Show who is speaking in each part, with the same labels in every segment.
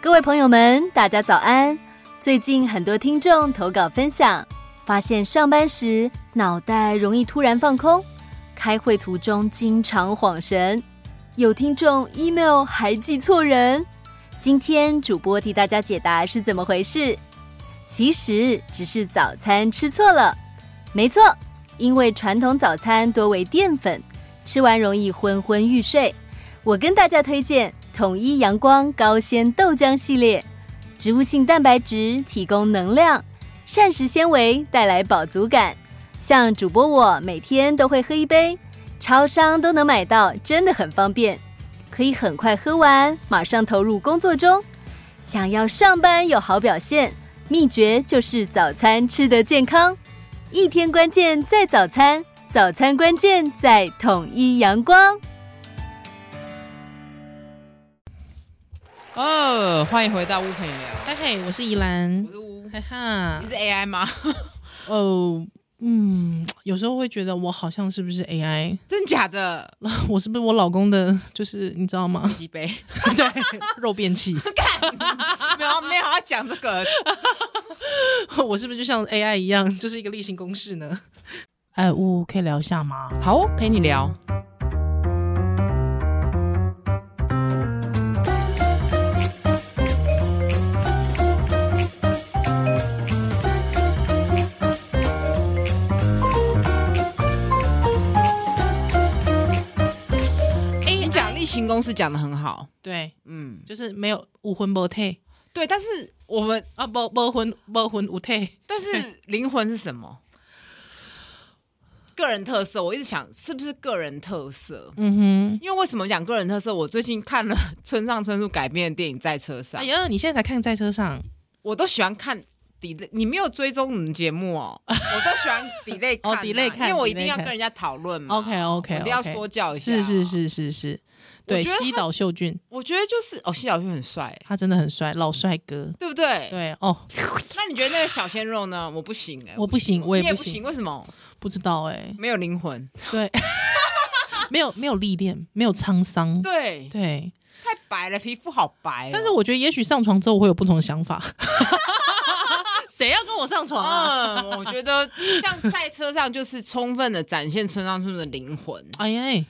Speaker 1: 各位朋友们，大家早安！最近很多听众投稿分享，发现上班时脑袋容易突然放空，开会途中经常晃神。有听众 email 还记错人，今天主播替大家解答是怎么回事。其实只是早餐吃错了，没错，因为传统早餐多为淀粉，吃完容易昏昏欲睡。我跟大家推荐统一阳光高纤豆浆系列，植物性蛋白质提供能量，膳食纤维带来饱足感。像主播我每天都会喝一杯，超商都能买到，真的很方便，可以很快喝完，马上投入工作中。想要上班有好表现，秘诀就是早餐吃得健康。一天关键在早餐，早餐关键在统一阳光。
Speaker 2: 哦，欢迎回到乌陪聊，
Speaker 3: 嗨嗨，我是宜兰
Speaker 2: 我，是乌，
Speaker 3: 哈哈
Speaker 2: 你，是 AI 吗？
Speaker 3: 哦，嗯，有时候会觉得我好像是不是 AI，
Speaker 2: 真假的？
Speaker 3: 我是不是我老公的，就是你知道吗？
Speaker 2: 几 杯？
Speaker 3: 对，肉 变器，
Speaker 2: 没有没有要讲这个，
Speaker 3: 我是不是就像 AI 一样，就是一个例行公事呢？哎，呜，可以聊一下吗？
Speaker 2: 好哦，陪你聊。哎，你讲例行公事讲的很好，
Speaker 3: 对，
Speaker 2: 嗯，
Speaker 3: 就是没有无魂不退
Speaker 2: 对，但是我们
Speaker 3: 啊，不不魂不魂无退，
Speaker 2: 但
Speaker 3: 哎
Speaker 2: 是灵魂是什么？个人特色，我一直想是不是个人特色？
Speaker 3: 嗯哼。
Speaker 2: 因为为什么讲个人特色？我最近看了村上春树改编的电影《在车上
Speaker 3: 哎》，呀，你现在才看在车上，
Speaker 2: 我都喜欢看 delay。你没有追踪我们节目哦，我都喜欢 delay 看
Speaker 3: 哦
Speaker 2: 啊、
Speaker 3: delay 看
Speaker 2: 因为我一定
Speaker 3: delay
Speaker 2: 要
Speaker 3: 看
Speaker 2: 跟人家讨论嘛。
Speaker 3: OK，OK，OK
Speaker 2: 嗯啊我一定要说教一下。啊
Speaker 3: 是是，是是是，对，
Speaker 2: 我觉得他
Speaker 3: 西岛秀俊
Speaker 2: 我觉得就是哦，谢小轩很帅，
Speaker 3: 他真的很帅，老帅哥。
Speaker 2: 对不对？
Speaker 3: 对哦，
Speaker 2: 那你觉得那个小鲜肉呢？我不行哎、
Speaker 3: 我不行我也
Speaker 2: 你也
Speaker 3: 不
Speaker 2: 不
Speaker 3: 行
Speaker 2: 行，为什么？
Speaker 3: 不知道哎、
Speaker 2: 没有灵魂，
Speaker 3: 对， 没有没有历练，没有沧桑，
Speaker 2: 对，
Speaker 3: 对。
Speaker 2: 太白了，皮肤好白哦、
Speaker 3: 但是我觉得也许上床之后我会有不同的想法。 谁要跟我上床啊？
Speaker 2: 嗯，我觉得像在车上就是充分的展现村上春树的灵魂。
Speaker 3: 哎呀，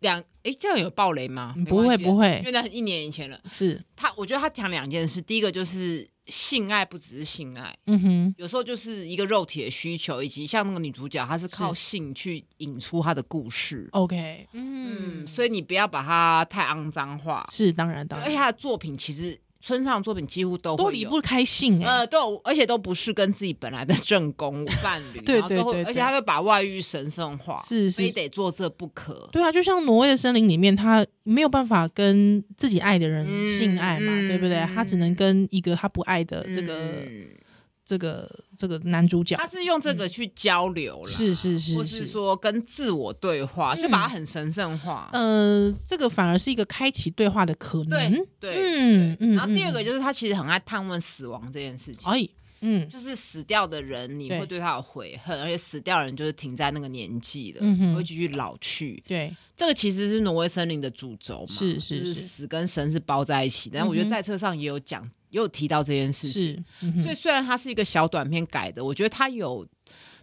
Speaker 2: 两诶，这样有暴雷吗
Speaker 3: 嗯？不
Speaker 2: 没
Speaker 3: 会
Speaker 2: 关系啊
Speaker 3: 不会
Speaker 2: 因为那是一年以前了。
Speaker 3: 是，
Speaker 2: 他我觉得他讲两件事，第一个就是性爱不只是性爱，
Speaker 3: 嗯哼，
Speaker 2: 有时候就是一个肉体的需求，以及像那个女主角，她是靠性去引出她的故事。
Speaker 3: 哦，OK，
Speaker 2: 嗯，
Speaker 3: 嗯，
Speaker 2: 所以你不要把它太肮脏化。
Speaker 3: 是当然当
Speaker 2: 而且
Speaker 3: 然，
Speaker 2: 他的作品其实村上的作品几乎都
Speaker 3: 都
Speaker 2: 会
Speaker 3: 离
Speaker 2: 有
Speaker 3: 不开性哎、
Speaker 2: 呃，都有，而且都不是跟自己本来的正 宫伴侣，
Speaker 3: 对
Speaker 2: 然后都会
Speaker 3: 对对对
Speaker 2: 而且他会把外遇神圣化，
Speaker 3: 是
Speaker 2: 非
Speaker 3: 是，
Speaker 2: 得做这不可。
Speaker 3: 对啊，就像挪威的森林里面，他没有办法跟自己爱的人
Speaker 2: 嗯
Speaker 3: 性爱嘛，
Speaker 2: 嗯
Speaker 3: 对不对？他只能跟一个他不爱的这个、
Speaker 2: 嗯
Speaker 3: 这个这个男主角
Speaker 2: 他，是用这个去交流啦，
Speaker 3: 嗯是是是嗯
Speaker 2: 或是说跟自我对话，就把它很神圣化。
Speaker 3: 呃，这个反而是一个开启对话的可能。
Speaker 2: 对对。
Speaker 3: 嗯嗯。
Speaker 2: 然后第二个
Speaker 3: 是，
Speaker 2: 就是他其实很爱探问死亡这件事情，
Speaker 3: 哎，嗯
Speaker 2: 就是死掉的人你
Speaker 3: 对
Speaker 2: 会对他有悔恨，而且死掉的人就是停在那个年纪了
Speaker 3: 嗯哼，
Speaker 2: 会继续老去。
Speaker 3: 对，
Speaker 2: 这个其实是挪威森林的主轴嘛，
Speaker 3: 是是
Speaker 2: 就是
Speaker 3: 是
Speaker 2: 死跟神是包在一起的。但我觉
Speaker 3: 嗯
Speaker 2: 得
Speaker 3: 哼
Speaker 2: 在册上也有讲，也有提到这件事情。
Speaker 3: 是，嗯哼
Speaker 2: 所以虽然它是一个小短片改的，我觉得它有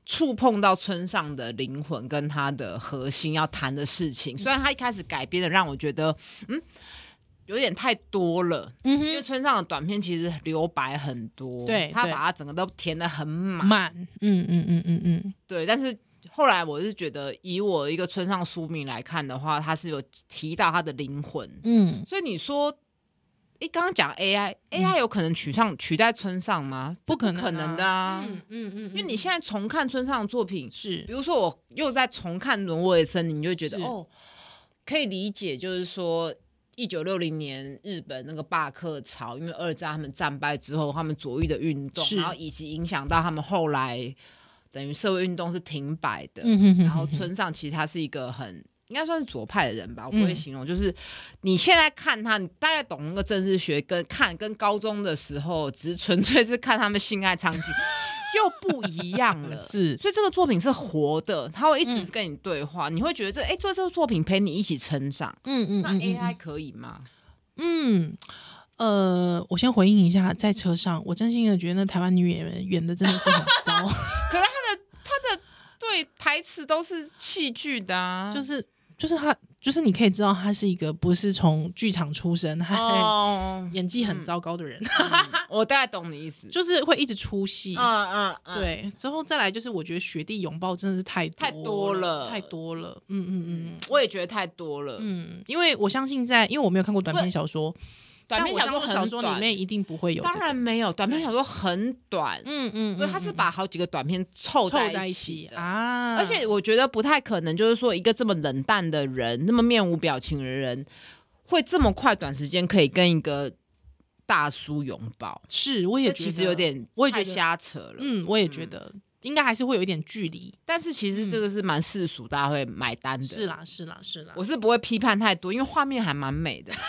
Speaker 2: 触碰到村上的灵魂跟他的核心要谈的事
Speaker 3: 嗯
Speaker 2: 情。虽然他一开始改编的让我觉得，嗯，有点太多了，
Speaker 3: 嗯
Speaker 2: 因为
Speaker 3: 哼，
Speaker 2: 村上的短片其实留白很多，
Speaker 3: 对
Speaker 2: 他
Speaker 3: 对
Speaker 2: 把它整个都填得很满，
Speaker 3: 慢，嗯嗯嗯嗯嗯，
Speaker 2: 对，但是后来我是觉得，以我一个村上书迷来看的话，他是有提到他的灵魂，
Speaker 3: 嗯，
Speaker 2: 所以你说，诶，刚刚讲 AI，AI、AI 有可能取上取代村上吗？
Speaker 3: 不可
Speaker 2: 不
Speaker 3: 能，
Speaker 2: 可能的啊，
Speaker 3: 嗯嗯嗯，
Speaker 2: 因为你
Speaker 3: 在
Speaker 2: 现在重看村上的作品，
Speaker 3: 是
Speaker 2: 比，如说我又在重看《挪威的森林》，你就会觉得
Speaker 3: 是
Speaker 2: 哦，可以理解，就是说。一九六零年日本那个罢课潮，因为二战他们战败之后，他们左翼的运动，
Speaker 3: 是
Speaker 2: 然后以及影响到他们后来等于社会运动是停摆的，
Speaker 3: 嗯哼哼，
Speaker 2: 然后
Speaker 3: 村
Speaker 2: 村上其实他是一个很应该算是左派的人吧，我不
Speaker 3: 嗯
Speaker 2: 会形容。就是你现在看他，你大概懂那个政治学跟看跟高中的时候，只是纯粹是看他们性爱场景又不一样了。
Speaker 3: 是
Speaker 2: 所以这个作品是活的，他会一
Speaker 3: 嗯
Speaker 2: 直跟你对话，你会觉得这哎、诶做这个作品陪你一起成长。
Speaker 3: 嗯嗯
Speaker 2: 那
Speaker 3: 嗯嗯
Speaker 2: AI 可以吗？
Speaker 3: 嗯。呃，我先回应一下，在车上，我真心的觉得那台湾女演员演的真的是很 糟，
Speaker 2: 可是他的他的对台词都是戏剧的、啊，
Speaker 3: 就是就是她，就是你可以知道她是一个不是从剧场出身，她、
Speaker 2: 哦，
Speaker 3: 演技很糟糕的人，
Speaker 2: 嗯我大概懂你意思，
Speaker 3: 就是会一直出戏。
Speaker 2: 嗯嗯，嗯，
Speaker 3: 对，之后再来就是，我觉得雪地拥抱真的是太
Speaker 2: 太多了
Speaker 3: 了，太多了。嗯嗯嗯
Speaker 2: 嗯，我也觉得太多了。
Speaker 3: 嗯，因为我相信在，因为我没有看过短篇小说，
Speaker 2: 短篇
Speaker 3: 但
Speaker 2: 小
Speaker 3: 我相
Speaker 2: 说很
Speaker 3: 信小说里
Speaker 2: 短
Speaker 3: 面一定不会有、这
Speaker 2: 当
Speaker 3: 个。
Speaker 2: 然没有，短篇小说很短，
Speaker 3: 嗯，嗯嗯，
Speaker 2: 所以他是把好几个短篇凑
Speaker 3: 凑在
Speaker 2: 在
Speaker 3: 一
Speaker 2: 起
Speaker 3: 起
Speaker 2: 的。
Speaker 3: 啊，
Speaker 2: 而且我觉得不太可能，就是说一个这么冷淡的人，那么面无表情的人，会这么快短时间可以跟一个大叔拥抱，
Speaker 3: 是我也
Speaker 2: 这
Speaker 3: 觉
Speaker 2: 其
Speaker 3: 得
Speaker 2: 实有，点
Speaker 3: 我也觉
Speaker 2: 太
Speaker 3: 得
Speaker 2: 瞎扯了。
Speaker 3: 嗯，我也觉得、应该还是会有一点距离。
Speaker 2: 但是其实这个是蛮世俗，大家会买单的。
Speaker 3: 嗯是，啦，是啦，是啦，
Speaker 2: 我是不会批判太多，因为画面还蛮美的。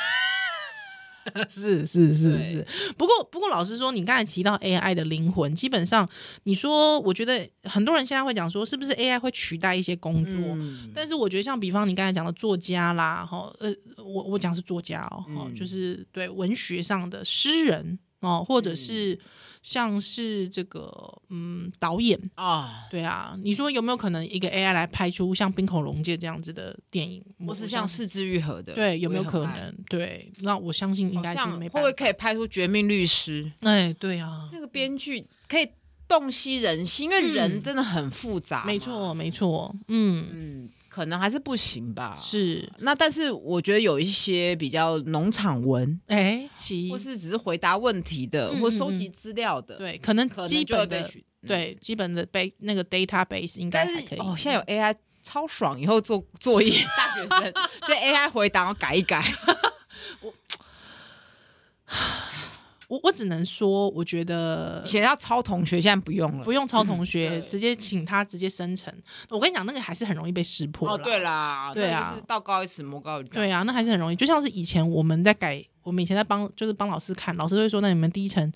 Speaker 3: 是是是
Speaker 2: 对
Speaker 3: 是。不过不过，老实说，你刚才提到 AI 的灵魂，基本上你说，我觉得很多人现在会讲说，是不是 AI 会取代一些工作？
Speaker 2: 嗯，
Speaker 3: 但是我觉得，像比方你刚才讲的作家啦，哈，呃，我我讲是作家哦，哈
Speaker 2: 嗯
Speaker 3: 就是对文学上的诗人哦，或
Speaker 2: 嗯
Speaker 3: 者是像是这个嗯导演，
Speaker 2: 啊，
Speaker 3: 对啊，你说有没有可能一个 AI 来拍出像冰口龙介这样子的电影？
Speaker 2: 我
Speaker 3: 我
Speaker 2: 是像
Speaker 3: 相
Speaker 2: 四肢愈合的，
Speaker 3: 对有没有
Speaker 2: 我也很
Speaker 3: 可
Speaker 2: 爱？
Speaker 3: 能？对，那我相信应该是
Speaker 2: 好像
Speaker 3: 没
Speaker 2: 会
Speaker 3: 办
Speaker 2: 不
Speaker 3: 法
Speaker 2: 会。可以拍出《绝命律师》？
Speaker 3: 哎，对啊，
Speaker 2: 那个编剧可以洞悉人心，因为人真的很复杂、
Speaker 3: 嗯没错，，没错，嗯，
Speaker 2: 嗯，可能还是不行吧。
Speaker 3: 是，
Speaker 2: 那但是我觉得有一些比较农场文，
Speaker 3: 哎，其
Speaker 2: 或是只是回答问题的，
Speaker 3: 嗯
Speaker 2: 或
Speaker 3: 嗯
Speaker 2: 收
Speaker 3: 嗯
Speaker 2: 集资料的，，
Speaker 3: 对，可能
Speaker 2: 可
Speaker 3: 基
Speaker 2: 能就会
Speaker 3: 本
Speaker 2: 被
Speaker 3: 的
Speaker 2: 取。嗯，
Speaker 3: 对基本的 base 那个 database 应该
Speaker 2: 但
Speaker 3: 还
Speaker 2: 是
Speaker 3: 可以。嗯
Speaker 2: 哦，现在有 AI 超爽，以后做作 业，大学生这 AI 回答要改一改。
Speaker 3: 我我只能说，我觉得
Speaker 2: 以前要抄同学，现在不用了。
Speaker 3: 不用抄同学，
Speaker 2: 嗯对
Speaker 3: 直接请他直接生成。我跟你讲，那个还是很容易被识破
Speaker 2: 哦，
Speaker 3: 啦
Speaker 2: 对啦，
Speaker 3: 对啊
Speaker 2: 那就是道高一尺，魔高一丈。
Speaker 3: 对啊，那还是很容易。就像是以前我们在改，我们以前在帮就是帮老师看，老师会说，那你们第一层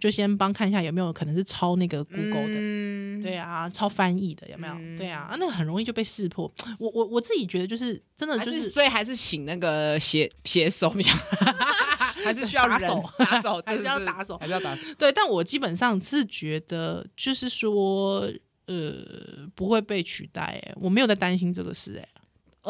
Speaker 3: 就先帮看一下有没有可能是抄那个 Google 的。
Speaker 2: 嗯
Speaker 3: 对啊，抄翻译的有没有？
Speaker 2: 嗯
Speaker 3: 对啊，啊那个很容易就被识破。我我我自己觉得就是真的
Speaker 2: 还
Speaker 3: 就是是
Speaker 2: 所以还是请那个写写手 比较，还是需要
Speaker 3: 打
Speaker 2: 人
Speaker 3: 手
Speaker 2: 打手，
Speaker 3: 还是
Speaker 2: 对
Speaker 3: 要
Speaker 2: 对对
Speaker 3: 打手
Speaker 2: 还是要打手。
Speaker 3: 对，但我基本上是觉得，就是说，呃，不会被取代、欸。我没有在担心这个事、欸，哎，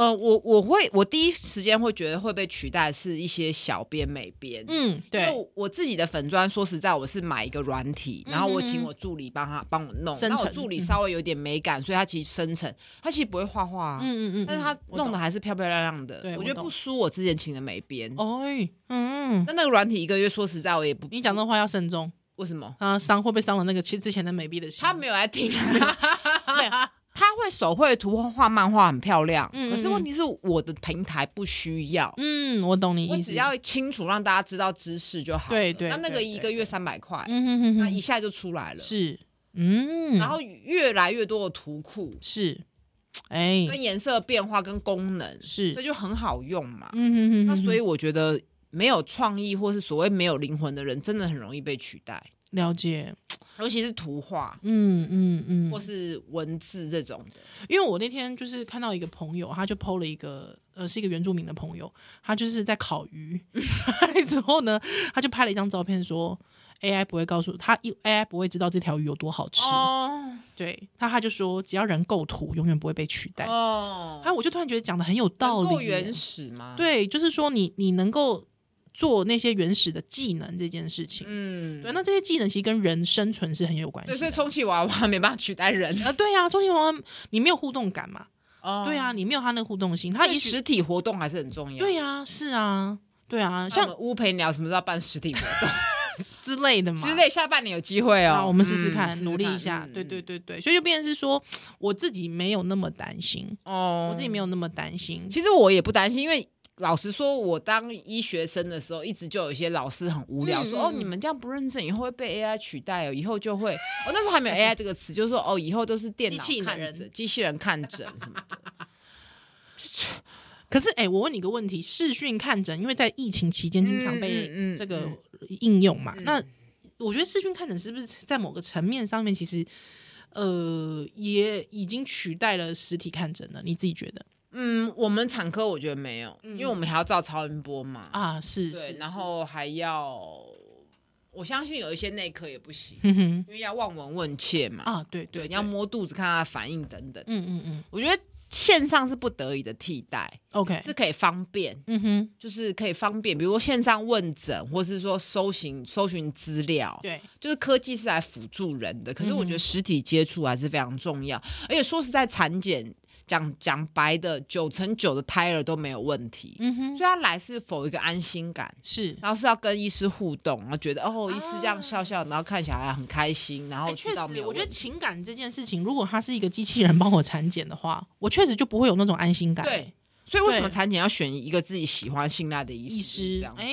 Speaker 2: 呃，我我会我第一时间会觉得会被取代是一些小编美编，
Speaker 3: 嗯，
Speaker 2: 因为，我自己的粉砖，说实在，我是买一个软体，然后我
Speaker 3: 嗯
Speaker 2: 请我助理帮他帮我弄，
Speaker 3: 生
Speaker 2: 那我
Speaker 3: 成
Speaker 2: 助理
Speaker 3: 嗯
Speaker 2: 稍微有点美感，所以他其实生成，他其实不会画画啊，
Speaker 3: 嗯嗯嗯，
Speaker 2: 但是他弄的还是漂漂亮亮的
Speaker 3: 对，
Speaker 2: 我
Speaker 3: 我
Speaker 2: 觉得
Speaker 3: 懂
Speaker 2: 不输我之前请的美编。
Speaker 3: 哦，哎嗯，
Speaker 2: 那那个软体一个月，说实在我也不，
Speaker 3: 你讲这话要慎重
Speaker 2: 为什么？
Speaker 3: 啊，伤会不会伤了那个其实之前的美币的心？
Speaker 2: 他没有在听，没有 他会手绘图画漫画很漂亮，
Speaker 3: 嗯
Speaker 2: 可是问题是我的平台不需要，
Speaker 3: 嗯，我懂你
Speaker 2: 我
Speaker 3: 意思，
Speaker 2: 只要清楚让大家知道知识就好了。
Speaker 3: 对对
Speaker 2: 那那个
Speaker 3: 对
Speaker 2: 一个月三百块，
Speaker 3: 嗯哼哼
Speaker 2: 那
Speaker 3: 哼，
Speaker 2: 一下就出来了。
Speaker 3: 是，嗯，
Speaker 2: 然后越来越多的图库
Speaker 3: 是，哎、
Speaker 2: 跟颜色变化跟功能，所以
Speaker 3: 是，
Speaker 2: 就很好用嘛。
Speaker 3: 嗯哼哼
Speaker 2: 那所以
Speaker 3: 哼
Speaker 2: 我觉得没有创意或是所谓没有灵魂的人，真的很容易被取代，
Speaker 3: 了解，
Speaker 2: 尤其是图画
Speaker 3: 嗯嗯嗯，
Speaker 2: 或是文字这种的。
Speaker 3: 因为我那天就是看到一个朋友，他就 PO 了一个，呃，是一个原住民的朋友，他就是在烤鱼， 之后呢，他就拍了一张照片说。AI 不会告诉他一，AI 不会知道这条鱼有多好吃。
Speaker 2: 哦
Speaker 3: 对，他他就说，只要人够土，永远不会被取代。哎、
Speaker 2: 哦，
Speaker 3: 我就突然觉得讲的很有道
Speaker 2: 能够
Speaker 3: 理耶。
Speaker 2: 原始吗？，
Speaker 3: 对，就是说你你能够做那些原始的技能这件事情，
Speaker 2: 嗯，
Speaker 3: 对，那这些技能其实跟人生存是很有关系
Speaker 2: 对，
Speaker 3: 的。
Speaker 2: 所以充气娃娃没办法取代人。
Speaker 3: 啊，对呀、啊，中心娃娃你没有互动感嘛？
Speaker 2: 哦
Speaker 3: 对啊，，你没有他那个互动性，
Speaker 2: 它
Speaker 3: 他
Speaker 2: 以
Speaker 3: 也许
Speaker 2: 实体活动还是很重要。
Speaker 3: 对呀、是啊，对啊，
Speaker 2: 像我
Speaker 3: 像
Speaker 2: 们乌陪鸟什么时候要办实体活 动
Speaker 3: 之类的嘛。
Speaker 2: 嗯之类，下半年有机会
Speaker 3: 啊，
Speaker 2: 哦，
Speaker 3: 我们试试
Speaker 2: 嗯
Speaker 3: 看，嗯努力一下。对对，对对，所以就变成是说，我自己没有那么担心，
Speaker 2: 嗯哦，
Speaker 3: 我自己没有那么担心。
Speaker 2: 其实我也不担心，因为老实说，我当医学生的时候，一直就有一些老师很无聊，
Speaker 3: 嗯
Speaker 2: 说
Speaker 3: 嗯
Speaker 2: 哦，
Speaker 3: 嗯
Speaker 2: 你们这样不认真，以后会被 AI 取代哦，以后就会，哦，那时候还没有 AI 这个词，就是说哦，以后都是电脑
Speaker 3: 机器
Speaker 2: 看
Speaker 3: 人
Speaker 2: 诊、机器人看诊什么 的。
Speaker 3: 可是，哎、我问你一个问题：视讯看诊，因为在疫情期间经常被
Speaker 2: 嗯嗯嗯
Speaker 3: 这个
Speaker 2: 嗯
Speaker 3: 应用嘛，
Speaker 2: 嗯
Speaker 3: 那我觉得视讯看诊是不是在某个层面上面，其实呃，也已经取代了实体看诊了？你自己觉得？
Speaker 2: 嗯，我们产科我觉得没有，因为我们还要照超音波嘛，
Speaker 3: 啊，是，
Speaker 2: 对
Speaker 3: 嗯是，
Speaker 2: 然
Speaker 3: 是
Speaker 2: 后还要，我相信有一些内科也不行，
Speaker 3: 嗯哼，
Speaker 2: 因为要望闻问切嘛，
Speaker 3: 啊，对
Speaker 2: 对，
Speaker 3: 对，
Speaker 2: 你要摸肚子看他的反应等等。
Speaker 3: 嗯嗯嗯
Speaker 2: 我觉得线上是不得已的替代，
Speaker 3: ，OK，
Speaker 2: 是可以方便，
Speaker 3: 嗯哼，
Speaker 2: 就是可以方便，比如说线上问诊，或是说搜寻搜寻资料，
Speaker 3: 哦对，嗯
Speaker 2: 就是科技是来辅助人的。可是我觉得实体接触还是非常重要，而且说实在，产检讲讲白的，九成九的胎儿都没有问题，
Speaker 3: 嗯哼，
Speaker 2: 所以他来是否一个安心感。
Speaker 3: 是。
Speaker 2: 然后是要跟医师互动，然后觉得哦，医师这样
Speaker 3: 啊
Speaker 2: 笑笑，然后看小孩很开心，然
Speaker 3: 哎
Speaker 2: 后
Speaker 3: 确
Speaker 2: 知道没
Speaker 3: 实，
Speaker 2: 有
Speaker 3: 我觉得
Speaker 2: 问题。
Speaker 3: 情感这件事情，如果它是一个机器人帮我产检的话，我确实就不会有那种安心感。
Speaker 2: 对，所以为什么
Speaker 3: 对
Speaker 2: 产检要选一个自己喜欢、信赖的医
Speaker 3: 医
Speaker 2: 师？就是
Speaker 3: 师
Speaker 2: 这，样。
Speaker 3: 哎、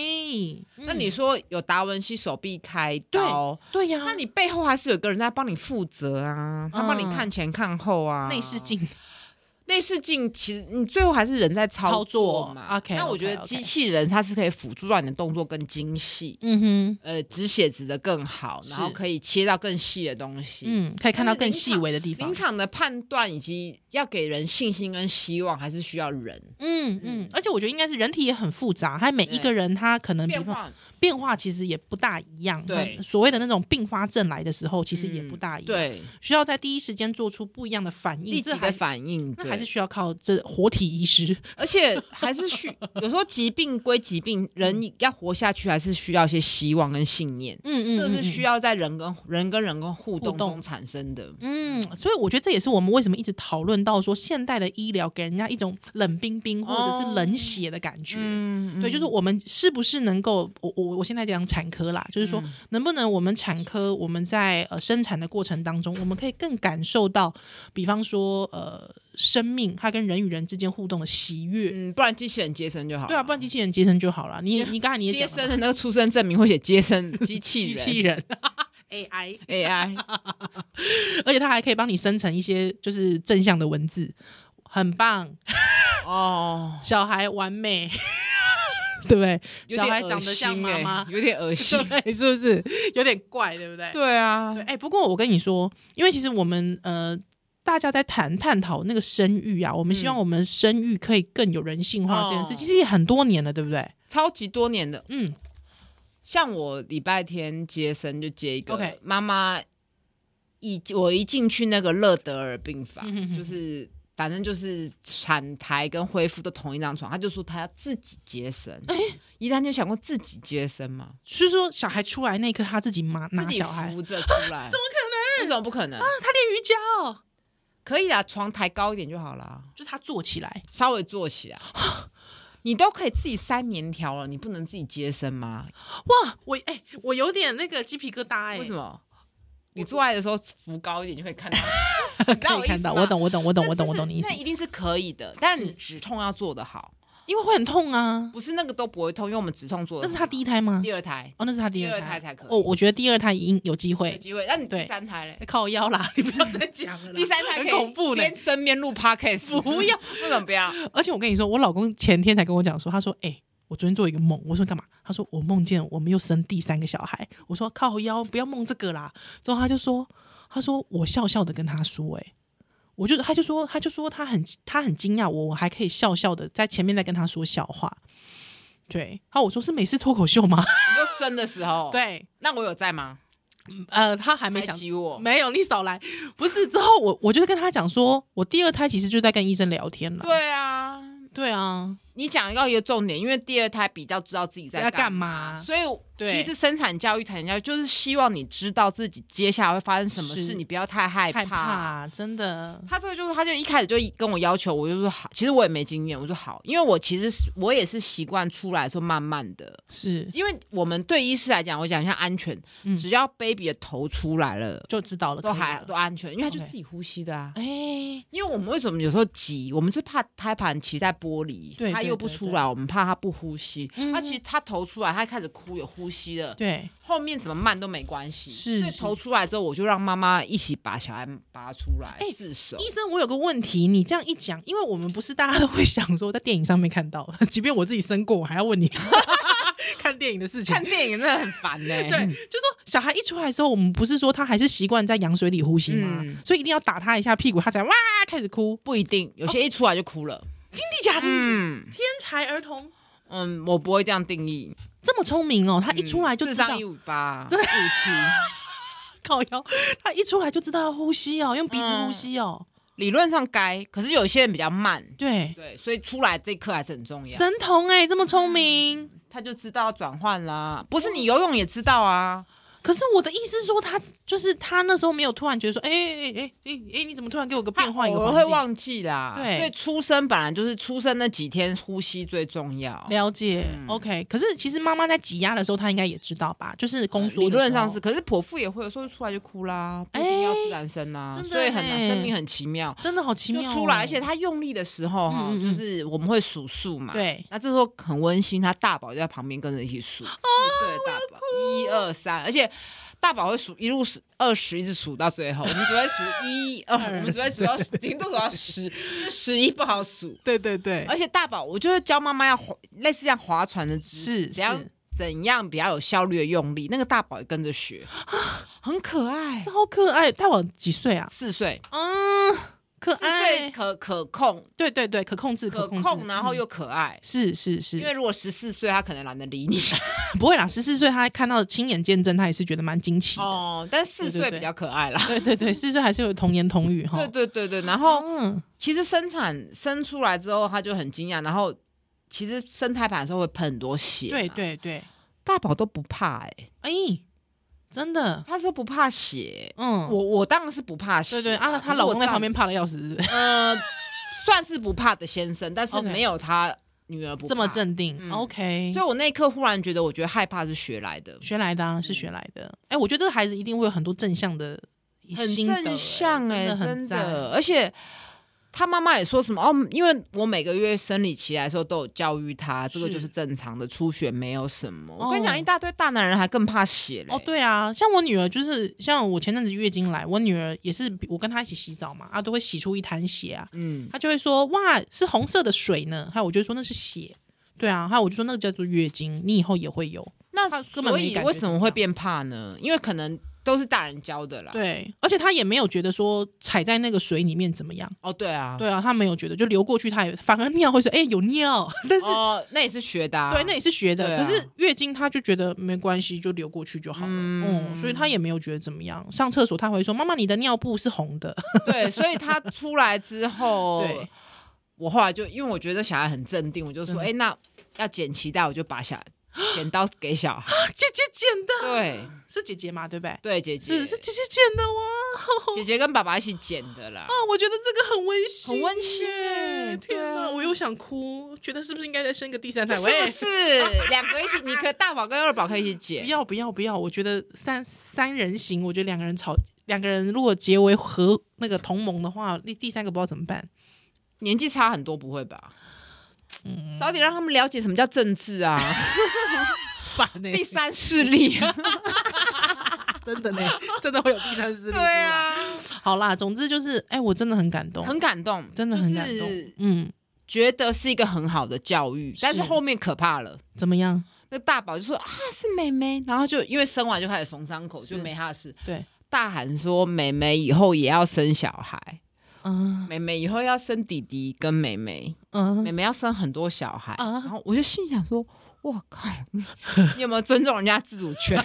Speaker 2: 那
Speaker 3: 嗯
Speaker 2: 你说有达文西手臂开
Speaker 3: 对
Speaker 2: 刀，
Speaker 3: 对呀、
Speaker 2: 那你背后还是有个人在帮你负责啊，他帮你看前看后啊。
Speaker 3: 嗯内视，镜
Speaker 2: 内视镜其实你最后还是人在操
Speaker 3: 操作
Speaker 2: 嘛。
Speaker 3: OK，
Speaker 2: 那我觉得
Speaker 3: OK，OK
Speaker 2: 机器人它是可以辅助到你的动作更精细，
Speaker 3: 嗯哼，
Speaker 2: 呃，止血止的更好，然后
Speaker 3: 是
Speaker 2: 可以切到更细的东西。
Speaker 3: 嗯，可以看到更
Speaker 2: 但是临
Speaker 3: 细
Speaker 2: 场
Speaker 3: 微的地方
Speaker 2: 临。场的判断以及要给人信心跟希望，还是需要人
Speaker 3: 嗯嗯，而且我觉得应该是人体也很复杂，还每一
Speaker 2: 对
Speaker 3: 个人他可嗯能比
Speaker 2: 变
Speaker 3: 方
Speaker 2: 化。
Speaker 3: 变化其实也不大一样。
Speaker 2: 对
Speaker 3: 那所谓的那种并发症来的时候，其实也
Speaker 2: 嗯
Speaker 3: 不大一样，，
Speaker 2: 对，
Speaker 3: 需要在第一时间做出不一样的反应。
Speaker 2: 立即
Speaker 3: 这
Speaker 2: 的
Speaker 3: 还
Speaker 2: 反应，
Speaker 3: 那
Speaker 2: 对
Speaker 3: 还是需要靠这活体医师。
Speaker 2: 而且还是需有时候疾病归疾病，人要活下去还是需要一些希望跟信念，
Speaker 3: 嗯
Speaker 2: 这是需。要在人跟人跟人跟互动
Speaker 3: 互动
Speaker 2: 中产生的。
Speaker 3: 嗯，所以我觉得这也是我们为什么一直讨论到说，现代的医疗给人家一种冷冰冰或者是冷血的感觉。
Speaker 2: 哦嗯
Speaker 3: 对，就是我们是不是能够，我我我现在讲产科啦，就是
Speaker 2: 嗯
Speaker 3: 说能不能我们产科我们在呃生产的过程当中，我们可以更感受到，比方说呃生命它跟人与人之间互动的喜悦。
Speaker 2: 嗯，不然机器人接生就好了。
Speaker 3: 对啊，不然机器人接生就好了。你也你刚才你也
Speaker 2: 接
Speaker 3: 讲了
Speaker 2: 生
Speaker 3: 嘛
Speaker 2: 的那个出生证明会写接生 机器
Speaker 3: 机
Speaker 2: 人
Speaker 3: 器人 AI，
Speaker 2: AI，
Speaker 3: 而且它还可以帮你生成一些就是正向的文字，很棒，
Speaker 2: 哦，
Speaker 3: 小孩完美， 对不对？
Speaker 2: 有
Speaker 3: 小
Speaker 2: 点
Speaker 3: 孩
Speaker 2: 恶
Speaker 3: 长得像
Speaker 2: 心
Speaker 3: 妈
Speaker 2: 欸
Speaker 3: 妈，
Speaker 2: 有点 恶心。欸
Speaker 3: 对，是不是有点怪，对不对？
Speaker 2: 对啊
Speaker 3: 对，，哎、不过我跟你说，因为其实我们呃，大家在谈探讨那个生育啊，我们希望
Speaker 2: 嗯
Speaker 3: 我们生育可以更有人性化这件事，
Speaker 2: 哦
Speaker 3: 其实也很多年了，对不对？
Speaker 2: 超级多年的，
Speaker 3: 嗯，
Speaker 2: 像我礼拜天接生就接一个
Speaker 3: OK
Speaker 2: 妈妈，一我一进去那个乐德尔病房，
Speaker 3: 嗯哼哼
Speaker 2: 就是反正就是产台跟恢复都同一张床，她就说她要自己接生。
Speaker 3: 哎
Speaker 2: 一旦你有想过自己接生吗？
Speaker 3: 是说小孩出来那一刻，他自己妈
Speaker 2: 自
Speaker 3: 拿
Speaker 2: 己
Speaker 3: 小孩，
Speaker 2: 扶着出 来，怎么可能？为什么不可能？
Speaker 3: 他练瑜伽哦，
Speaker 2: 可以啦，床抬高一点就好啦，
Speaker 3: 就他坐起来，
Speaker 2: 稍微坐 起来。你都可以自己塞棉条了，你不能自己接生吗？
Speaker 3: 哇，我哎、我有点那个鸡皮疙瘩哎、
Speaker 2: 为什
Speaker 3: 么？
Speaker 2: 么？你做爱的时候扶高一点就可以看 到，你知道
Speaker 3: 可
Speaker 2: 我
Speaker 3: 以
Speaker 2: 意思
Speaker 3: 看到，
Speaker 2: 吗
Speaker 3: 我懂，我懂，我懂，
Speaker 2: 那
Speaker 3: 我懂，
Speaker 2: 这
Speaker 3: 我
Speaker 2: 是
Speaker 3: 懂你意思
Speaker 2: 那，一定是可以的，但是
Speaker 3: 是
Speaker 2: 你止痛要做得好，
Speaker 3: 因为会很痛啊。
Speaker 2: 不是那个都不会痛，因为我们止痛做的。
Speaker 3: 那是他第一胎吗？
Speaker 2: 第二胎
Speaker 3: 哦，那是他第
Speaker 2: 第
Speaker 3: 二
Speaker 2: 二胎
Speaker 3: 胎
Speaker 2: 才可以
Speaker 3: 哦，我觉得第二胎应有机
Speaker 2: 有
Speaker 3: 会。
Speaker 2: 机会，那你第
Speaker 3: 对
Speaker 2: 三胎嘞？
Speaker 3: 靠腰啦， 你不要再讲 了啦。
Speaker 2: 第三胎可
Speaker 3: 很
Speaker 2: 以
Speaker 3: 恐怖嘞
Speaker 2: 边生边录 podcast，
Speaker 3: 不要，
Speaker 2: 为什么不要？
Speaker 3: 而且我跟你说，我老公前天才跟我讲说，他说：“哎、我昨天做一个梦。”我说：“干嘛？”他说：“我梦见我们又生第三个小孩。”我说：“靠腰，不要梦这个啦。”之后他就说：“他说我笑笑的跟他说、哎，我就他就说他就说他很他很惊讶，我我还可以笑笑的在前面在跟他说笑话。”对，然后我说是美式脱口秀吗？
Speaker 2: 你说生的时候，，
Speaker 3: 对，
Speaker 2: 那我有在吗？
Speaker 3: 呃，他还没
Speaker 2: 没
Speaker 3: 想
Speaker 2: 挤我，
Speaker 3: 没有，你少来。不是之后我我就是跟他讲说，我第二胎其实就在跟医生聊天了。
Speaker 2: 对啊，
Speaker 3: 对啊，
Speaker 2: 你讲到一个重点，因为第二胎比较知道自己在
Speaker 3: 在干
Speaker 2: 干嘛。
Speaker 3: 嘛？
Speaker 2: 所以，
Speaker 3: 对
Speaker 2: 其实生产教育、产前教育就是希望你知道自己接下来会发生什么
Speaker 3: 是
Speaker 2: 事，你不要太害怕
Speaker 3: 害怕，真的。
Speaker 2: 他这个就是，他就一开始就跟我要求，我就说好，其实我也没经验，我说好，因为我其实是我也是习惯出来说慢慢的，
Speaker 3: 是
Speaker 2: 因为我们对医师来讲，我讲一下安全，
Speaker 3: 嗯
Speaker 2: 只要 baby 的头出来了，
Speaker 3: 就知道了，
Speaker 2: 都
Speaker 3: 可以
Speaker 2: 还
Speaker 3: 了
Speaker 2: 都安全，因为他就
Speaker 3: OK
Speaker 2: 自己呼吸的啊。
Speaker 3: 哎、
Speaker 2: 因为我们为什么有时候急，我们是怕胎盘脐带剥离
Speaker 3: 对，
Speaker 2: 他
Speaker 3: 对
Speaker 2: 又不
Speaker 3: 对
Speaker 2: 出
Speaker 3: 对
Speaker 2: 来，我们怕他不呼吸。
Speaker 3: 嗯
Speaker 2: 他其实他头出来，他开始哭，有呼吸了，
Speaker 3: 对，
Speaker 2: 后面怎么慢都没关系。
Speaker 3: 是
Speaker 2: 所以
Speaker 3: 是
Speaker 2: 头出来之后，我就让妈妈一起把小孩拔出来
Speaker 3: 哎，
Speaker 2: 自首。
Speaker 3: 医生，我有个问题，你这样一讲，因为我们不是大家都会想说，在电影上面看到，即便我自己生过，我还要 问你看电影的事情
Speaker 2: 看。电影真的很烦呢、
Speaker 3: 对，就说小孩一出来的时候，我们不是说他还是习惯在羊水里呼吸吗？
Speaker 2: 嗯
Speaker 3: 所以一定要打他一下屁股，他才哇开始哭。哦
Speaker 2: 不一定，有些一出来就哭了。
Speaker 3: 这假的？
Speaker 2: 嗯
Speaker 3: 天才儿童
Speaker 2: 嗯，我不会这样定义。嗯
Speaker 3: 这么聪明哦，他一出来就
Speaker 2: 智
Speaker 3: 知道
Speaker 2: 商一五八，一五七，
Speaker 3: 靠腰， 他一出来就知道要呼吸哦，用鼻子呼吸哦，
Speaker 2: 理论上该，可是有些人比较慢，
Speaker 3: 对，
Speaker 2: 对，所以出来这一刻还是很重要。
Speaker 3: 神童哎、这么聪明。
Speaker 2: 他就知道转换啦，不是你游泳也知道啊。
Speaker 3: 可是我的意思是说他，就是他那时候没有突然觉得说，哎哎哎哎哎，你怎么突然给我个变换一个
Speaker 2: 啊我
Speaker 3: 环
Speaker 2: 会
Speaker 3: 境？
Speaker 2: 忘记啦，
Speaker 3: 对
Speaker 2: 所以出生本来就是出生那几天呼吸最重要。
Speaker 3: 了解、
Speaker 2: 嗯
Speaker 3: o k 可是其实妈妈在挤压的时候，她应该也知道吧？就是宫缩的时候、
Speaker 2: 理
Speaker 3: 哎
Speaker 2: 论上是，可是剖腹也会有时候出来就哭啦，不一定要自然生啦，
Speaker 3: 真的
Speaker 2: 所以很难，
Speaker 3: 欸
Speaker 2: 生命很奇妙。
Speaker 3: 真的好奇
Speaker 2: 就
Speaker 3: 妙哦、
Speaker 2: 出来，而且他用力的时候哈，
Speaker 3: 嗯嗯嗯
Speaker 2: 就是我们会数数嘛。
Speaker 3: 对啊
Speaker 2: 那这时候很温馨，他大宝就在旁边跟着一起数，四岁的大宝，一二三，而且大宝会数一路数二十，一直数到最后，我们只会 数一二，我们只会数到顶多数到十，这十一不好数。
Speaker 3: 对对对
Speaker 2: 而且大宝，我就会教妈妈要划类似像划船的姿势，
Speaker 3: 是
Speaker 2: 怎样
Speaker 3: 是
Speaker 2: 怎样比较有效率的用力，那个大宝也跟着学，很可爱
Speaker 3: 啊这。好可爱。大我几岁啊？
Speaker 2: 四岁，
Speaker 3: 嗯，可
Speaker 2: 四岁
Speaker 3: 爱，
Speaker 2: 可可控，
Speaker 3: 对对对，哎可控制，
Speaker 2: 可
Speaker 3: 控制，
Speaker 2: 控，然后
Speaker 3: 嗯
Speaker 2: 又可爱。
Speaker 3: 是是是，
Speaker 2: 因为如果十四岁，他可能懒得理你
Speaker 3: 不会啦，十四岁他看到亲眼见证，他也是觉得蛮惊奇的。
Speaker 2: 哦，但四
Speaker 3: 对对
Speaker 2: 岁
Speaker 3: 对
Speaker 2: 比较可爱啦。
Speaker 3: 对对对，四岁还是有童言童语哈。
Speaker 2: 对对对对，然后
Speaker 3: 嗯，
Speaker 2: 其实生产生出来之后，他就很惊讶，然后其实生胎盘的时候会喷很多血，
Speaker 3: 对，对对，
Speaker 2: 大宝都不怕哎、
Speaker 3: 哎、真的，
Speaker 2: 他说不怕血，
Speaker 3: 嗯，
Speaker 2: 我我当然是不怕血啦，
Speaker 3: 对对啊，
Speaker 2: 可是
Speaker 3: 她老
Speaker 2: 我
Speaker 3: 公在
Speaker 2: 丈夫
Speaker 3: 旁边，怕的要死，是不是？
Speaker 2: 呃， 算是不怕的先生，但是
Speaker 3: OK
Speaker 2: 没有他女儿不
Speaker 3: 这么
Speaker 2: 怕，
Speaker 3: 镇定、
Speaker 2: 嗯
Speaker 3: o k
Speaker 2: 所以我那一刻忽然觉得，我觉得害怕是学来的，
Speaker 3: 学来的、
Speaker 2: 嗯
Speaker 3: 啊、是学来的。哎、我觉得这个孩子一定会有很多正向的
Speaker 2: 很
Speaker 3: 心得、
Speaker 2: 正向
Speaker 3: 哎、
Speaker 2: 哎、
Speaker 3: 真的很
Speaker 2: 真的，
Speaker 3: 赞。
Speaker 2: 而且。他妈妈也说什么哦，因为我每个月生理期来的时候都有教育他，这个
Speaker 3: 是
Speaker 2: 就是正常的出血，没有什么。我跟你
Speaker 3: 哦
Speaker 2: 讲，一大堆大男人还更怕血嘞。
Speaker 3: 哦，，对啊，像我女儿就是，像我前阵子月经来，我女儿也是，我跟她一起洗澡嘛，啊，都会洗出一滩血啊，
Speaker 2: 嗯，
Speaker 3: 她就会说哇，是红色的水呢，还有我就说那是血，对啊，还有我就说那个叫做月经，你以后也会有，
Speaker 2: 那
Speaker 3: 他根本
Speaker 2: 所
Speaker 3: 没
Speaker 2: 以
Speaker 3: 感觉
Speaker 2: 为
Speaker 3: 怎
Speaker 2: 什
Speaker 3: 么
Speaker 2: 么会
Speaker 3: 样
Speaker 2: 变怕呢？因为可能都是大人教的啦。，
Speaker 3: 对，而且她也没有觉得说踩在那个水里面怎么样。
Speaker 2: 哦，对啊，
Speaker 3: 对啊，他没有觉得，就流过去，他也反而尿会说，哎、有 尿，但是、
Speaker 2: 哦，那也是学的、啊。
Speaker 3: 对，那也是学的。
Speaker 2: 对
Speaker 3: 可
Speaker 2: 啊
Speaker 3: 是月经他就觉得没关系，就流过去就好了，嗯
Speaker 2: 嗯
Speaker 3: 所以他也没有觉得怎么样。上厕所他会说，妈妈，你的尿布是红的，
Speaker 2: 对，所以他出来之后，
Speaker 3: 对，
Speaker 2: 我后来就因为我觉得小孩很镇定，我就说，
Speaker 3: 嗯
Speaker 2: 哎、那要剪脐带，我就把小剪刀给小孩。
Speaker 3: 姐姐剪的，
Speaker 2: 对
Speaker 3: 是姐姐嘛，对不对？
Speaker 2: 对，姐姐
Speaker 3: 是是姐姐剪的哦哇！
Speaker 2: 姐姐跟爸爸一起剪的啦
Speaker 3: 啊。，我觉得这个很温馨耶，
Speaker 2: 很温馨耶
Speaker 3: 天
Speaker 2: 对
Speaker 3: 哪，
Speaker 2: 啊
Speaker 3: 我又想哭，觉得是不是应该再生个第三
Speaker 2: 这
Speaker 3: 胎？
Speaker 2: 是
Speaker 3: 喂
Speaker 2: 不是两个一起？你可以大宝跟二宝可以一起
Speaker 3: 不
Speaker 2: 剪。
Speaker 3: 要不要不要！我觉得三三人行，我觉得两个人吵，两个人如果结为和那个同盟的话，第第三个不知道怎么办。
Speaker 2: 年纪差很多，不会吧？
Speaker 3: 嗯，
Speaker 2: 早点让他们了解什么叫政治啊，
Speaker 3: 烦呢、
Speaker 2: 第三势力啊。
Speaker 3: 真的呢，真的会有第三势力。
Speaker 2: 对，啊，
Speaker 3: 好啦，总之就是，哎、我真的很感动，
Speaker 2: 很感动，
Speaker 3: 真的很感动。
Speaker 2: 就是
Speaker 3: 嗯，
Speaker 2: 觉得是一个很好的教育，但是
Speaker 3: 是
Speaker 2: 后面可怕了。
Speaker 3: 怎么样？
Speaker 2: 那大宝就说啊是妹妹，然后就因为生完就开始缝伤口，
Speaker 3: 是
Speaker 2: 就没他的事。
Speaker 3: 对，
Speaker 2: 大喊说妹妹以后也要生小孩，
Speaker 3: 嗯
Speaker 2: 妹妹以后要生弟弟跟妹妹，妹
Speaker 3: 嗯，
Speaker 2: 妹要生很多小孩。
Speaker 3: 啊
Speaker 2: 然后我就心想说，哇靠，你 你有没有尊重人家自主权？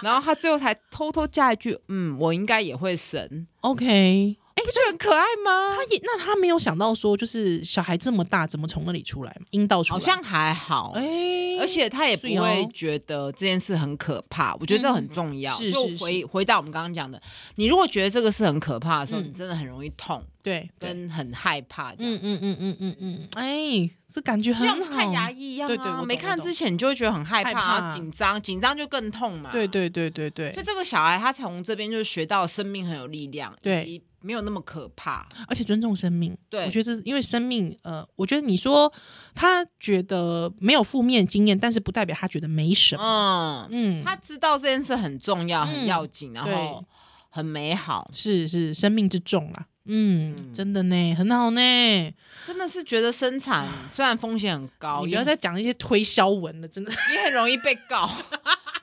Speaker 2: 然后他最后才偷偷加一句，嗯，我应该也会生，
Speaker 3: ，OK。哎
Speaker 2: 不是很可爱吗
Speaker 3: 他？也那他没有想到说，就是小孩这么大，怎么从那里出来？阴道出
Speaker 2: 好
Speaker 3: 来？
Speaker 2: 像还好，
Speaker 3: 哎、
Speaker 2: 而且他也不
Speaker 3: 是哦嗯
Speaker 2: 会觉得这件事很可怕，我觉得这很重要。
Speaker 3: 是
Speaker 2: 就是回回到我们刚刚讲的，你如果觉得这个是很可怕的时候，
Speaker 3: 嗯
Speaker 2: 你真的很容易痛
Speaker 3: 对，对，
Speaker 2: 跟很害怕这样。
Speaker 3: 嗯嗯嗯嗯嗯嗯，哎、这感觉
Speaker 2: 就
Speaker 3: 很
Speaker 2: 像我们
Speaker 3: 好。
Speaker 2: 看牙医一样啊，
Speaker 3: 嗯对对我懂
Speaker 2: 没看之前你就会觉得很害怕、
Speaker 3: 害怕
Speaker 2: 然后紧张，紧张就更痛嘛。
Speaker 3: 对，对对对对
Speaker 2: 所以，这个小孩他从这边就学到生命很有力量，
Speaker 3: 对
Speaker 2: 以及没有那么可怕。
Speaker 3: 而且尊重生命。
Speaker 2: 对
Speaker 3: 我觉得这是因为生命，呃，我觉得你说他觉得没有负面经验，但是不代表他觉得没什么。
Speaker 2: 嗯，
Speaker 3: 嗯，
Speaker 2: 他知道这件事很重要、
Speaker 3: 嗯
Speaker 2: 很要紧，然后
Speaker 3: 对
Speaker 2: 很美好，
Speaker 3: 是是生命之重啦。嗯，
Speaker 2: 嗯
Speaker 3: 真的呢，很好呢。
Speaker 2: 真的是觉得生 产虽然风险很高，
Speaker 3: 你不
Speaker 2: 也
Speaker 3: 要再讲一些推销文了，真的
Speaker 2: 也很容易被 告。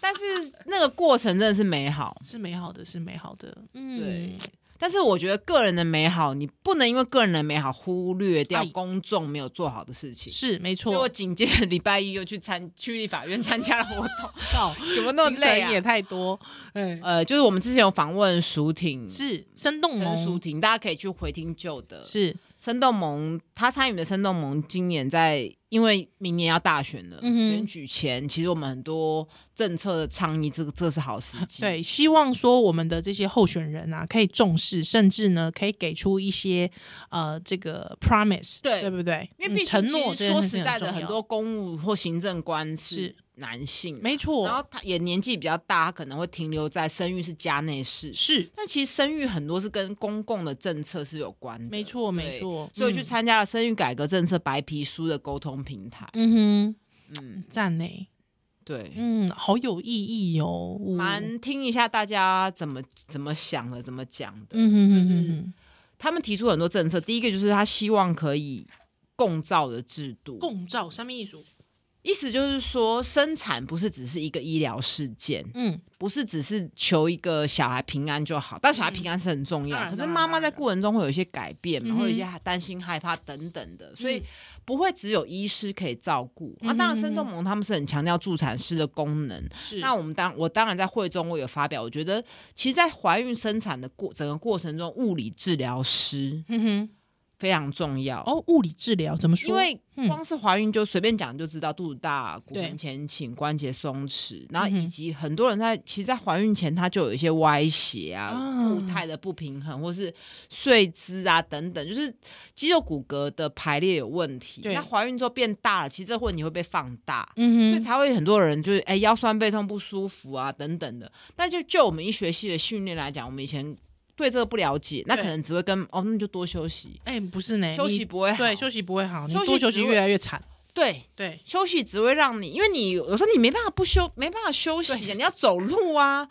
Speaker 2: 但是那个过程真的是美好，
Speaker 3: 是美好的，是美好的。嗯
Speaker 2: 对，但是我觉得个人的美好，你不能因为个人的美好忽略掉
Speaker 3: 哎
Speaker 2: 公众没有做好的事情。
Speaker 3: 是没
Speaker 2: 所以我
Speaker 3: 错，
Speaker 2: 紧接着礼拜一又去参去立法院参加了活 动，
Speaker 3: 靠，
Speaker 2: 怎么那么
Speaker 3: 行
Speaker 2: 累
Speaker 3: 程
Speaker 2: 啊
Speaker 3: 也？太多，哎，
Speaker 2: 呃，就是我们之前有访问舒婷，
Speaker 3: 是生动
Speaker 2: 陈舒
Speaker 3: 萌，
Speaker 2: 婷，大家可以去回听旧的。
Speaker 3: 是，
Speaker 2: 生动盟，他参与的生动盟今年在，因为明年要大选了，
Speaker 3: 嗯哼
Speaker 2: 选举前，其实我们很多政策的倡议，这个这是好时机。
Speaker 3: 对，希望说我们的这些候选人啊，可以重视，甚至呢，可以给出一些呃这个 promise，
Speaker 2: 对
Speaker 3: 对不对？
Speaker 2: 因为
Speaker 3: 嗯
Speaker 2: 毕竟
Speaker 3: 承
Speaker 2: 其
Speaker 3: 诺
Speaker 2: 实
Speaker 3: 这件
Speaker 2: 说
Speaker 3: 事情
Speaker 2: 实在的，
Speaker 3: 重
Speaker 2: 很
Speaker 3: 要
Speaker 2: 多公务或行政官是
Speaker 3: 是
Speaker 2: 男性，
Speaker 3: 没
Speaker 2: 然后
Speaker 3: 错，
Speaker 2: 他也年纪比较大，他可能会停留在生育是家内事，
Speaker 3: 是
Speaker 2: 但其实生育很多是跟公共的政策是有关的，
Speaker 3: 没错，没
Speaker 2: 对。
Speaker 3: 错。
Speaker 2: 所以我去
Speaker 3: 嗯，
Speaker 2: 参加了生育改革政策白皮书的沟通平台，
Speaker 3: 嗯
Speaker 2: 嗯
Speaker 3: 哼，，赞呢，
Speaker 2: 对，
Speaker 3: 嗯，好有意义哦，呜
Speaker 2: 蛮听一下大家怎么怎么想的，怎么讲的。
Speaker 3: 嗯哼哼
Speaker 2: 就是
Speaker 3: 哼哼，
Speaker 2: 他们提出很多政策，第一个就是他希望可以共照的制度，
Speaker 3: 共照三面艺术，
Speaker 2: 意思就是说，生产不是只是一个医疗事件，
Speaker 3: 嗯，
Speaker 2: 不是只是求一个小孩平安就好，但小孩平安是很重
Speaker 3: 当
Speaker 2: 要。
Speaker 3: 然
Speaker 2: 可是
Speaker 3: 当然
Speaker 2: 妈妈
Speaker 3: 嗯当
Speaker 2: 在
Speaker 3: 然
Speaker 2: 过程中会有一些改变嘛，
Speaker 3: 嗯哼
Speaker 2: 会有一些担心、害怕等等的，所以
Speaker 3: 嗯
Speaker 2: 不会只有医师可以照顾。啊，
Speaker 3: 嗯哼
Speaker 2: 当然，
Speaker 3: 嗯哼
Speaker 2: 生动盟他们是很强调助产师的功能，
Speaker 3: 是
Speaker 2: 那我们当我当然在会中我有发表，我觉得其实，在怀孕生产的过整个过程中，物理治疗师
Speaker 3: 嗯哼，
Speaker 2: 非常重要。
Speaker 3: 哦，物理治疗怎么说？
Speaker 2: 因为
Speaker 3: 嗯
Speaker 2: 光是怀孕就随便讲就知道肚子大、骨
Speaker 3: 对
Speaker 2: 盆前倾、关节松弛，然后
Speaker 3: 嗯哼
Speaker 2: 以及很多人在其实，在怀孕前他就有一些歪斜啊、
Speaker 3: 啊
Speaker 2: 步态的不平衡，或是睡姿啊等等，就是肌肉骨骼的排列有问题。
Speaker 3: 对
Speaker 2: 那怀孕之后变大了，其实这个问题会被放大。所以
Speaker 3: 嗯哼，
Speaker 2: 才会很多人就是哎、腰酸背痛不舒服啊等等的。但就就我们医学系的训练来讲，我们以前对这个不了解，那可
Speaker 3: 对
Speaker 2: 能只会跟哦那你就多休息，
Speaker 3: 哎，不是呢，
Speaker 2: 休息
Speaker 3: 你
Speaker 2: 不会好
Speaker 3: 对休息不会好，你
Speaker 2: 休息
Speaker 3: 多休
Speaker 2: 只
Speaker 3: 息
Speaker 2: 会
Speaker 3: 越来越惨，
Speaker 2: 对。
Speaker 3: 对，
Speaker 2: 休息只会让你，因为你有时候你没办法不休，没办法休息啊，
Speaker 3: 对
Speaker 2: 你要走路 啊，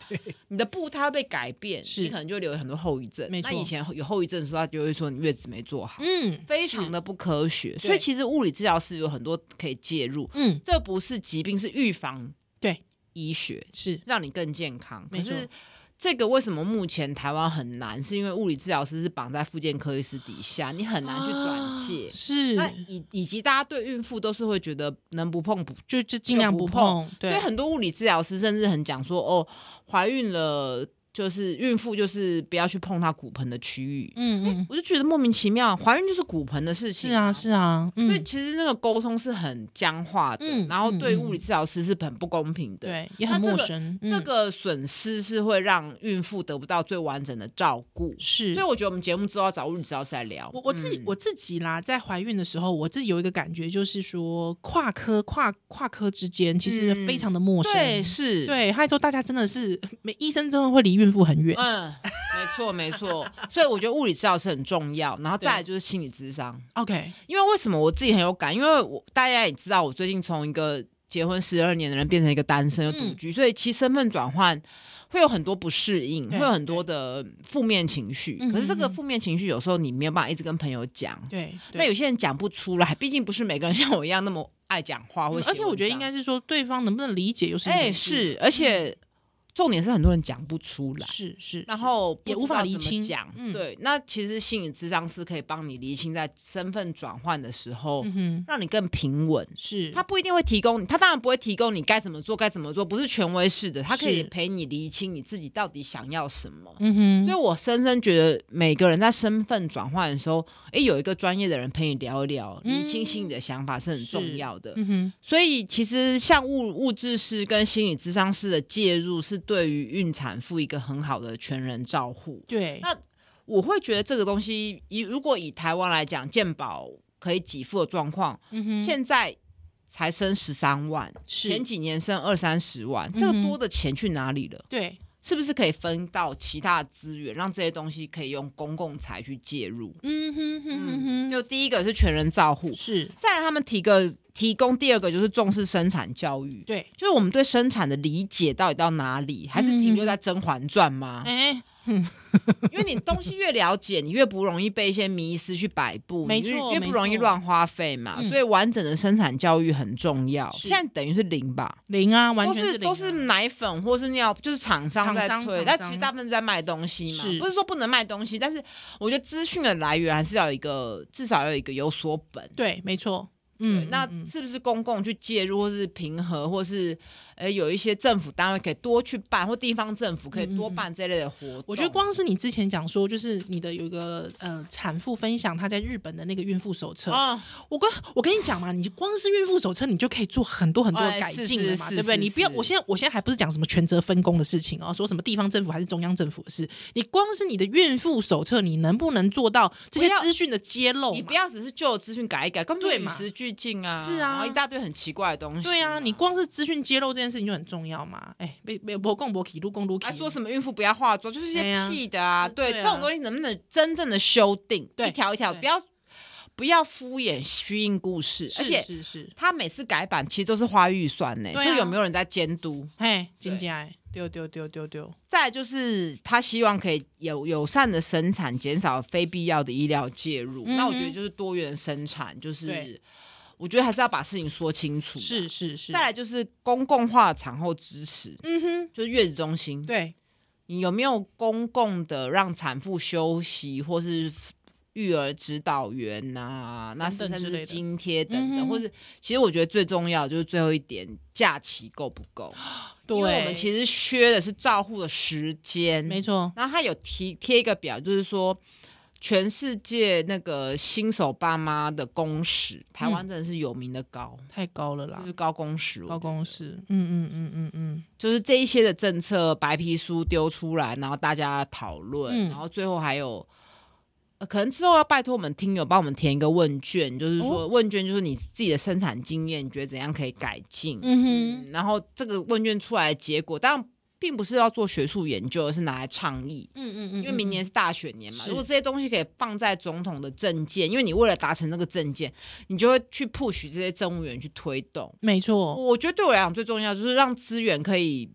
Speaker 2: 你的步它会被改变，
Speaker 3: 是
Speaker 2: 你可能就留有很多后遗症。
Speaker 3: 没错
Speaker 2: 那以前有后遗症的时候，他就会说你月子没做好，
Speaker 3: 嗯，
Speaker 2: 非常
Speaker 3: 是，
Speaker 2: 的不科学。
Speaker 3: 对
Speaker 2: 所以其实物理治疗师有很多可以介入，
Speaker 3: 嗯，
Speaker 2: 这不是疾病，是预防
Speaker 3: 对，
Speaker 2: 医学。
Speaker 3: 是
Speaker 2: 让你更健康。可
Speaker 3: 没错
Speaker 2: 是这个为什么目前台湾很难？是因为物理治疗师是绑在复健科医师底下，你很难去转介。
Speaker 3: 啊是，
Speaker 2: 那以以及大家对孕妇都是会觉得能不碰不，
Speaker 3: 就就尽量
Speaker 2: 不
Speaker 3: 不
Speaker 2: 碰
Speaker 3: 碰，
Speaker 2: 所
Speaker 3: 对，
Speaker 2: 以很多物理治疗师甚至很讲说，哦，怀孕了就是孕妇就是不要去碰她骨盆的区域。
Speaker 3: 嗯嗯，
Speaker 2: 我就觉得莫名其妙，怀孕就是骨盆的事情、
Speaker 3: 是啊是啊，
Speaker 2: 所以
Speaker 3: 嗯，
Speaker 2: 其实那个沟通是很僵化的，
Speaker 3: 嗯
Speaker 2: 然后对
Speaker 3: 嗯嗯
Speaker 2: 物理治疗师是很不公平的。
Speaker 3: 对，也
Speaker 2: 那
Speaker 3: 很
Speaker 2: 这
Speaker 3: 陌
Speaker 2: 个
Speaker 3: 生，
Speaker 2: 这
Speaker 3: 嗯
Speaker 2: 个损失是会让孕妇得不到最完整的照顾，
Speaker 3: 是
Speaker 2: 所以。我觉得我们节目之后要找物理治疗师来聊。
Speaker 3: 我我自己、
Speaker 2: 嗯
Speaker 3: 我自己啦，在怀孕的时候，我自己有一个感觉，就是说跨科跨跨科之间其实
Speaker 2: 嗯
Speaker 3: 非常的陌生。
Speaker 2: 对是，，
Speaker 3: 对，还有之后大家真的是，没医生真的会离孕妇很远。
Speaker 2: 嗯，没错没错，所以我觉得物理治疗是很重要，然后再来就是心理智商，
Speaker 3: OK，
Speaker 2: 因为为什么我自己很有感，因为我大家也知道，我最近从一个结婚十二年的人变成一个单身又独
Speaker 3: 嗯
Speaker 2: 居，所以其实身份转换。会有很多不适应，会
Speaker 3: 对
Speaker 2: 有很多的负面情绪。
Speaker 3: 嗯
Speaker 2: 可是这个
Speaker 3: 嗯嗯
Speaker 2: 负面情绪有时候你没有办法一直跟朋友讲，
Speaker 3: 对，
Speaker 2: 那
Speaker 3: 对
Speaker 2: 有些人讲不出来，毕竟不是每个人像我一样那么爱讲话或
Speaker 3: 嗯
Speaker 2: 写文章、
Speaker 3: 而且我觉得应该是说对方能不能理解，又是一
Speaker 2: 哎、
Speaker 3: 回事嗯
Speaker 2: 是，而且重点是很多人讲不出来，
Speaker 3: 是是，
Speaker 2: 然
Speaker 3: 是
Speaker 2: 后不
Speaker 3: 也
Speaker 2: 知
Speaker 3: 无法
Speaker 2: 道
Speaker 3: 厘
Speaker 2: 怎么
Speaker 3: 清
Speaker 2: 讲、
Speaker 3: 嗯
Speaker 2: 对，那其实心理智商是可以帮你厘清在身份转换的时候，
Speaker 3: 嗯哼，
Speaker 2: 让你更平稳。
Speaker 3: 是
Speaker 2: 他不一定会提供你，他当然不会提供你该怎么做，该怎么做，不是权威式的，他可以
Speaker 3: 是
Speaker 2: 陪你厘清你自己到底想要什么。
Speaker 3: 嗯哼，
Speaker 2: 所以，我深深觉得每个人在身份转换的时候，诶，有一个专业的人陪你聊一聊，
Speaker 3: 嗯
Speaker 2: 理清心里的想法是很重
Speaker 3: 是
Speaker 2: 要的。
Speaker 3: 嗯哼，
Speaker 2: 所以，其实像物物质师跟心理咨商师的介入，是对于孕产妇一个很好的全人照护。
Speaker 3: 对，
Speaker 2: 那我会觉得这个东西，以如果以台湾来讲，健保可以给付的状况，
Speaker 3: 嗯哼，
Speaker 2: 现在才升十三万，
Speaker 3: 是
Speaker 2: 前几年升二三十万，这个
Speaker 3: 嗯哼
Speaker 2: 多的钱去哪里了？
Speaker 3: 对
Speaker 2: 是不是可以分到其他的资源，让这些东西可以用公共财去介入？
Speaker 3: 嗯哼哼哼
Speaker 2: 嗯，
Speaker 3: 哼，
Speaker 2: 就第一个是全人照护，
Speaker 3: 是
Speaker 2: 再来他们提个提供第二个就是重视生产教育，
Speaker 3: 对，嗯
Speaker 2: 就是我们对生产的理解到底到哪里，还是停留在《甄嬛传》吗？
Speaker 3: 哎、
Speaker 2: 因为你东西越了解，你越不容易被一些迷思去摆布，
Speaker 3: 没
Speaker 2: 你就
Speaker 3: 错
Speaker 2: 越
Speaker 3: 没
Speaker 2: 不容易
Speaker 3: 错
Speaker 2: 乱花费嘛。
Speaker 3: 嗯
Speaker 2: 所以完整的生产教育很重要。
Speaker 3: 是
Speaker 2: 现在等于是零吧，
Speaker 3: 零啊，完
Speaker 2: 都
Speaker 3: 全
Speaker 2: 是
Speaker 3: 零、
Speaker 2: 都是奶粉或是尿，就是厂商
Speaker 3: 厂
Speaker 2: 在
Speaker 3: 商
Speaker 2: 推，
Speaker 3: 厂
Speaker 2: 但其
Speaker 3: 商
Speaker 2: 实大部分是在卖东西嘛
Speaker 3: 是。
Speaker 2: 不是说不能卖东西，但是我觉得资讯的来源还是要有一个，至少要有一个有所本。
Speaker 3: 对，没错。
Speaker 2: 对
Speaker 3: 嗯，
Speaker 2: 那
Speaker 3: 嗯嗯
Speaker 2: 是不是公共去介入，或是平和，或是呃有一些政府单位可以多去办，或地方政府可以多办这类的活动？
Speaker 3: 我觉得光是你之前讲说，就是你的有一个呃产妇分享她在日本的那个孕妇手册，
Speaker 2: 啊，
Speaker 3: 我跟我跟你讲嘛，你光是孕妇手册，你就可以做很多很多的
Speaker 2: 哎
Speaker 3: 改
Speaker 2: 是
Speaker 3: 进了嘛，
Speaker 2: 是是
Speaker 3: 对不对？
Speaker 2: 是
Speaker 3: 你不要，
Speaker 2: 是
Speaker 3: 我现在我现在还不是讲什么权责分工的事情哦，说什么地方政府还是中央政府的事，你光是你的孕妇手册，你能不能做到这些
Speaker 2: 不要
Speaker 3: 资讯的揭露嘛？
Speaker 2: 你不要只是旧资讯改一改，根本就
Speaker 3: 哦对
Speaker 2: 与
Speaker 3: 嘛
Speaker 2: 时俱进啊，
Speaker 3: 是啊
Speaker 2: 然后一大堆很奇怪的东西嘛。
Speaker 3: 对啊，你光是资讯揭露这件事情就很重要嘛。哎，被被博共博起路共路起
Speaker 2: 还，啊说什么孕妇不要化妆，就是一
Speaker 3: 对
Speaker 2: 些
Speaker 3: 啊
Speaker 2: 屁的啊。对，
Speaker 3: 对
Speaker 2: 这
Speaker 3: 啊
Speaker 2: 种东西能不能真正的修订？
Speaker 3: 对
Speaker 2: 一条一条，
Speaker 3: 对
Speaker 2: 不要不要敷衍虚应故事，
Speaker 3: 是
Speaker 2: 而且。
Speaker 3: 是是，
Speaker 2: 他每次改版其实都是花预算呢、
Speaker 3: 对啊
Speaker 2: 就有没有人在监督？
Speaker 3: 哎，
Speaker 2: 对
Speaker 3: 金姐哎，丢丢丢丢丢，
Speaker 2: 再来就是他希望可以有友善的生产，减少非必要的医疗介入。
Speaker 3: 嗯哼
Speaker 2: 那我觉得就是多元生产，就
Speaker 3: 对
Speaker 2: 是我觉得还是要把事情说清楚啊。
Speaker 3: 是是是，
Speaker 2: 再来就是公共化产后支持，
Speaker 3: 嗯哼，
Speaker 2: 就是月子中心，
Speaker 3: 对，
Speaker 2: 你有没有公共的让产妇休息，或是育儿指导员呐、那
Speaker 3: 等
Speaker 2: 甚
Speaker 3: 等之
Speaker 2: 至
Speaker 3: 类的
Speaker 2: 是津贴等等，
Speaker 3: 嗯哼
Speaker 2: 或是其实我觉得最重要的就是最后一点，假期够不够？
Speaker 3: 对，
Speaker 2: 因为我们其实缺的是照护的时间，
Speaker 3: 没错，
Speaker 2: 然后他有提贴一个表，就是说全世界那个新手爸妈的工时，台湾真的是有名的高，
Speaker 3: 太高了啦
Speaker 2: 就是，高工时。
Speaker 3: 嗯高工时，嗯嗯嗯嗯嗯，
Speaker 2: 就是这一些的政策白皮书丢出来，然后大家讨论，
Speaker 3: 嗯
Speaker 2: 然后最后还有。呃可能之后要拜托我们听友帮我们填一个问卷，就是
Speaker 3: 哦
Speaker 2: 说、问卷就是你自己的生产经验，你觉得怎样可以改进？
Speaker 3: 嗯哼。
Speaker 2: 嗯，然后这个问卷出来的结果，当然并不是要做学术研究，而是拿来倡议。
Speaker 3: 嗯嗯嗯，
Speaker 2: 因为明年是大选年嘛，
Speaker 3: 是
Speaker 2: 如果这些东西可以放在总统的政见，因为你为了达成这个政见，你就会去 push 这些政务员去推动。
Speaker 3: 没错，
Speaker 2: 我觉得对我来讲最重要就是让资源可以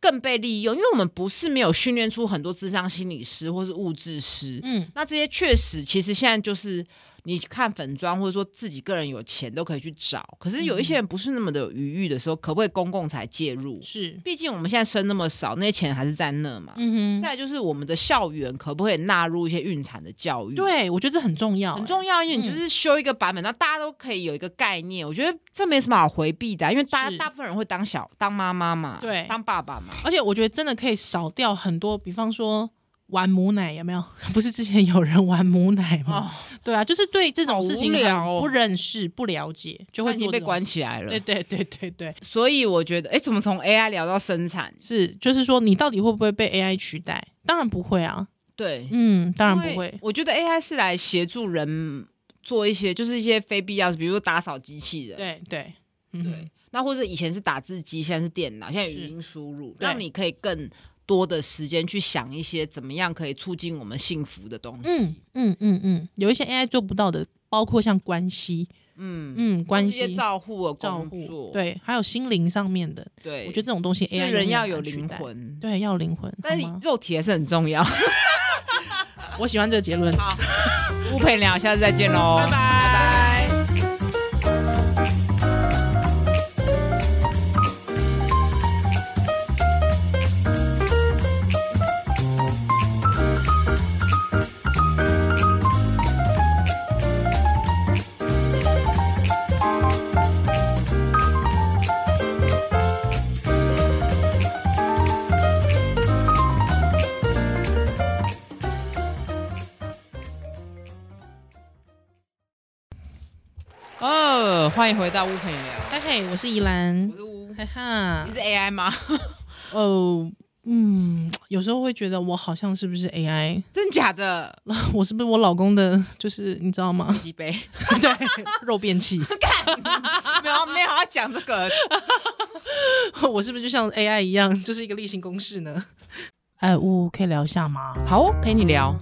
Speaker 2: 更被利用，因为我们不是没有训练出很多智商心理师或是物质师，
Speaker 3: 嗯，
Speaker 2: 那这些确实其实现在就是。你看粉砖，或者说自己个人有钱都可以去找，可是有一些人不是那么的有余裕的时候，可不可以公共才介入？
Speaker 3: 嗯是，
Speaker 2: 毕竟我们现在生那么少，那些钱还是在那嘛。
Speaker 3: 嗯哼，
Speaker 2: 再来就是我们的校园可不可以纳入一些孕产的教育？，
Speaker 3: 对，我觉得这很重要，
Speaker 2: 很重要，因为你
Speaker 3: 嗯
Speaker 2: 就是修一个版本，那、大家都可以有一个概念。我觉得这没什么好回避的啊、因为大
Speaker 3: 是
Speaker 2: 家大部分人会当小当妈妈嘛，
Speaker 3: 对
Speaker 2: 当爸爸嘛。
Speaker 3: 要，而且我觉得真的可以少掉很多，比方说。玩母奶有没 有？不是之前有人玩母奶
Speaker 2: 哦，
Speaker 3: 吗？对啊，就是对这种
Speaker 2: 好
Speaker 3: 事情
Speaker 2: 无聊
Speaker 3: 很
Speaker 2: 哦
Speaker 3: 不认识、不了解，就
Speaker 2: 他
Speaker 3: 会
Speaker 2: 已经
Speaker 3: 做
Speaker 2: 被
Speaker 3: 这种
Speaker 2: 关
Speaker 3: 事。
Speaker 2: 起来了
Speaker 3: 对。对对对对，
Speaker 2: 所以我觉得，哎，怎么从 AI 聊到生产？
Speaker 3: 是，就是说你到底会不会被 AI 取代？当然不会啊，
Speaker 2: 对，
Speaker 3: 嗯，当然
Speaker 2: 因
Speaker 3: 不
Speaker 2: 为
Speaker 3: 会。
Speaker 2: 我觉得 AI 是来协助人做一些，就是一些非必要的，比如说打扫机器人。
Speaker 3: 对对，嗯
Speaker 2: 对，
Speaker 3: 哼，
Speaker 2: 那或者以前是打字机，现在是电脑，现在
Speaker 3: 是
Speaker 2: 语音输入，
Speaker 3: 对
Speaker 2: 让你可以更多的时间去想一些怎么样可以促进我们幸福的东西。
Speaker 3: 嗯嗯嗯嗯，有一些 AI 做不到的，包括像关系，
Speaker 2: 嗯
Speaker 3: 嗯，关
Speaker 2: 或是一
Speaker 3: 系
Speaker 2: 些照护的
Speaker 3: 照
Speaker 2: 工
Speaker 3: 顾
Speaker 2: 作，，
Speaker 3: 对，还有心灵上面的，
Speaker 2: 对，
Speaker 3: 我觉得这种东西
Speaker 2: 所
Speaker 3: AI
Speaker 2: 以人要有
Speaker 3: 永远
Speaker 2: 灵
Speaker 3: 很难取代，
Speaker 2: 魂，
Speaker 3: 对，要有灵魂。
Speaker 2: 但是
Speaker 3: 好吗
Speaker 2: 肉体还是很重要。
Speaker 3: 我喜欢这个结论，
Speaker 2: 不陪聊，下次再见喽，
Speaker 3: 拜拜。
Speaker 2: 哦，欢迎回到不陪聊，
Speaker 3: 嗨嗨，我是宜兰
Speaker 2: 我，是乌，
Speaker 3: 哈哈
Speaker 2: 你，是 AI 吗？
Speaker 3: 哦，嗯，有时候会觉得我好像是不是 AI，
Speaker 2: 真假的？
Speaker 3: 我是不是我老公的，就是你知 道吗？
Speaker 2: 几杯？
Speaker 3: 对，肉变器，
Speaker 2: 没有没有要讲这个，
Speaker 3: 我是不是就像 AI 一样，就是一个例行公事呢？哎，呜，可以聊一下吗？
Speaker 2: 好哦，陪你聊。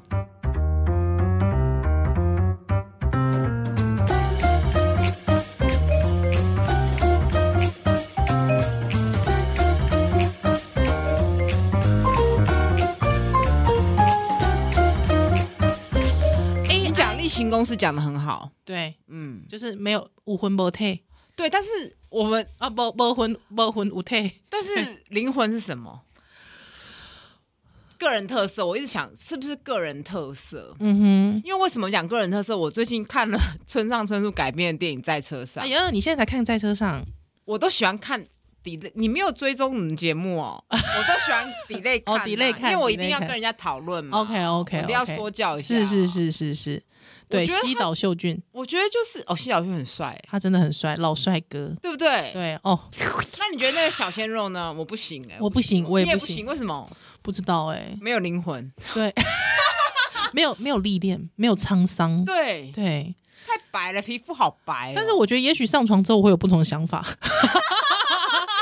Speaker 2: 公式哎讲的很好，
Speaker 3: 对，
Speaker 2: 嗯，
Speaker 3: 就是没有无魂不退
Speaker 2: 对，但是我们
Speaker 3: 啊，不不魂不魂无退，
Speaker 2: 但是灵魂是什么？个人特色，我一直想是不是个人特色？
Speaker 3: 嗯
Speaker 2: 因为为什么讲个人特色？我最近看了 村上春树改编的电影《在车
Speaker 3: 哼，
Speaker 2: 上
Speaker 3: 哎》，呀，你现在才看在车上，
Speaker 2: 我都喜欢看 delay。你没有追踪我们节目哦，我都喜 欢 delay 看、
Speaker 3: 哦
Speaker 2: 啊
Speaker 3: delay 看
Speaker 2: 因为我一定
Speaker 3: delay
Speaker 2: 要
Speaker 3: 看
Speaker 2: 跟人家讨论嘛。
Speaker 3: OK OK，
Speaker 2: 嗯我一定要说教一下。
Speaker 3: 是是，是是是，对，
Speaker 2: 我觉得他
Speaker 3: 西岛秀俊
Speaker 2: 我觉得就是哦，谢小轩很帅，
Speaker 3: 他真的很帅，老帅哥。
Speaker 2: 对不对？
Speaker 3: 对哦，
Speaker 2: 那你觉得那个小鲜肉呢？我不行哎、
Speaker 3: 我不行，我
Speaker 2: 你
Speaker 3: 也
Speaker 2: 也不
Speaker 3: 不行，
Speaker 2: 为什么？
Speaker 3: 不知道哎，
Speaker 2: 没有灵魂，
Speaker 3: 对， 没有没有历练，没有沧桑，
Speaker 2: 对，
Speaker 3: 对。
Speaker 2: 太白了，皮肤好白哦、
Speaker 3: 但是我觉得也许上床之后我会有不同的想 法。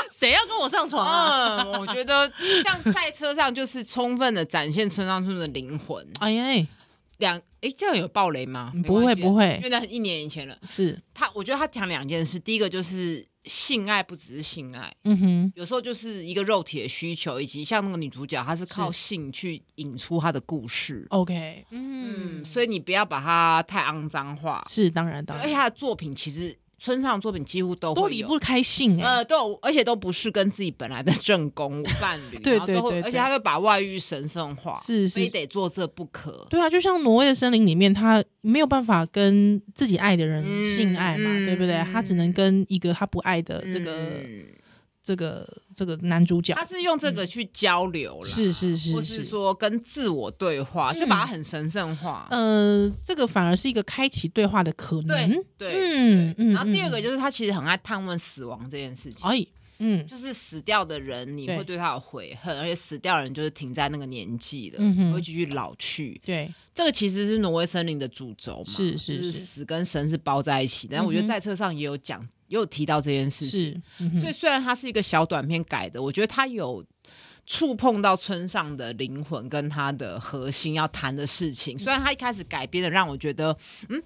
Speaker 3: 谁要跟我上床啊？
Speaker 2: 嗯，我觉得像在车上就是充分的展现村上春树的灵魂。
Speaker 3: 哎呀，
Speaker 2: 两诶，这样有暴雷吗？
Speaker 3: 嗯
Speaker 2: 没关系啊
Speaker 3: 不会不会
Speaker 2: 因为那一年以前了。
Speaker 3: 是，
Speaker 2: 他我觉得他讲两件事，第一个就是性爱不只是性爱，
Speaker 3: 嗯哼，
Speaker 2: 有时候就是一个肉体的需求，以及像那个女主角，她是靠
Speaker 3: 是
Speaker 2: 性去引出她的故事。
Speaker 3: OK，
Speaker 2: 嗯，
Speaker 3: 嗯，
Speaker 2: 所以哎你不要把它太肮脏化。
Speaker 3: 是当然当
Speaker 2: 而且
Speaker 3: 然，
Speaker 2: 他的作品其实村上的作品几乎都会
Speaker 3: 都离
Speaker 2: 有
Speaker 3: 不开性哎、
Speaker 2: 呃，都有而且都不是跟自己本来的正 宫伴侣，
Speaker 3: 对
Speaker 2: 然后都
Speaker 3: 对
Speaker 2: 会
Speaker 3: 对
Speaker 2: 而且
Speaker 3: 对
Speaker 2: 他会把外遇神圣化，
Speaker 3: 是
Speaker 2: 非
Speaker 3: 是，
Speaker 2: 得做这不可。
Speaker 3: 对啊，就像挪威的森林里面，他没有办法跟自己爱的人
Speaker 2: 嗯
Speaker 3: 性爱嘛，
Speaker 2: 嗯
Speaker 3: 对不对？他只能跟一个他不爱的这个、
Speaker 2: 嗯
Speaker 3: 这个这个男主角
Speaker 2: 他，是用这个去交流啦，
Speaker 3: 嗯是是
Speaker 2: 或
Speaker 3: 是
Speaker 2: 是
Speaker 3: 是。
Speaker 2: 说跟自我对话，就
Speaker 3: 嗯
Speaker 2: 把它很神圣化。
Speaker 3: 呃，这个反而是一个开启对话的可能。
Speaker 2: 对对，
Speaker 3: 嗯
Speaker 2: 对然后第二个就是他其实很爱探问死亡这件事情。
Speaker 3: 哎，嗯
Speaker 2: 就是死掉的人，你
Speaker 3: 对
Speaker 2: 会对他有悔恨，而且死掉的人就是停在那个年纪的，
Speaker 3: 嗯哼
Speaker 2: 会继续老去。
Speaker 3: 对，
Speaker 2: 这个其实是挪威森林的主轴嘛，
Speaker 3: 是是
Speaker 2: 就是
Speaker 3: 是
Speaker 2: 死跟神是包在一起的。但我觉
Speaker 3: 嗯
Speaker 2: 得
Speaker 3: 哼
Speaker 2: 在车上也有讲，也有提到这件事情。
Speaker 3: 是，嗯哼
Speaker 2: 所以虽然它是一个小短片改的，我觉得它有触碰到村上的灵魂跟他的核心要谈的事
Speaker 3: 嗯
Speaker 2: 情。虽然他一开始改编的让我觉得，嗯。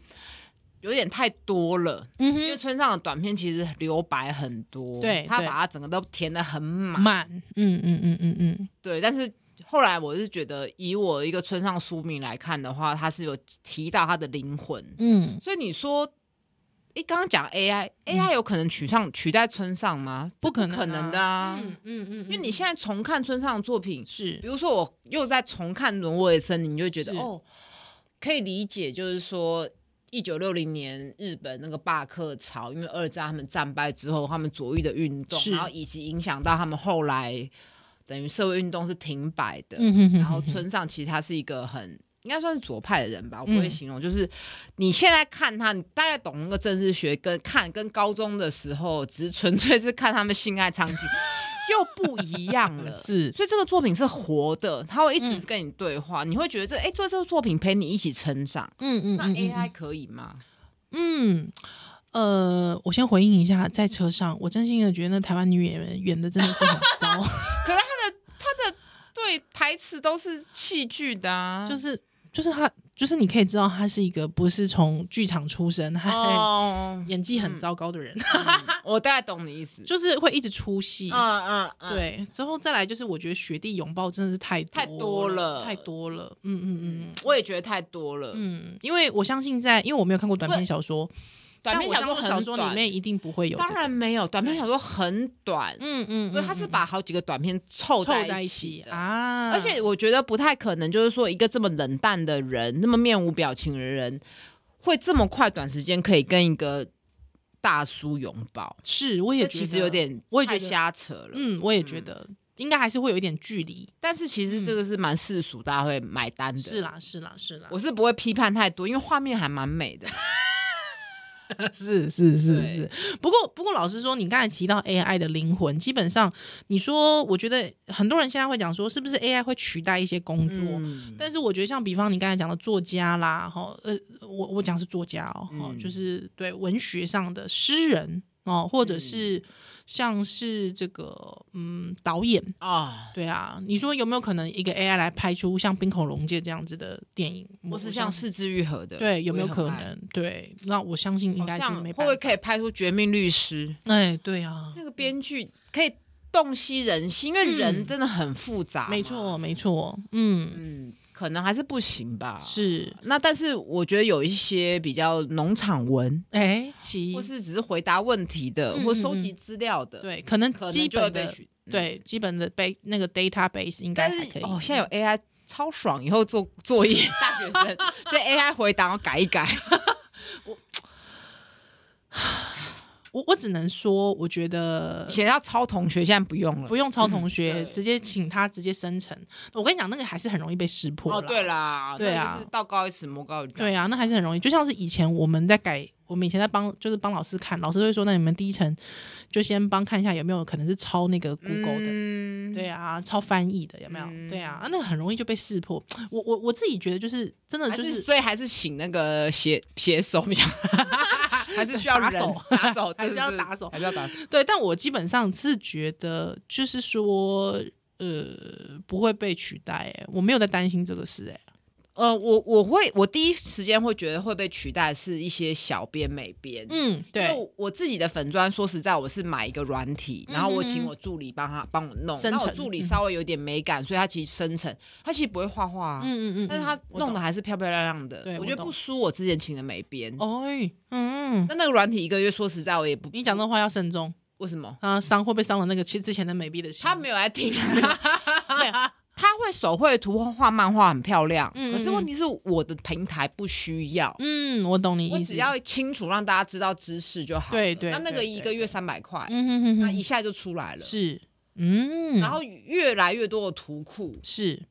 Speaker 2: 有点太多了，
Speaker 3: 嗯
Speaker 2: 因为
Speaker 3: 哼，
Speaker 2: 村上的短片其实留白很多，
Speaker 3: 对
Speaker 2: 他
Speaker 3: 对
Speaker 2: 把它整个都填的很满，
Speaker 3: 满，嗯嗯嗯嗯嗯，
Speaker 2: 对，但是后来我是觉得，以我一个村上书名来看的话，他是有提到他的灵魂，
Speaker 3: 嗯，
Speaker 2: 所以你说，诶，刚刚讲 AI，AI、AI 有可能取上取代村上吗？
Speaker 3: 不
Speaker 2: 可
Speaker 3: 可能，
Speaker 2: 的啊，
Speaker 3: 嗯嗯嗯，
Speaker 2: 因为你现在重看村上的作品，
Speaker 3: 是
Speaker 2: 比如说我又在重看《挪威的森林》，你就会觉得
Speaker 3: 是
Speaker 2: 哦，可以理解，就是说。一九六零年日本那个罢课潮，因为二战他们战败之后，他们左翼的运动，
Speaker 3: 是
Speaker 2: 然后以及影响到他们后来等于社会运动是停摆的。
Speaker 3: 嗯哼哼，
Speaker 2: 然后
Speaker 3: 村
Speaker 2: 村上其实他是一个很应该算是左派的人吧，我不会
Speaker 3: 嗯
Speaker 2: 形容。就是你现在看他，你大概懂那个政治学跟看跟高中的时候，只是纯粹是看他们性爱场景又不一 样了。
Speaker 3: 是
Speaker 2: 所以这个作品是活的，他会一
Speaker 3: 嗯
Speaker 2: 直跟你对话，你会觉得这哎、诶做这个作品陪你一起成长。
Speaker 3: 嗯嗯，
Speaker 2: 那
Speaker 3: 嗯嗯
Speaker 2: AI 可以吗？
Speaker 3: 嗯，呃，我先回应一下，在车上，我真心的觉得那台湾女演员演的真的是很 糟，
Speaker 2: 对，台词都是戏剧的、啊，
Speaker 3: 就是就是她，就是你可以知道她是一个不是从剧场出身，她、 ，
Speaker 2: 哦
Speaker 3: 演技很糟糕的人，
Speaker 2: 嗯我大概懂你意思。
Speaker 3: 就是会一直出戏。
Speaker 2: 嗯嗯嗯，
Speaker 3: 对，之后再来就是，我觉得雪地拥抱真的是太
Speaker 2: 太多
Speaker 3: 多
Speaker 2: 了
Speaker 3: 太多了。嗯嗯嗯
Speaker 2: 嗯，我也觉得太多了。
Speaker 3: 嗯，因为我相信在，因为我没有看过短篇小说，
Speaker 2: 短篇
Speaker 3: 但
Speaker 2: 小
Speaker 3: 我
Speaker 2: 说很
Speaker 3: 相信小说里
Speaker 2: 短
Speaker 3: 面一定不会有、这
Speaker 2: 当
Speaker 3: 个
Speaker 2: 然，没有，短篇
Speaker 3: 对
Speaker 2: 小说很短，
Speaker 3: 嗯嗯，
Speaker 2: 所以它
Speaker 3: 嗯
Speaker 2: 是
Speaker 3: 嗯
Speaker 2: 把好几个短片凑
Speaker 3: 凑在
Speaker 2: 在
Speaker 3: 一
Speaker 2: 起
Speaker 3: 起
Speaker 2: 的。
Speaker 3: 啊，
Speaker 2: 而且我觉得不太可能，就是说一个这么冷淡的人，那么面无表情的人，会这么快短时间可以跟一个大叔拥抱，
Speaker 3: 是我也
Speaker 2: 这
Speaker 3: 觉
Speaker 2: 其实有
Speaker 3: 得
Speaker 2: 点
Speaker 3: 我也觉
Speaker 2: 太
Speaker 3: 得
Speaker 2: 瞎扯了。
Speaker 3: 嗯，我也觉
Speaker 2: 嗯
Speaker 3: 得、应该还是会有一点距离。
Speaker 2: 但是其实这个是蛮世俗，大家会买单的。
Speaker 3: 嗯是，啦，是啦，是啦
Speaker 2: 我是不会批判太多，因为画面还蛮美 的。
Speaker 3: 是是
Speaker 2: 对
Speaker 3: 是是。不过不过，老实说，你刚才提到 AI 的灵魂，基本上你说，我觉得很多人现在会讲说，是不是 AI 会取代一些工作？
Speaker 2: 嗯，
Speaker 3: 但是我觉得，像比方你刚才讲的作家啦，哈，呃，我我讲是作家哦，哈、
Speaker 2: 嗯
Speaker 3: 就是对文学上的诗人哦，或者
Speaker 2: 嗯
Speaker 3: 是像是这个嗯导演，
Speaker 2: 啊，
Speaker 3: 对啊，你说有没有可能一个 AI 来拍出像《冰口龙介》这样子的电影？
Speaker 2: 我
Speaker 3: 我
Speaker 2: 是
Speaker 3: 我
Speaker 2: 像
Speaker 3: 相
Speaker 2: 四之愈合的，
Speaker 3: 对，有没有
Speaker 2: 我也很
Speaker 3: 可
Speaker 2: 爱？
Speaker 3: 能？对，那我相信应该
Speaker 2: 好
Speaker 3: 是
Speaker 2: 像
Speaker 3: 没
Speaker 2: 会
Speaker 3: 办
Speaker 2: 不会
Speaker 3: 法。
Speaker 2: 可以拍出《绝命律师》？
Speaker 3: 哎，对啊，
Speaker 2: 那个编剧可以洞悉人心，因为人真的很复杂、
Speaker 3: 嗯没错，，没错，嗯，
Speaker 2: 嗯，可能还是不行吧。
Speaker 3: 是，
Speaker 2: 那但是我觉得有一些比较农场文，
Speaker 3: 哎，其
Speaker 2: 或是只是回答问题的，
Speaker 3: 嗯
Speaker 2: 或
Speaker 3: 嗯
Speaker 2: 收
Speaker 3: 嗯
Speaker 2: 集资料的，，
Speaker 3: 对，可能
Speaker 2: 可能
Speaker 3: 基
Speaker 2: 就会
Speaker 3: 本
Speaker 2: 被
Speaker 3: 的
Speaker 2: 取。嗯，
Speaker 3: 对基本的 base 那个 database 应该
Speaker 2: 但
Speaker 3: 还
Speaker 2: 是
Speaker 3: 可以。嗯
Speaker 2: 哦，现在有 AI 超爽，以后做作业大学 生这 AI 回答然后改一改，
Speaker 3: 我我只能说，我觉得
Speaker 2: 以前要抄同学，现在不用了。
Speaker 3: 不用抄同学，
Speaker 2: 嗯对
Speaker 3: 直接请他直接生成。我跟你讲，那个还是很容易被识破。
Speaker 2: 哦，对，啦，
Speaker 3: 对
Speaker 2: 那
Speaker 3: 啊
Speaker 2: 就是道高一尺，魔高一丈。
Speaker 3: 对啊，那还是很容易。就像是以前我们在改，我们以前在帮就是帮老师看，老师会说，那你们第一层就先帮看一下有没有可能是抄那个 Google 的。
Speaker 2: 嗯
Speaker 3: 对啊，抄翻译的有没有？
Speaker 2: 嗯
Speaker 3: 对啊，啊那个很容易就被识破。我我我自己觉得就是真的
Speaker 2: 还
Speaker 3: 就是是
Speaker 2: 所以还是请那个写写手 比较，还是需要
Speaker 3: 打
Speaker 2: 人
Speaker 3: 手
Speaker 2: 打手，对
Speaker 3: 还是要
Speaker 2: 对对
Speaker 3: 打手
Speaker 2: 还是要打手。
Speaker 3: 对，但我基本上是觉得，就是说，呃，不会被取代、欸。我没有在担心这个事、欸，哎，
Speaker 2: 呃，我我会我第一时间会觉得会被取代是一些小编美编，
Speaker 3: 嗯，
Speaker 2: 因为，我我自己的粉砖，说实在，我是买一个软体，然后我请我助理帮他帮我弄，
Speaker 3: 生
Speaker 2: 那我
Speaker 3: 成
Speaker 2: 助理
Speaker 3: 嗯
Speaker 2: 稍微有点美感，所以他其实生成，他其实不会画画啊，
Speaker 3: 嗯嗯嗯，
Speaker 2: 但是他
Speaker 3: 我
Speaker 2: 弄的
Speaker 3: 懂，
Speaker 2: 还是漂漂亮亮的
Speaker 3: 对，
Speaker 2: 我哦
Speaker 3: 我
Speaker 2: 觉得
Speaker 3: 懂
Speaker 2: 不输我之前请的美编。
Speaker 3: 哎，嗯，
Speaker 2: 那那个软体一个月，说实在，我也不，
Speaker 3: 你讲这话要慎重
Speaker 2: 为什么？
Speaker 3: 啊，伤会不会伤了那个其实之前的美币的心？啊
Speaker 2: 他没有来听，啊 对， 他会手绘图画漫画很漂亮，
Speaker 3: 嗯嗯
Speaker 2: 可是问题是我的平台不需要，
Speaker 3: 嗯，我懂你
Speaker 2: 我
Speaker 3: 意思，
Speaker 2: 只，要清楚让大家知道知识就好了。
Speaker 3: 对对
Speaker 2: 那那个
Speaker 3: 对
Speaker 2: 一
Speaker 3: 对
Speaker 2: 个月三百块，
Speaker 3: 嗯哼哼
Speaker 2: 那一
Speaker 3: 哼，
Speaker 2: 下就出来了。
Speaker 3: 是，嗯，
Speaker 2: 然后越来越多的图库
Speaker 3: 是，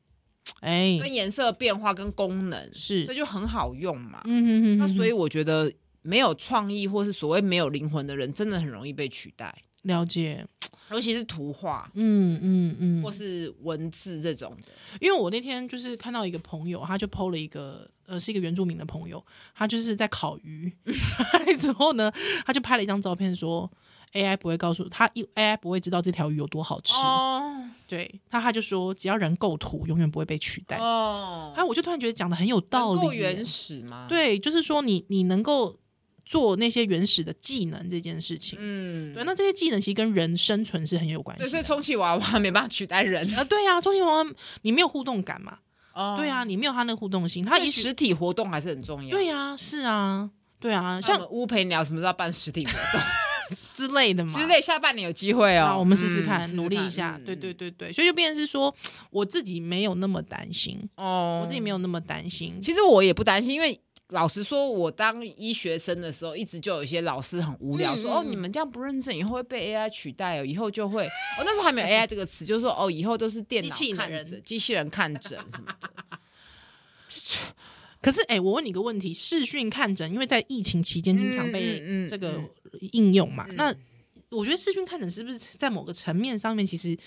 Speaker 3: 哎，
Speaker 2: 跟颜色变化跟功能，所以
Speaker 3: 是，
Speaker 2: 就很好用嘛。
Speaker 3: 嗯哼哼，
Speaker 2: 那所以
Speaker 3: 哼
Speaker 2: 我觉得没有创意或是所谓没有灵魂的人，真的很容易被取代，
Speaker 3: 了解，
Speaker 2: 尤其是图画
Speaker 3: 嗯嗯嗯，
Speaker 2: 或是文字这种的。
Speaker 3: 因为我那天就是看到一个朋友，他就 PO 了一个，呃，是一个原住民的朋友，他就是在烤 鱼，之后呢，他就拍了一张照片说。AI 不会告诉他一，AI 不会知道这条鱼有多好吃。
Speaker 2: 哦
Speaker 3: 对，他他就说，只要人构图，永远不会被取代。哎、
Speaker 2: 哦，
Speaker 3: 我就突然觉得讲的很有道
Speaker 2: 能够
Speaker 3: 理耶。
Speaker 2: 原始吗？，
Speaker 3: 对，就是说你你能够做那些原始的技能这件事情，
Speaker 2: 嗯，
Speaker 3: 对，那这些技能其实跟人生存是很有关系
Speaker 2: 对，
Speaker 3: 的。
Speaker 2: 所以充气娃娃没办法取代人。
Speaker 3: 呃，对啊，周杰伦你没有互动感嘛？
Speaker 2: 哦
Speaker 3: 对啊，，你没有他那个互动性，他
Speaker 2: 所以
Speaker 3: 也许
Speaker 2: 实体活动还是很重要。
Speaker 3: 对呀、是啊，对啊，
Speaker 2: 像
Speaker 3: 像
Speaker 2: 乌陪聊什么时候要办实体 活动
Speaker 3: 之类的嘛。
Speaker 2: 之类，下半年有机会
Speaker 3: 啊，
Speaker 2: 哦，
Speaker 3: 我们试试
Speaker 2: 嗯
Speaker 3: 看，努力一下。对对，对对，所以就变成是说，我自己没有那么担心，
Speaker 2: 看哦
Speaker 3: 我自己没有那么担心。
Speaker 2: 其实我也不担心，因为老实说，我当医学生的时候，一直就有一些老师很无聊，
Speaker 3: 嗯
Speaker 2: 说
Speaker 3: 嗯
Speaker 2: 哦，
Speaker 3: 嗯
Speaker 2: 你们这样不认真，以后会被 AI 取代哦，以后就会，哦，那时候还没 有 AI 这个词，就是说哦，以后都是电脑
Speaker 3: 机器
Speaker 2: 看
Speaker 3: 人
Speaker 2: 诊、机器人看诊什么的。
Speaker 3: 可是，哎、我问你一个问题：视讯看诊，因为在疫情期间经常被
Speaker 2: 嗯嗯嗯
Speaker 3: 这个应用嘛，
Speaker 2: 嗯
Speaker 3: 那我觉得视讯看诊是不是在某个层面上面，其实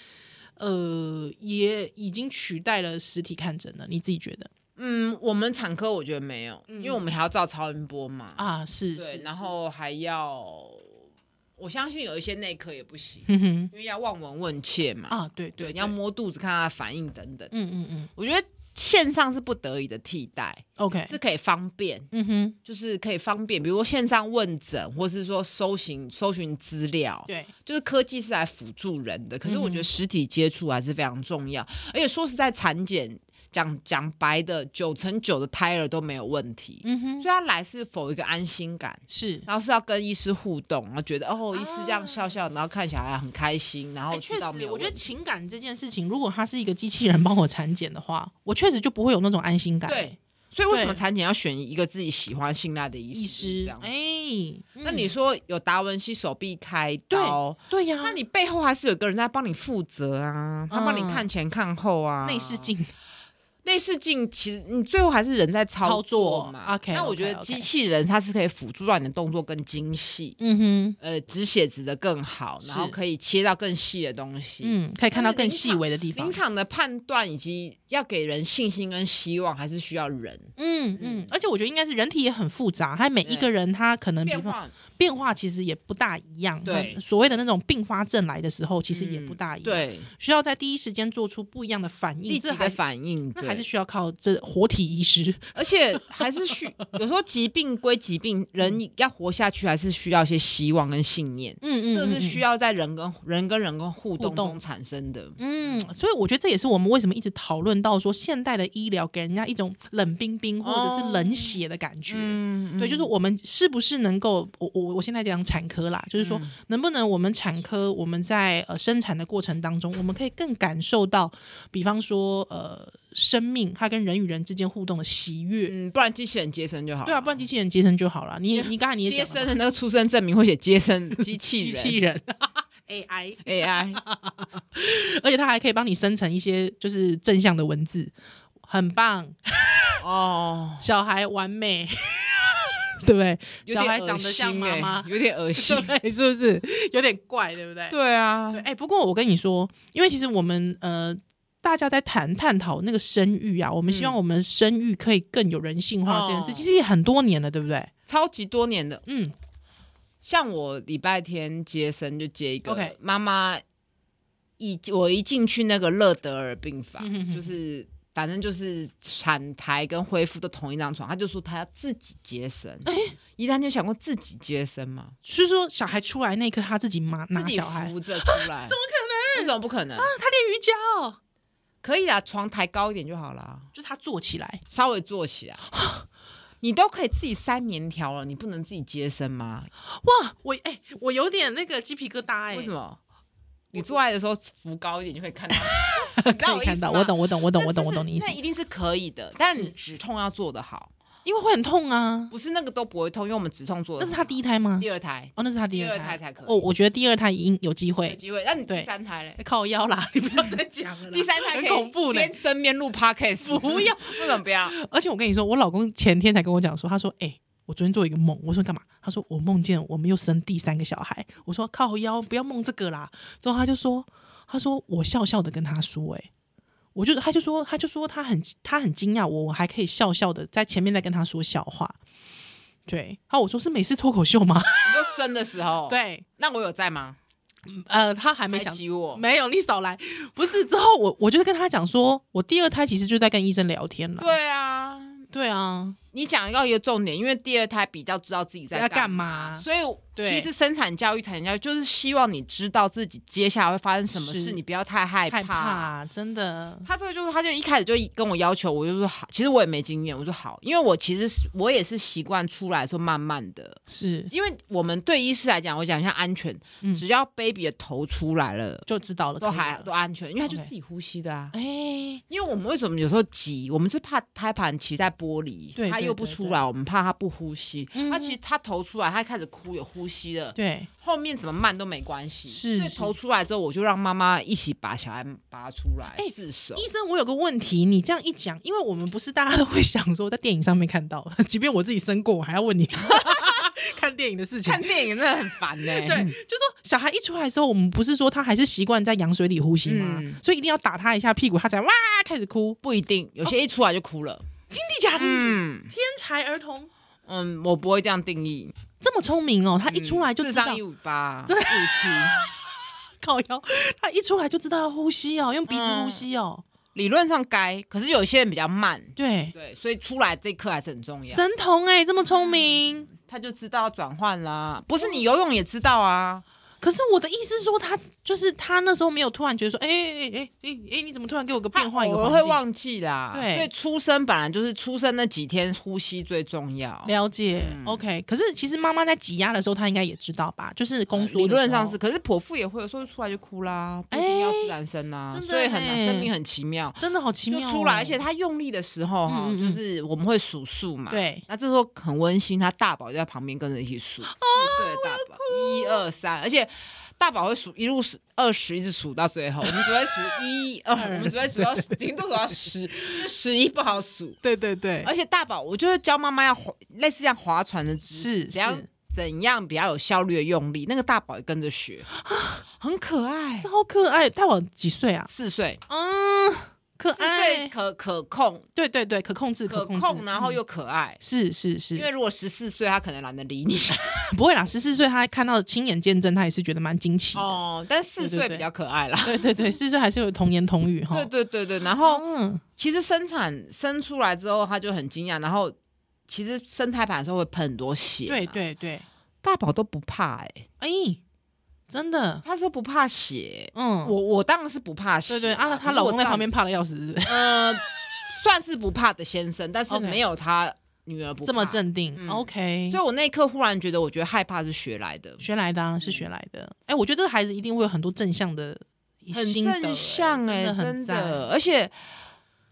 Speaker 3: 呃也已经取代了实体看诊了？你自己觉得
Speaker 2: 嗯，我们产科我觉得没有，因为我们还要照超音波嘛，
Speaker 3: 啊？是，是
Speaker 2: 对，
Speaker 3: 是
Speaker 2: 然后还要，我相信有一些内科也不行，
Speaker 3: 哼嗯哼
Speaker 2: 因为要望闻问切嘛，
Speaker 3: 啊，对
Speaker 2: 对，
Speaker 3: 对，
Speaker 2: 你要摸肚子看他的反应等等。
Speaker 3: 嗯嗯嗯
Speaker 2: 我觉得线上是不得已的替代，
Speaker 3: ，OK，
Speaker 2: 是可以方便，
Speaker 3: 嗯哼，
Speaker 2: 就是可以方便，比如说线上问诊，或是说搜寻搜寻资料，
Speaker 3: 对，
Speaker 2: 就是科技是来辅助人的。可是
Speaker 3: 嗯哼
Speaker 2: 我觉得实体接触还是非常重要，而且说实在，产检讲讲白的，九成九的胎儿都没有问题，
Speaker 3: 嗯哼，
Speaker 2: 所以他来是否一个安心感。
Speaker 3: 是。
Speaker 2: 然后是要跟医师互动，然后觉得哦，医师这样
Speaker 3: 啊
Speaker 2: 笑笑，然后看小孩很开心，然后
Speaker 3: 哎确
Speaker 2: 知道没
Speaker 3: 实，
Speaker 2: 有
Speaker 3: 我觉得
Speaker 2: 问题。
Speaker 3: 情感这件事情，如果它是一个机器人帮我产检的话，我确实就不会有那种安心感。
Speaker 2: 对，所以为什么
Speaker 3: 对
Speaker 2: 产检要选一个自己喜欢、信赖的医
Speaker 3: 医
Speaker 2: 师？就是
Speaker 3: 师
Speaker 2: 这，样。
Speaker 3: 哎、
Speaker 2: 那
Speaker 3: 嗯
Speaker 2: 你说有达文西手臂开刀，
Speaker 3: 对嗯呀、
Speaker 2: 那你背后还是有一个人在帮你负责啊，他帮你看前看后啊。
Speaker 3: 嗯内视，镜
Speaker 2: 内视镜其实你最后还是人在操
Speaker 3: 操作
Speaker 2: 嘛。
Speaker 3: OK，
Speaker 2: 那我觉得
Speaker 3: OK，OK
Speaker 2: 机器人它是可以辅助到你的动作更精细，
Speaker 3: 嗯哼，
Speaker 2: 呃，止血止的更好，然后
Speaker 3: 是
Speaker 2: 可以切到更细的东西。
Speaker 3: 嗯，可以看到更
Speaker 2: 但是
Speaker 3: 细
Speaker 2: 临场
Speaker 3: 微的地方嗯
Speaker 2: 临。场的判断以及要给人信心跟希望，还是需要人
Speaker 3: 嗯嗯，而且我觉得应该是人体也很复杂，还每一
Speaker 2: 对
Speaker 3: 个人他可能比
Speaker 2: 变
Speaker 3: 方
Speaker 2: 化，
Speaker 3: 变化其实也不大一样。
Speaker 2: 对
Speaker 3: 所谓的那种并发症来的时候，其实也
Speaker 2: 嗯
Speaker 3: 不大一样，，
Speaker 2: 对，
Speaker 3: 需要在第一时间做出不一样的反
Speaker 2: 立
Speaker 3: 应，
Speaker 2: 即
Speaker 3: 这
Speaker 2: 的
Speaker 3: 还
Speaker 2: 反应，
Speaker 3: 那
Speaker 2: 对
Speaker 3: 还是需要靠这活体医师。
Speaker 2: 而且还是 需有时候疾病归疾病，人要活下去还是需要一些希望跟信念，
Speaker 3: 嗯
Speaker 2: 这是需要在人跟人跟人跟互动
Speaker 3: 互动
Speaker 2: 中产生的。
Speaker 3: 嗯，所以我觉得这也是我们为什么一直讨论到说现代的医疗给人家一种冷冰冰或者是冷血的感觉。
Speaker 2: 嗯
Speaker 3: 对，就是我们是不是能够，我我我现在讲产科啦，就是说能不能我们产科我们在呃生产的过程当中，我们可以更感受到，比方说呃生命它跟人与人之间互动的喜悦。
Speaker 2: 嗯，不然机器人接生就好了。
Speaker 3: 对啊，不然机器人接生就好了。你也你刚才你也
Speaker 2: 接
Speaker 3: 讲了
Speaker 2: 生
Speaker 3: 嘛
Speaker 2: 的那个出生证明会写接生机器
Speaker 3: 机
Speaker 2: 人
Speaker 3: 器人 AI，
Speaker 2: AI，
Speaker 3: 而且它还可以帮你生成一些就是正向的文字，很棒。
Speaker 2: 哦，
Speaker 3: 小孩完美， 对不对？
Speaker 2: 有
Speaker 3: 小
Speaker 2: 点
Speaker 3: 孩
Speaker 2: 恶
Speaker 3: 长得像
Speaker 2: 心
Speaker 3: 妈
Speaker 2: 欸
Speaker 3: 妈，
Speaker 2: 有点 恶心。
Speaker 3: 对， 是不是有点怪，对不对？
Speaker 2: 对啊
Speaker 3: 对，，哎、不过我跟你说，因为其实我们呃。大家在谈探讨那个生育啊，我们希望
Speaker 2: 嗯
Speaker 3: 我们生育可以更有人性化这件事，
Speaker 2: 哦
Speaker 3: 其实也很多年了，对不对？
Speaker 2: 超级多年的，
Speaker 3: 嗯，
Speaker 2: 像我礼拜天接生就接一个
Speaker 3: OK
Speaker 2: 妈妈一我一进去那个乐德尔病房，
Speaker 3: 嗯哼哼
Speaker 2: 就是反正就是产台跟恢复都同一张床，他就说他要自己接生。哎、一旦你有想过自己接生吗？
Speaker 3: 是说小孩出来那一刻他自己妈拿
Speaker 2: 自己
Speaker 3: 小孩，
Speaker 2: 扶着出来，怎么可能？为什么不可能？
Speaker 3: 他练瑜伽哦，
Speaker 2: 可以啦，床抬高一点就好啦，
Speaker 3: 就他坐起来，
Speaker 2: 稍微坐起来。你都可以自己塞棉条了，你不能自己接生吗？
Speaker 3: 哇， 我哎、我有点那个鸡皮疙瘩哎、
Speaker 2: 为什？么？你做爱的时候扶高一点就可以看到，你知道
Speaker 3: 可
Speaker 2: 我
Speaker 3: 以
Speaker 2: 意思
Speaker 3: 看到，
Speaker 2: 吗
Speaker 3: 我懂，我懂，我懂，
Speaker 2: 那
Speaker 3: 我懂，
Speaker 2: 这
Speaker 3: 我
Speaker 2: 是
Speaker 3: 懂你意思
Speaker 2: 那，一定是可以的，但是
Speaker 3: 是
Speaker 2: 你止痛要做得好，
Speaker 3: 因为会很痛啊。
Speaker 2: 不是那个都不会痛，因为我们止痛做的。
Speaker 3: 那是他第
Speaker 2: 一
Speaker 3: 一胎吗？
Speaker 2: 第二胎
Speaker 3: 哦，那是他
Speaker 2: 第
Speaker 3: 第二
Speaker 2: 二胎才可以
Speaker 3: 哦，我觉得第二胎应有机
Speaker 2: 有
Speaker 3: 会。
Speaker 2: 机会，那你第
Speaker 3: 对哎
Speaker 2: 三胎嘞？
Speaker 3: 靠腰啦，你不要再讲了啦。
Speaker 2: 第三胎可以
Speaker 3: 很恐怖嘞
Speaker 2: 边。生边录 podcast，
Speaker 3: 不要，
Speaker 2: 为什么不要？
Speaker 3: 而且我跟你说，我老公前天才跟我讲说，他说：“哎、我昨天做一个梦。”我说：“干嘛？”他说：“我梦见我们又生第三个小孩。”我说：“靠腰，不要梦这个啦。”之后他就说：“他说我笑笑的跟他说、哎。”我就，他就说，他就说他很他很惊讶，我我还可以笑笑的在前面在跟他说笑话，对。然后我说是美式脱口秀吗？
Speaker 2: 你说生的时候，，
Speaker 3: 对，
Speaker 2: 那我有在吗？
Speaker 3: 呃，他还没
Speaker 2: 来
Speaker 3: 想
Speaker 2: 挤我，
Speaker 3: 没有，你少来。不是之后我，我就是跟他讲说，我第二胎其实就在跟医生聊天了。
Speaker 2: 对啊，
Speaker 3: 对啊，
Speaker 2: 你讲到一个重点，因为第二胎比较知道自己在
Speaker 3: 在干
Speaker 2: 嘛。
Speaker 3: 嘛？
Speaker 2: 所以，
Speaker 3: 对
Speaker 2: 其实生产教育、产前教育就是希望你知道自己接下来会发生什么事，
Speaker 3: 是
Speaker 2: 你不要太害
Speaker 3: 害怕，真的。
Speaker 2: 他这个就是，他就一开始就跟我要求，我就说好，其实我也没经验，我说好，因为我其实是我也是习惯出来的时候慢慢的，
Speaker 3: 是
Speaker 2: 因为我们对医师来讲，我讲一下安全，
Speaker 3: 嗯
Speaker 2: 只要 baby 的头出来了，
Speaker 3: 就知道了，
Speaker 2: 都
Speaker 3: 可以
Speaker 2: 还
Speaker 3: 了
Speaker 2: 都安全，因为他就
Speaker 3: OK
Speaker 2: 自己呼吸的啊。
Speaker 3: 哎、
Speaker 2: 因为我们为什么有时候急，我们是怕胎盘脐带剥离
Speaker 3: 对，
Speaker 2: 他
Speaker 3: 对
Speaker 2: 又不
Speaker 3: 对
Speaker 2: 出
Speaker 3: 对
Speaker 2: 来，我们怕他不呼吸。
Speaker 3: 嗯
Speaker 2: 他其实他头出来，他开始哭，有呼吸了，
Speaker 3: 对，
Speaker 2: 后面怎么慢都没关系。
Speaker 3: 是
Speaker 2: 所以
Speaker 3: 是
Speaker 2: 头出来之后，我就让妈妈一起把小孩拔出来，
Speaker 3: 哎
Speaker 2: 自首。
Speaker 3: 医生，我有个问题，你这样一讲，因为我们不是大家都会想说，在电影上面看到，即便我自己生过，我还要问你 看电影的事情
Speaker 2: 看。电影真的很烦呢、嗯
Speaker 3: 对，就说小孩一出来的时候，我们不是说他还是习惯在羊水里呼吸吗？
Speaker 2: 嗯
Speaker 3: 所以一定要打他一下屁股，他才哇开始哭。
Speaker 2: 不一定，有些一出来就哭了。
Speaker 3: 真的假的？
Speaker 2: 嗯
Speaker 3: 天才儿童
Speaker 2: 嗯，我不会这样定义。
Speaker 3: 这么聪明哦，他
Speaker 2: 他
Speaker 3: 一出来就
Speaker 2: 嗯智
Speaker 3: 知道
Speaker 2: 商一五 八，一五七，
Speaker 3: 靠腰， 他一出来就知道要呼吸哦，用鼻子呼吸哦，
Speaker 2: 理论上该，可是有些人比较慢。
Speaker 3: 对，
Speaker 2: 对，所以出来这一刻还是很重要。
Speaker 3: 神童哎、这么聪明。
Speaker 2: 他就知道转换啦，不是你游泳也知道啊。
Speaker 3: 可是我的意思是说，他就是他那时候没有突然觉得说，哎哎哎哎哎，你怎么突然给我个变化一个
Speaker 2: 我
Speaker 3: 环
Speaker 2: 会
Speaker 3: 境？
Speaker 2: 忘记啦。
Speaker 3: 对
Speaker 2: 所以出生本来就是出生那几天呼吸最重要。
Speaker 3: 了解、
Speaker 2: 嗯
Speaker 3: o k 可是其实妈妈在挤压的时候，她应该也知道吧？就是宫缩
Speaker 2: 理
Speaker 3: 的时候、
Speaker 2: 论上是，可是剖腹也会有时候出来就哭啦，不一定要自然生啦，
Speaker 3: 哎真的
Speaker 2: 所以很难，
Speaker 3: 欸
Speaker 2: 生命很奇妙。
Speaker 3: 真的好奇
Speaker 2: 就
Speaker 3: 妙哦、
Speaker 2: 出来，而且他用力的时候哈，
Speaker 3: 嗯嗯嗯
Speaker 2: 就是我们会数数嘛。
Speaker 3: 对啊
Speaker 2: 那这时候很温馨，他大宝就在旁边跟着一起数，四岁的大宝，一二三，而且大宝会数一路数二十，一直数到最后，我们只会 数一二，我们只会数到顶多数到十，这十一不好数。
Speaker 3: 对对对
Speaker 2: 而且大宝，我就会教妈妈要划类似像划船的姿势，
Speaker 3: 是
Speaker 2: 怎样
Speaker 3: 是
Speaker 2: 怎样比较有效率的用力，那个大宝也跟着学，很可爱
Speaker 3: 这。好可爱。大我几岁啊？
Speaker 2: 四岁，
Speaker 3: 嗯，可
Speaker 2: 是最
Speaker 3: 爱，
Speaker 2: 可可控、
Speaker 3: 对对对，可控制，
Speaker 2: 可
Speaker 3: 控制，
Speaker 2: 控，然后
Speaker 3: 嗯
Speaker 2: 又可爱。
Speaker 3: 是是是
Speaker 2: 因，为如果十四岁，他可能懒得理你
Speaker 3: 不会啦，十四岁他看到亲眼见证，他也是觉得蛮惊奇的。
Speaker 2: 哦，但四
Speaker 3: 对对
Speaker 2: 岁
Speaker 3: 对
Speaker 2: 比较可爱 啦。
Speaker 3: 对对对，十四岁还是有童言童语哈。
Speaker 2: 对对对对，然后
Speaker 3: 嗯，
Speaker 2: 其实生产生出来之后，他就很惊讶，然后其实生胎盘的时候会喷很多血，
Speaker 3: 嗯对，对对，
Speaker 2: 大宝都不怕哎、
Speaker 3: 哎，真的，
Speaker 2: 他说不怕血，
Speaker 3: 嗯，
Speaker 2: 我我当然是不怕血
Speaker 3: 对
Speaker 2: 啊，
Speaker 3: 对
Speaker 2: 可
Speaker 3: 啊，
Speaker 2: 是
Speaker 3: 她老
Speaker 2: 我
Speaker 3: 公在
Speaker 2: 知道
Speaker 3: 旁边，怕的要死，是不是？
Speaker 2: 呃，算是不怕的先生，但是
Speaker 3: OK
Speaker 2: 没有他女儿不
Speaker 3: 这么
Speaker 2: 怕。
Speaker 3: 镇定、
Speaker 2: 嗯
Speaker 3: o k
Speaker 2: 所以我嗯那一刻忽然觉得，我觉得害怕是学来的，
Speaker 3: 学来的、啊、是学来的。哎、我觉得这个孩子一定会有很多正向的
Speaker 2: 很
Speaker 3: 心得、
Speaker 2: 正向
Speaker 3: 哎、
Speaker 2: 哎、
Speaker 3: 真的很
Speaker 2: 真的，
Speaker 3: 赞。
Speaker 2: 而且。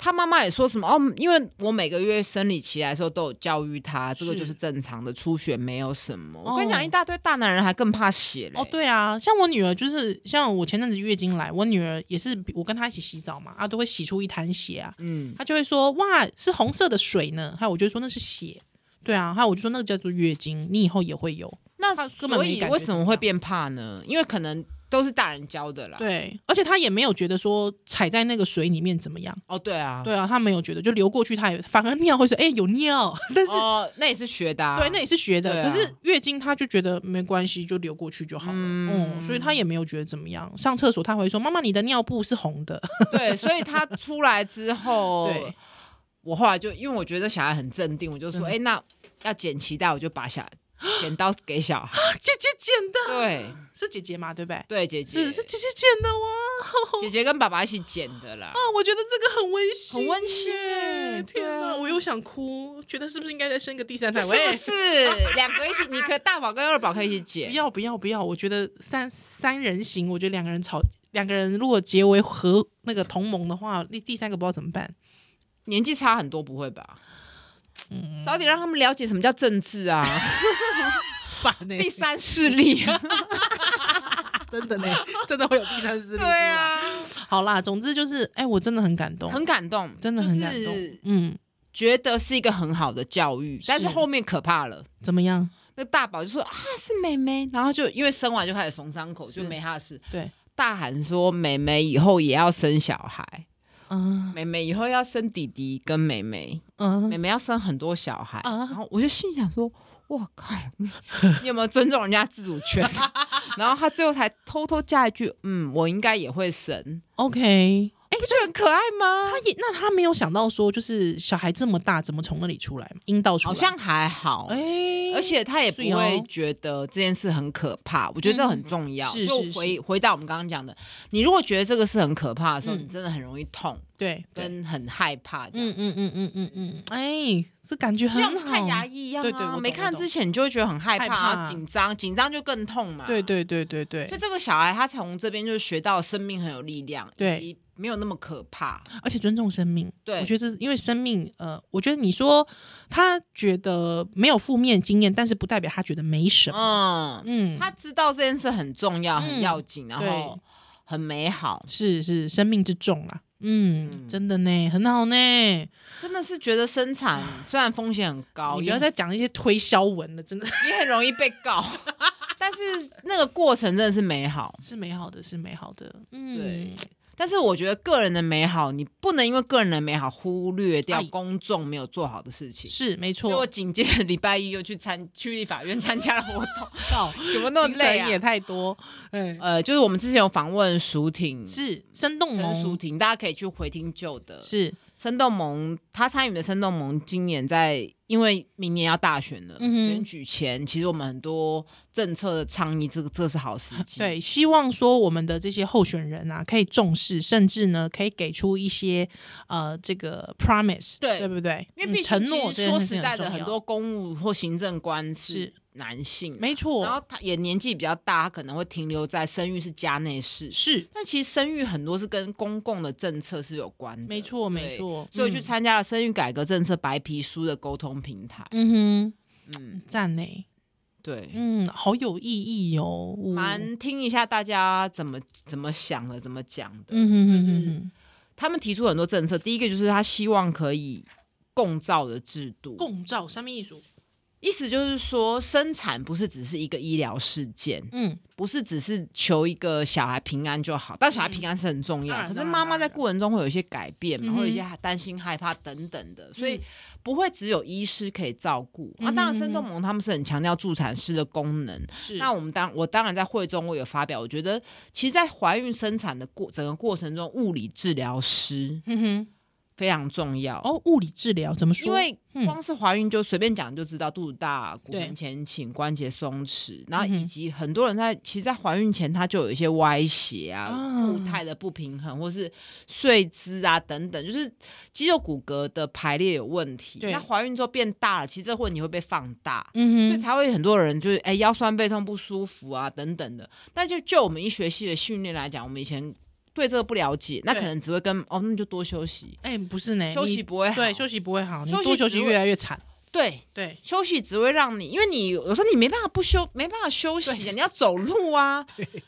Speaker 2: 他妈妈也说什么哦，因为我每个月生理期来的时候都有教育他，这个
Speaker 3: 是
Speaker 2: 就是正常的出血，没有什么。我跟你
Speaker 3: 哦
Speaker 2: 讲，一大堆大男人还更怕血嘞。
Speaker 3: 哦，，对啊，像我女儿就是，像我前阵子月经来，我女儿也是，我跟她一起洗澡嘛，啊，都会洗出一滩血啊，
Speaker 2: 嗯，
Speaker 3: 她就会说哇，是红色的水呢，还有我就说那是血，对啊，还有我就说那个叫做月经，你以后也会有，
Speaker 2: 那
Speaker 3: 他根本
Speaker 2: 所
Speaker 3: 没
Speaker 2: 以
Speaker 3: 感觉
Speaker 2: 为
Speaker 3: 怎
Speaker 2: 什
Speaker 3: 么
Speaker 2: 么会
Speaker 3: 样
Speaker 2: 变怕呢？因为可能都是大人教的啦。，
Speaker 3: 对，而且她也没有觉得说踩在那个水里面怎么样，
Speaker 2: 哦，对啊，
Speaker 3: 对啊，她没有觉得，就流过去她也反而尿会说哎、有尿，但是
Speaker 2: 哦，那也是学的、啊。
Speaker 3: 对，那也是学的。
Speaker 2: 对
Speaker 3: 可
Speaker 2: 啊
Speaker 3: 是月经她就觉得没关系，就流过去就好了。嗯
Speaker 2: 嗯
Speaker 3: 所以她也没有觉得怎么样。上厕所她会说：“妈妈，你的尿布是红的。
Speaker 2: 对，所以他出来之后，
Speaker 3: 对，
Speaker 2: 我后来就因为我觉得小孩很镇定，我就说，
Speaker 3: 嗯
Speaker 2: 哎、那要剪脐带，我就把小剪刀给小孩。
Speaker 3: 姐姐剪的，
Speaker 2: 对
Speaker 3: 是姐姐嘛？对不对？
Speaker 2: 对，姐姐
Speaker 3: 是是姐姐剪的哇！
Speaker 2: 姐姐跟爸爸一起剪的啦
Speaker 3: 啊。，我觉得这个很温馨耶，
Speaker 2: 很温馨
Speaker 3: 天
Speaker 2: 对
Speaker 3: 哪，
Speaker 2: 啊
Speaker 3: 我又想哭，觉得是不是应该再生个第三
Speaker 2: 这
Speaker 3: 胎？
Speaker 2: 是
Speaker 3: 喂
Speaker 2: 不是 两个一起？你可以大宝跟二宝可以一起
Speaker 3: 不
Speaker 2: 剪。
Speaker 3: 要不要不要！我觉得三三人行，我觉得两个人吵，两个人如果结为和那个同盟的话，第第三个不知道怎么办。
Speaker 2: 年纪差很多不会吧？
Speaker 3: 嗯，
Speaker 2: 早点让他们了解什么叫政治啊，
Speaker 3: 烦欸呢、
Speaker 2: 第三势力 啊。
Speaker 3: 真的呢， 真的会有第三势力。
Speaker 2: 对，啊，
Speaker 3: 好啦，总之就是，哎、我真的很感动，
Speaker 2: 很感动，
Speaker 3: 真的很感
Speaker 2: 就
Speaker 3: 动。
Speaker 2: 是
Speaker 3: 嗯，
Speaker 2: 觉得是一个很好的教育，但是
Speaker 3: 是
Speaker 2: 后面可怕了。
Speaker 3: 怎么样？
Speaker 2: 那大宝就说啊是妹妹，然后就因为生完就开始缝伤口，
Speaker 3: 是
Speaker 2: 就没他的事。
Speaker 3: 对，
Speaker 2: 大喊说妹妹以后也要生小孩，
Speaker 3: 嗯
Speaker 2: 妹妹以后要生弟弟跟妹妹，妹
Speaker 3: 嗯，
Speaker 2: 妹要生很多小孩。
Speaker 3: 啊
Speaker 2: 然后我就心想说。我靠， 你你有没有尊重人家自主权？ 然后他最后才偷偷加一句：“嗯，我应该也会生。
Speaker 3: 哎，OK。”哎
Speaker 2: 不是很可爱吗
Speaker 3: 他？也那他没有想到说，就是小孩这么大，怎么从那里出来？阴道出
Speaker 2: 好
Speaker 3: 来？
Speaker 2: 像还好，
Speaker 3: 哎、
Speaker 2: 而且他也不
Speaker 3: 是
Speaker 2: 会
Speaker 3: 哦
Speaker 2: 觉得这件事很可怕，我觉得这很重要。
Speaker 3: 嗯是是
Speaker 2: 就回回到我们刚刚讲的，你如果觉得这个是很可怕的时候，
Speaker 3: 嗯
Speaker 2: 你真的很容易痛
Speaker 3: 对，对，
Speaker 2: 跟很害怕这
Speaker 3: 嗯
Speaker 2: 样。
Speaker 3: 嗯嗯嗯嗯嗯，哎、这感觉
Speaker 2: 就
Speaker 3: 很
Speaker 2: 像
Speaker 3: 好。
Speaker 2: 看牙医一样啊，
Speaker 3: 对对我懂
Speaker 2: 没看之前你就会觉得很害
Speaker 3: 害
Speaker 2: 怕、
Speaker 3: 怕
Speaker 2: 然后紧张，紧张就更痛嘛。
Speaker 3: 对，对对对对
Speaker 2: 所以，这个小孩他从这边就是学到生命很有力量，
Speaker 3: 对
Speaker 2: 以及没有那么可怕。
Speaker 3: 而且尊重生命。
Speaker 2: 对
Speaker 3: 我觉得这是因为生命，呃，我觉得你说他觉得没有负面经验，但是不代表他觉得没什么。
Speaker 2: 嗯，
Speaker 3: 嗯，
Speaker 2: 他知道这件事很重要、
Speaker 3: 嗯
Speaker 2: 很要紧，然后
Speaker 3: 对
Speaker 2: 很美好，
Speaker 3: 是是生命之重啦。嗯，
Speaker 2: 嗯
Speaker 3: 真的呢，很好呢。
Speaker 2: 真的是觉得生 产虽然风险很高，
Speaker 3: 你不
Speaker 2: 也
Speaker 3: 要
Speaker 2: 很
Speaker 3: 再讲一些推销文了，真的
Speaker 2: 你很容易被 告。但是那个过程真的是美好，
Speaker 3: 是美好的，是美好的。嗯
Speaker 2: 对，但是我觉得个人的美好，你不能因为个人的美好忽略掉
Speaker 3: 哎
Speaker 2: 公众没有做好的事情。
Speaker 3: 是没
Speaker 2: 所以我
Speaker 3: 错。
Speaker 2: 紧接着礼拜一又去参去立法院参加了活动，
Speaker 3: 靠，
Speaker 2: 怎么那
Speaker 3: 行
Speaker 2: 么累
Speaker 3: 程也
Speaker 2: 啊？
Speaker 3: 太多。哎，
Speaker 2: 呃，就是我们之前有访问熟挺，
Speaker 3: 是生动
Speaker 2: 陈熟
Speaker 3: 萌，
Speaker 2: 挺，大家可以去回听旧的。
Speaker 3: 是
Speaker 2: 生动盟，他参与的生动盟今年在，因为明年要大选了，
Speaker 3: 嗯哼
Speaker 2: 选举前，其实我们很多政策的倡议，这个这是好 时机。
Speaker 3: 对，希望说我们的这些候选人啊，可以重视，甚至呢，可以给出一些呃这个 promise，
Speaker 2: 对
Speaker 3: 对不对？
Speaker 2: 因为
Speaker 3: 嗯
Speaker 2: 毕
Speaker 3: 承
Speaker 2: 竟
Speaker 3: 诺
Speaker 2: 其实
Speaker 3: 这件
Speaker 2: 说
Speaker 3: 事情
Speaker 2: 实在的，
Speaker 3: 重
Speaker 2: 很
Speaker 3: 要
Speaker 2: 多公务或行政官是
Speaker 3: 是
Speaker 2: 男性，
Speaker 3: 没
Speaker 2: 然
Speaker 3: 错，
Speaker 2: 后他也年纪比较大，他可能会停留在生育是家内事，
Speaker 3: 是
Speaker 2: 但其实生育很多是跟公共的政策是有关的，
Speaker 3: 没错，没
Speaker 2: 对。
Speaker 3: 错。
Speaker 2: 所以我去
Speaker 3: 嗯
Speaker 2: 参加了生育改革政策白皮书的沟通平台，
Speaker 3: 嗯
Speaker 2: 嗯
Speaker 3: 哼，，赞呢，
Speaker 2: 对，
Speaker 3: 嗯，好有意义哦，呜
Speaker 2: 蛮听一下大家怎么怎么想的，怎么讲的。
Speaker 3: 嗯哼哼
Speaker 2: 就是
Speaker 3: 哼哼，
Speaker 2: 他们提出很多政策，第一个就是他希望可以共造的制度，
Speaker 3: 共照三面艺术，
Speaker 2: 意思就是说，生产不是只是一个医疗事件，
Speaker 3: 嗯，
Speaker 2: 不是只是求一个小孩平安就好，但小孩平安是很重要。
Speaker 3: 当然
Speaker 2: 可是
Speaker 3: 当然
Speaker 2: 妈妈
Speaker 3: 嗯当
Speaker 2: 在
Speaker 3: 然
Speaker 2: 过程中会有一些改变嘛，
Speaker 3: 嗯哼嗯
Speaker 2: 会有一些担心、害怕等等的，所以不会只有医师可以照顾。那、当然，生动盟他们是很强调助产师的功能。
Speaker 3: 是
Speaker 2: 那我们当我当然在会中我有发表，我觉得其实，在怀孕生产的过整个过程中，物理治疗师
Speaker 3: 嗯哼，
Speaker 2: 非常重要。
Speaker 3: 哦，物理治疗怎么说？
Speaker 2: 因为
Speaker 3: 嗯
Speaker 2: 光是怀孕就随便讲就知道肚子大、骨
Speaker 3: 对
Speaker 2: 盆前倾、关节松弛，然后
Speaker 3: 嗯哼
Speaker 2: 以及很多人在其实，在怀孕前她就有一些歪斜啊、
Speaker 3: 啊
Speaker 2: 步态的不平衡，或是睡姿啊等等，就是肌肉骨骼的排列有问题。
Speaker 3: 对
Speaker 2: 那怀孕之后变大了，其实这个问题会被放大。所以
Speaker 3: 嗯哼，
Speaker 2: 才会很多人就是哎、腰酸背痛不舒服啊等等的。但就就我们医学系的训练来讲，我们以前对这个不了解，那可
Speaker 3: 对
Speaker 2: 能只会跟哦那你就多休息，
Speaker 3: 哎、不是呢，
Speaker 2: 休息
Speaker 3: 你
Speaker 2: 不会好
Speaker 3: 对休息不会好，你
Speaker 2: 休息
Speaker 3: 多休
Speaker 2: 只
Speaker 3: 息
Speaker 2: 会
Speaker 3: 越来越惨。
Speaker 2: 对。
Speaker 3: 对，
Speaker 2: 休息只会让你，因为你有时候你没办法不休，没办法休息啊，
Speaker 3: 对
Speaker 2: 你要走路 啊，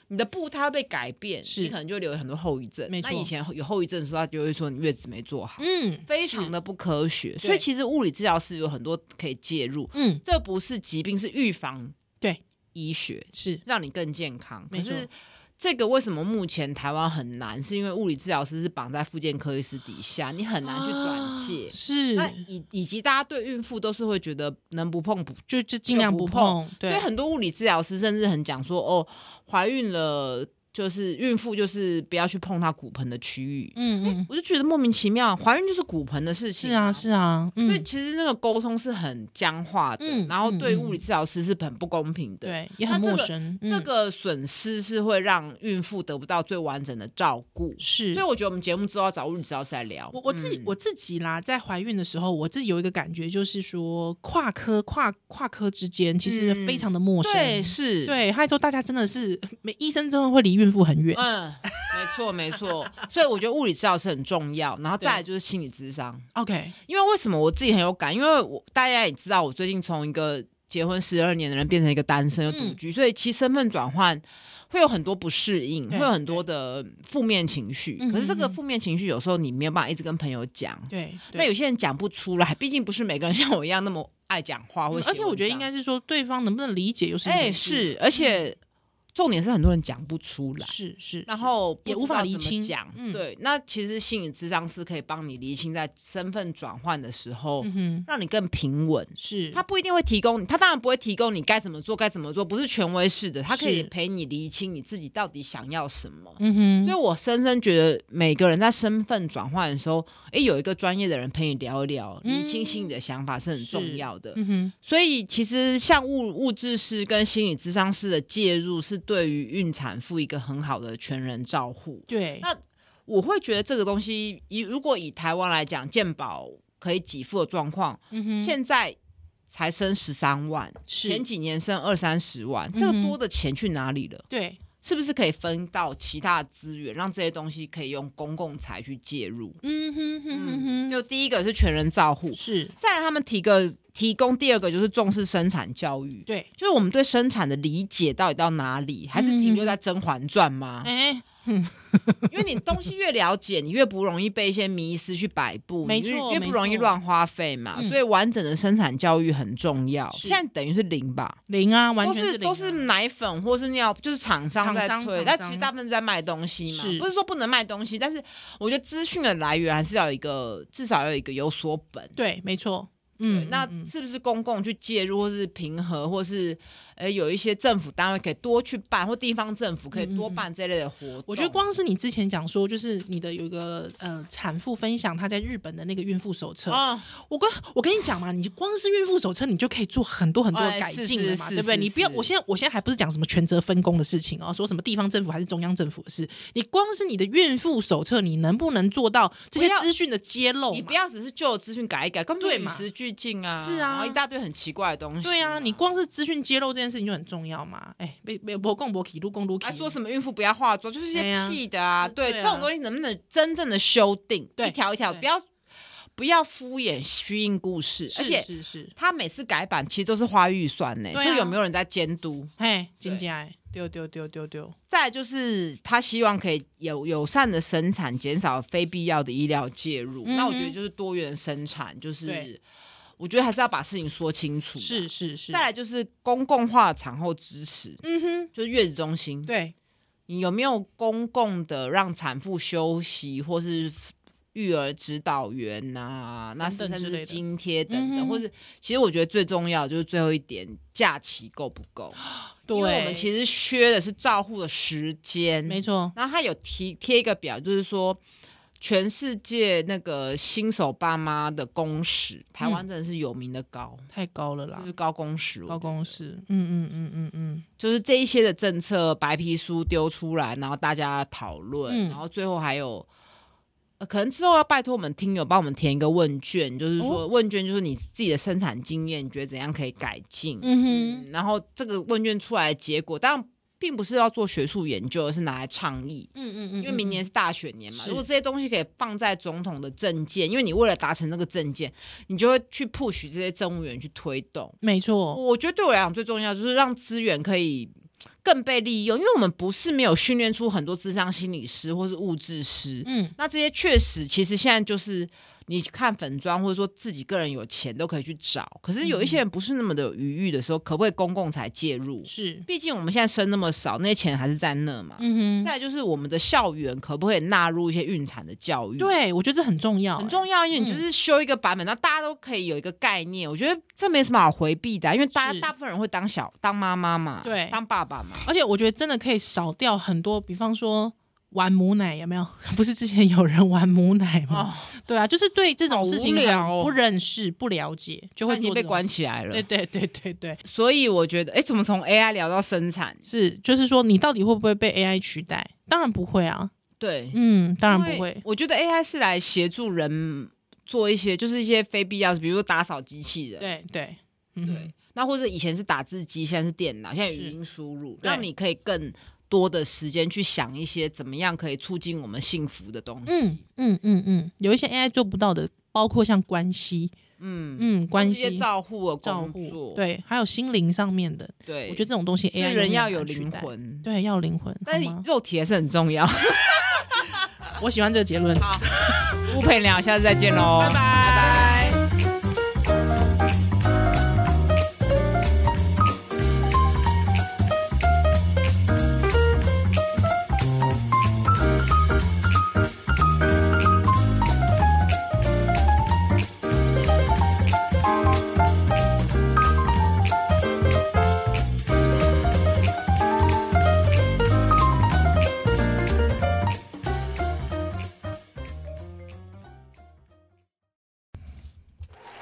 Speaker 2: 你的步它会被改变，
Speaker 3: 是
Speaker 2: 你可能就会留有很多后遗症。
Speaker 3: 没
Speaker 2: 那
Speaker 3: 错
Speaker 2: 以前有后遗症的时候，他就会说你月子没做好，
Speaker 3: 嗯，
Speaker 2: 非常
Speaker 3: 的，
Speaker 2: 的不科学。
Speaker 3: 对
Speaker 2: 所以其实物理治疗是有很多可以介入，
Speaker 3: 嗯，
Speaker 2: 这不是疾病，是预防
Speaker 3: 对
Speaker 2: 医学，
Speaker 3: 是
Speaker 2: 让你更健康。可
Speaker 3: 没错
Speaker 2: 是这个为什么目前台湾很难？是因为物理治疗师是绑在复健科医师底下，你很难去转介。
Speaker 3: 啊是
Speaker 2: 那以以及大家对孕妇都是会觉得能不碰不
Speaker 3: 就就尽量
Speaker 2: 不
Speaker 3: 不
Speaker 2: 碰
Speaker 3: 碰，对，
Speaker 2: 所以很多物理治疗师甚至很讲说，哦，怀孕了就是孕妇就是不要去碰她骨盆的区域。
Speaker 3: 嗯嗯，
Speaker 2: 我就觉得莫名其妙，怀孕就是骨盆的事情、
Speaker 3: 是啊是啊，
Speaker 2: 所以
Speaker 3: 嗯，
Speaker 2: 其实那个沟通是很僵化的，
Speaker 3: 嗯
Speaker 2: 然后对物理
Speaker 3: 嗯嗯
Speaker 2: 治疗师是很不公平的。
Speaker 3: 对，也
Speaker 2: 那
Speaker 3: 很
Speaker 2: 这
Speaker 3: 陌
Speaker 2: 个
Speaker 3: 生，
Speaker 2: 这
Speaker 3: 嗯
Speaker 2: 个损失是会让孕妇得不到最完整的照顾。
Speaker 3: 是
Speaker 2: 所以我觉得我们节目之后要找物理治疗师来聊。
Speaker 3: 我我自己、
Speaker 2: 嗯
Speaker 3: 我自己啦，在怀孕的时候，我自己有一个感觉，就是说跨科跨跨科之间其实
Speaker 2: 嗯
Speaker 3: 非常的陌生。
Speaker 2: 对是，
Speaker 3: 对，还有之后大家真的是，每医生真的会离孕妇很远。
Speaker 2: 嗯，没错没错，所以我觉得物理治疗是很重要，然后再来就是心理智商。
Speaker 3: OK，
Speaker 2: 因为为什么我自己很有感？因为我大家也知道，我最近从一个结婚十二年的人变成一个单身又
Speaker 3: 嗯
Speaker 2: 独居，所以其实身份转换会有很多不适应，会
Speaker 3: 对
Speaker 2: 有很多的负面情绪。
Speaker 3: 嗯
Speaker 2: 可是这个
Speaker 3: 嗯嗯
Speaker 2: 负面情绪有时候你没有办法一直跟朋友讲，
Speaker 3: 对，
Speaker 2: 那有
Speaker 3: 对。
Speaker 2: 些人讲不出来，毕竟不是每个人像我一样那么爱讲话或
Speaker 3: 嗯
Speaker 2: 写文章、
Speaker 3: 而且我觉得应该是说，对方能不能理解，又是一
Speaker 2: 哎、
Speaker 3: 回事嗯
Speaker 2: 是，而且重点是很多人讲不出来。
Speaker 3: 是是，
Speaker 2: 然
Speaker 3: 是
Speaker 2: 后
Speaker 3: 也
Speaker 2: 不
Speaker 3: 无
Speaker 2: 知道
Speaker 3: 法
Speaker 2: 怎
Speaker 3: 厘
Speaker 2: 么
Speaker 3: 清
Speaker 2: 讲、
Speaker 3: 嗯
Speaker 2: 对，那其实心理智商是可以帮你厘清在身份转换的时候，
Speaker 3: 嗯哼，
Speaker 2: 让你更平稳。
Speaker 3: 是
Speaker 2: 他不一定会提供你，他当然不会提供你该怎么做，该怎么做，不是权威式的，他可以
Speaker 3: 是
Speaker 2: 陪你厘清你自己到底想要什么。
Speaker 3: 嗯哼，
Speaker 2: 所以，
Speaker 3: 以
Speaker 2: 我深深觉得每个人在身份转换的时候，诶，有一个专业的人陪你聊一聊，
Speaker 3: 嗯
Speaker 2: 理清心里的想法是很重要的。
Speaker 3: 嗯哼，
Speaker 2: 所以，其实像物物质师跟心理咨商师的介入，是对于孕产妇一个很好的全人照护。
Speaker 3: 对，
Speaker 2: 那我会觉得这个东西，以如果以台湾来讲，健保可以给付的状况，
Speaker 3: 嗯哼，
Speaker 2: 现在才升十三万，
Speaker 3: 是
Speaker 2: 前几年升二三十万，这个
Speaker 3: 嗯哼
Speaker 2: 多的钱去哪里了？
Speaker 3: 对
Speaker 2: 是不是可以分到其他的资源，让这些东西可以用公共财去介入？
Speaker 3: 嗯哼哼哼
Speaker 2: 嗯，
Speaker 3: 哼，
Speaker 2: 就第一个是全人照护，
Speaker 3: 是
Speaker 2: 再来他们提个提供第二个就是重视生产教育，
Speaker 3: 对，
Speaker 2: 就是我们对生产的理解到底到哪里，还是停留在《甄嬛传》吗？
Speaker 3: 嗯哎，
Speaker 2: 因为你东西越了解，你越不容易被一些迷思去摆布，
Speaker 3: 没
Speaker 2: 你就
Speaker 3: 错
Speaker 2: 越
Speaker 3: 没
Speaker 2: 不容易
Speaker 3: 错
Speaker 2: 乱花费嘛。
Speaker 3: 嗯
Speaker 2: 所以完整的生产教育很重要。
Speaker 3: 是
Speaker 2: 现在等于是零吧，
Speaker 3: 零啊，完
Speaker 2: 都
Speaker 3: 全
Speaker 2: 是
Speaker 3: 零
Speaker 2: 都
Speaker 3: 啊
Speaker 2: 是奶粉或是尿，就是厂商
Speaker 3: 厂
Speaker 2: 在
Speaker 3: 商
Speaker 2: 推，
Speaker 3: 厂
Speaker 2: 但其实
Speaker 3: 商
Speaker 2: 大部分是在卖东西嘛
Speaker 3: 是。
Speaker 2: 不是说不能卖东西，但是我觉得资讯的来源还是要有一个，至少要有一个有所本。
Speaker 3: 对，没错，
Speaker 2: 对
Speaker 3: 嗯，
Speaker 2: 那
Speaker 3: 嗯嗯
Speaker 2: 是不是公共去介入，或是平和，或是呃有一些政府单位可以多去办，或地方政府可以
Speaker 3: 嗯嗯
Speaker 2: 多
Speaker 3: 嗯
Speaker 2: 办这类的活动？啊
Speaker 3: 我觉得光是你之前讲说，就是你的有一个呃产妇分享她在日本的那个孕妇手册，
Speaker 2: 啊，
Speaker 3: 我跟我跟你讲嘛，你光是孕妇手册，你就可以做很多很多的
Speaker 2: 哎
Speaker 3: 改
Speaker 2: 是
Speaker 3: 进了嘛，
Speaker 2: 是
Speaker 3: 对不对？
Speaker 2: 是
Speaker 3: 你不要，
Speaker 2: 是
Speaker 3: 我现在我现在还不是讲什么权责分工的事情哦，说什么地方政府还是中央政府的事，你光是你的孕妇手册，你能不能做到这些
Speaker 2: 不要
Speaker 3: 资讯的揭露嘛？
Speaker 2: 你不要只是旧的资讯改一改，根本就
Speaker 3: 对
Speaker 2: 与
Speaker 3: 嘛
Speaker 2: 时俱进啊，
Speaker 3: 是啊
Speaker 2: 然后一大堆很奇怪的东西。
Speaker 3: 对啊，你。光是资讯揭露这件事情就很重要嘛。哎，被被博共博起路共路起
Speaker 2: 还，啊说什么孕妇不要化妆，就是一
Speaker 3: 哎
Speaker 2: 些
Speaker 3: 呀
Speaker 2: 屁的啊！
Speaker 3: 这
Speaker 2: 对，
Speaker 3: 对
Speaker 2: 这
Speaker 3: 啊
Speaker 2: 种东西能不能真正的修订？
Speaker 3: 对
Speaker 2: 一条一条，
Speaker 3: 对
Speaker 2: 不要不要敷衍虚应故事。而且
Speaker 3: 是是，
Speaker 2: 他每次改版其实都是花预算呢，
Speaker 3: 对啊
Speaker 2: 就有没有人在监督？
Speaker 3: 哎，
Speaker 2: 对
Speaker 3: 金姐哎，丢丢丢丢丢，
Speaker 2: 再来就是他希望可以有友善的生产，减少非必要的医疗介入。
Speaker 3: 嗯哼
Speaker 2: 那我觉得就是多元生产，就是
Speaker 3: 对
Speaker 2: 我觉得还是要把事情说清楚。
Speaker 3: 是，是是，
Speaker 2: 再来就是公共化产后支持，
Speaker 3: 嗯哼，
Speaker 2: 就是月子中心，
Speaker 3: 对，
Speaker 2: 你有没有公共的让产妇休息或是？育儿指导员呐、那
Speaker 3: 等
Speaker 2: 甚
Speaker 3: 等之类
Speaker 2: 至
Speaker 3: 的
Speaker 2: 津贴等等，
Speaker 3: 嗯哼
Speaker 2: 或是其实我觉得最重要的就是最后一点，假期够不够？
Speaker 3: 对，
Speaker 2: 因为我们其实缺的是照护的时间。
Speaker 3: 没错，
Speaker 2: 然后他有提贴一个表，就是说全世界那个新手爸妈的工时，台湾真的是有名的高，
Speaker 3: 太高了啦
Speaker 2: 就是，高工时。
Speaker 3: 嗯高公司，嗯嗯嗯嗯嗯，
Speaker 2: 就是这一些的政策白皮书丢出来，然后大家讨论，
Speaker 3: 嗯
Speaker 2: 然后最后还有。呃可能之后要拜托我们听友帮我们填一个问卷，就是说、
Speaker 3: 哦
Speaker 2: 问卷就是你自己的生产经验，你觉得怎样可以改进？
Speaker 3: 嗯
Speaker 2: 然后这个问卷出来的结果，当然并不是要做学术研究，而是拿来倡议。
Speaker 3: 哼，嗯嗯嗯，
Speaker 2: 因为明年是大选年嘛，
Speaker 3: 是
Speaker 2: 如果这些东西可以放在总统的政见，因为你为了达成这个政见，你就会去 push 这些政务员去推动。
Speaker 3: 没错，
Speaker 2: 我觉得对我来讲最重要就是让资源可以更被利用，因为我们不是没有训练出很多智商心理师或是物质师，
Speaker 3: 嗯，
Speaker 2: 那这些确实其实现在就是你看粉砖或者说自己个人有钱都可以去找，可是
Speaker 3: 嗯
Speaker 2: 有一些人不是那么的有余裕的时候，可不可以公共才介入？
Speaker 3: 是，
Speaker 2: 毕竟我们现在生那么少，那些钱还是在那嘛。
Speaker 3: 嗯哼，
Speaker 2: 再来就是我们的校园可不可以纳入一些孕产的教育？，
Speaker 3: 对，嗯我觉得这很重要，
Speaker 2: 很重要，因为你就是修一个版本，那、大家都可以有一个概念。我觉得这没什么好回避的啊、因为大
Speaker 3: 是
Speaker 2: 家大部分人会当小当妈妈嘛，
Speaker 3: 对
Speaker 2: 当爸爸嘛。
Speaker 3: 而且我觉得真的可以少掉很多，比方说玩母奶有没 有？不是之前有人玩母奶吗？
Speaker 2: 哦，
Speaker 3: 对啊，就是对这种事情
Speaker 2: 好无聊
Speaker 3: 很
Speaker 2: 哦
Speaker 3: 不认识、不了解，就
Speaker 2: 他
Speaker 3: 会
Speaker 2: 已经
Speaker 3: 做
Speaker 2: 被
Speaker 3: 这种
Speaker 2: 关
Speaker 3: 事。
Speaker 2: 起来了
Speaker 3: 对。对对对对，
Speaker 2: 所以我觉得，哎，怎么从 AI 聊到生产？
Speaker 3: 是就是说你到底会不会被 AI 取代？当然不会啊，
Speaker 2: 对，
Speaker 3: 嗯，当然
Speaker 2: 因为
Speaker 3: 不会。
Speaker 2: 我觉得 AI 是来协助人做一些，就是一些非必要，比如说打扫机器人。
Speaker 3: 对对，嗯
Speaker 2: 对，
Speaker 3: 哼，
Speaker 2: 那或者以前是打字机，现在是电脑，现在
Speaker 3: 是
Speaker 2: 语音输入，
Speaker 3: 对
Speaker 2: 让你可以更多的时间去想一些怎么样可以促进我们幸福的东西。
Speaker 3: 嗯嗯嗯嗯，有一些 AI 做不到的，包括像关系，
Speaker 2: 嗯
Speaker 3: 嗯，关
Speaker 2: 一些
Speaker 3: 系。
Speaker 2: 照护的
Speaker 3: 照
Speaker 2: 工
Speaker 3: 顾
Speaker 2: 作，
Speaker 3: 对，还有心灵上面的，
Speaker 2: 对，
Speaker 3: 我觉得这种东西
Speaker 2: 所
Speaker 3: AI
Speaker 2: 以
Speaker 3: 永
Speaker 2: 人
Speaker 3: 远
Speaker 2: 要
Speaker 3: 很
Speaker 2: 有
Speaker 3: 难取
Speaker 2: 灵
Speaker 3: 代，
Speaker 2: 魂，
Speaker 3: 对，要灵魂。
Speaker 2: 但是
Speaker 3: 好吗
Speaker 2: 肉体也是很重要。
Speaker 3: 我喜欢这个结论。
Speaker 2: 好，不陪你聊，下次再见喽，
Speaker 3: 拜
Speaker 2: 拜。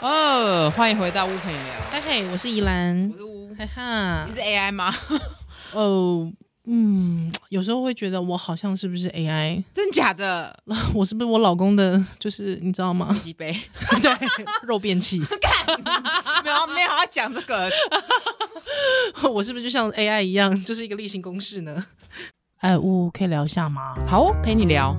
Speaker 2: 哦，欢迎回到不陪你聊，
Speaker 3: 嗨嗨，我是宜兰
Speaker 2: 我，是乌，
Speaker 3: 哈哈
Speaker 2: 你，是 AI 吗？
Speaker 3: 哦，嗯，有时候会觉得我好像是不是 AI，
Speaker 2: 真假的？
Speaker 3: 我是不是我老公的，就是你知道吗？
Speaker 2: 几杯？
Speaker 3: 对，肉变 器，
Speaker 2: 没有没有要讲这个，
Speaker 3: 我是不是就像 AI 一样，就是一个例行公事呢？哎，呜，可以聊一下吗？
Speaker 2: 好哦，陪你聊。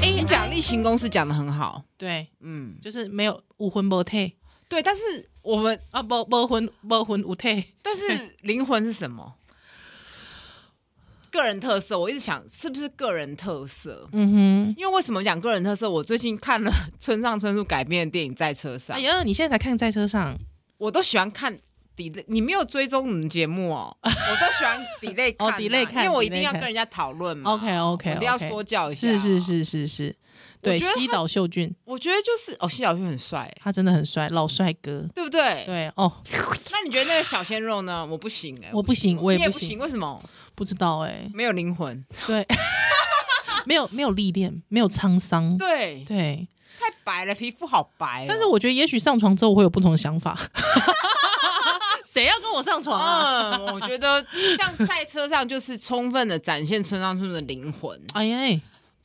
Speaker 2: 哎，你讲例行公事讲的很好，
Speaker 3: 对，
Speaker 2: 嗯，
Speaker 3: 就是没有无魂不退
Speaker 2: 对，但是我们，
Speaker 3: 啊，不不魂不魂无退，
Speaker 2: 但 是灵魂是什么？个人特色，我一直想是不是个人特色？
Speaker 3: 嗯
Speaker 2: 因为为什么讲个人特色？我最近看了村上春树改编的电影《在车
Speaker 3: 哼，
Speaker 2: 上
Speaker 3: 哎》，呀，你现在才看在车上，
Speaker 2: 我都喜欢看 delay。你没有追踪我们节目哦，我都喜 欢 delay 看、啊，
Speaker 3: 哦 delay 看
Speaker 2: 因为我一定
Speaker 3: delay
Speaker 2: 要
Speaker 3: 看
Speaker 2: 跟人家讨论嘛。
Speaker 3: OK OK，
Speaker 2: 嗯我一定要说教一下。
Speaker 3: 是是，是是是，对，
Speaker 2: 我觉得他
Speaker 3: 西岛秀俊
Speaker 2: 我觉得就是哦，谢小轩很帅，
Speaker 3: 他真的很帅，老帅哥。
Speaker 2: 对不对？
Speaker 3: 对哦，
Speaker 2: 那你觉得那个小鲜肉呢？我不行哎、
Speaker 3: 我不行，我
Speaker 2: 你
Speaker 3: 也
Speaker 2: 也
Speaker 3: 不
Speaker 2: 不行，
Speaker 3: 行，
Speaker 2: 为什么？
Speaker 3: 不知道哎、
Speaker 2: 没有灵魂，
Speaker 3: 对， 没有没有历练，没有沧桑，
Speaker 2: 对，
Speaker 3: 对。
Speaker 2: 太白了，皮肤好白哦、
Speaker 3: 但是我觉得也许上床之后会有不同的 想法。谁要跟我上床啊？
Speaker 2: 嗯，我觉得像在车上就是充分的展现村上春树的灵魂。
Speaker 3: 哎呀，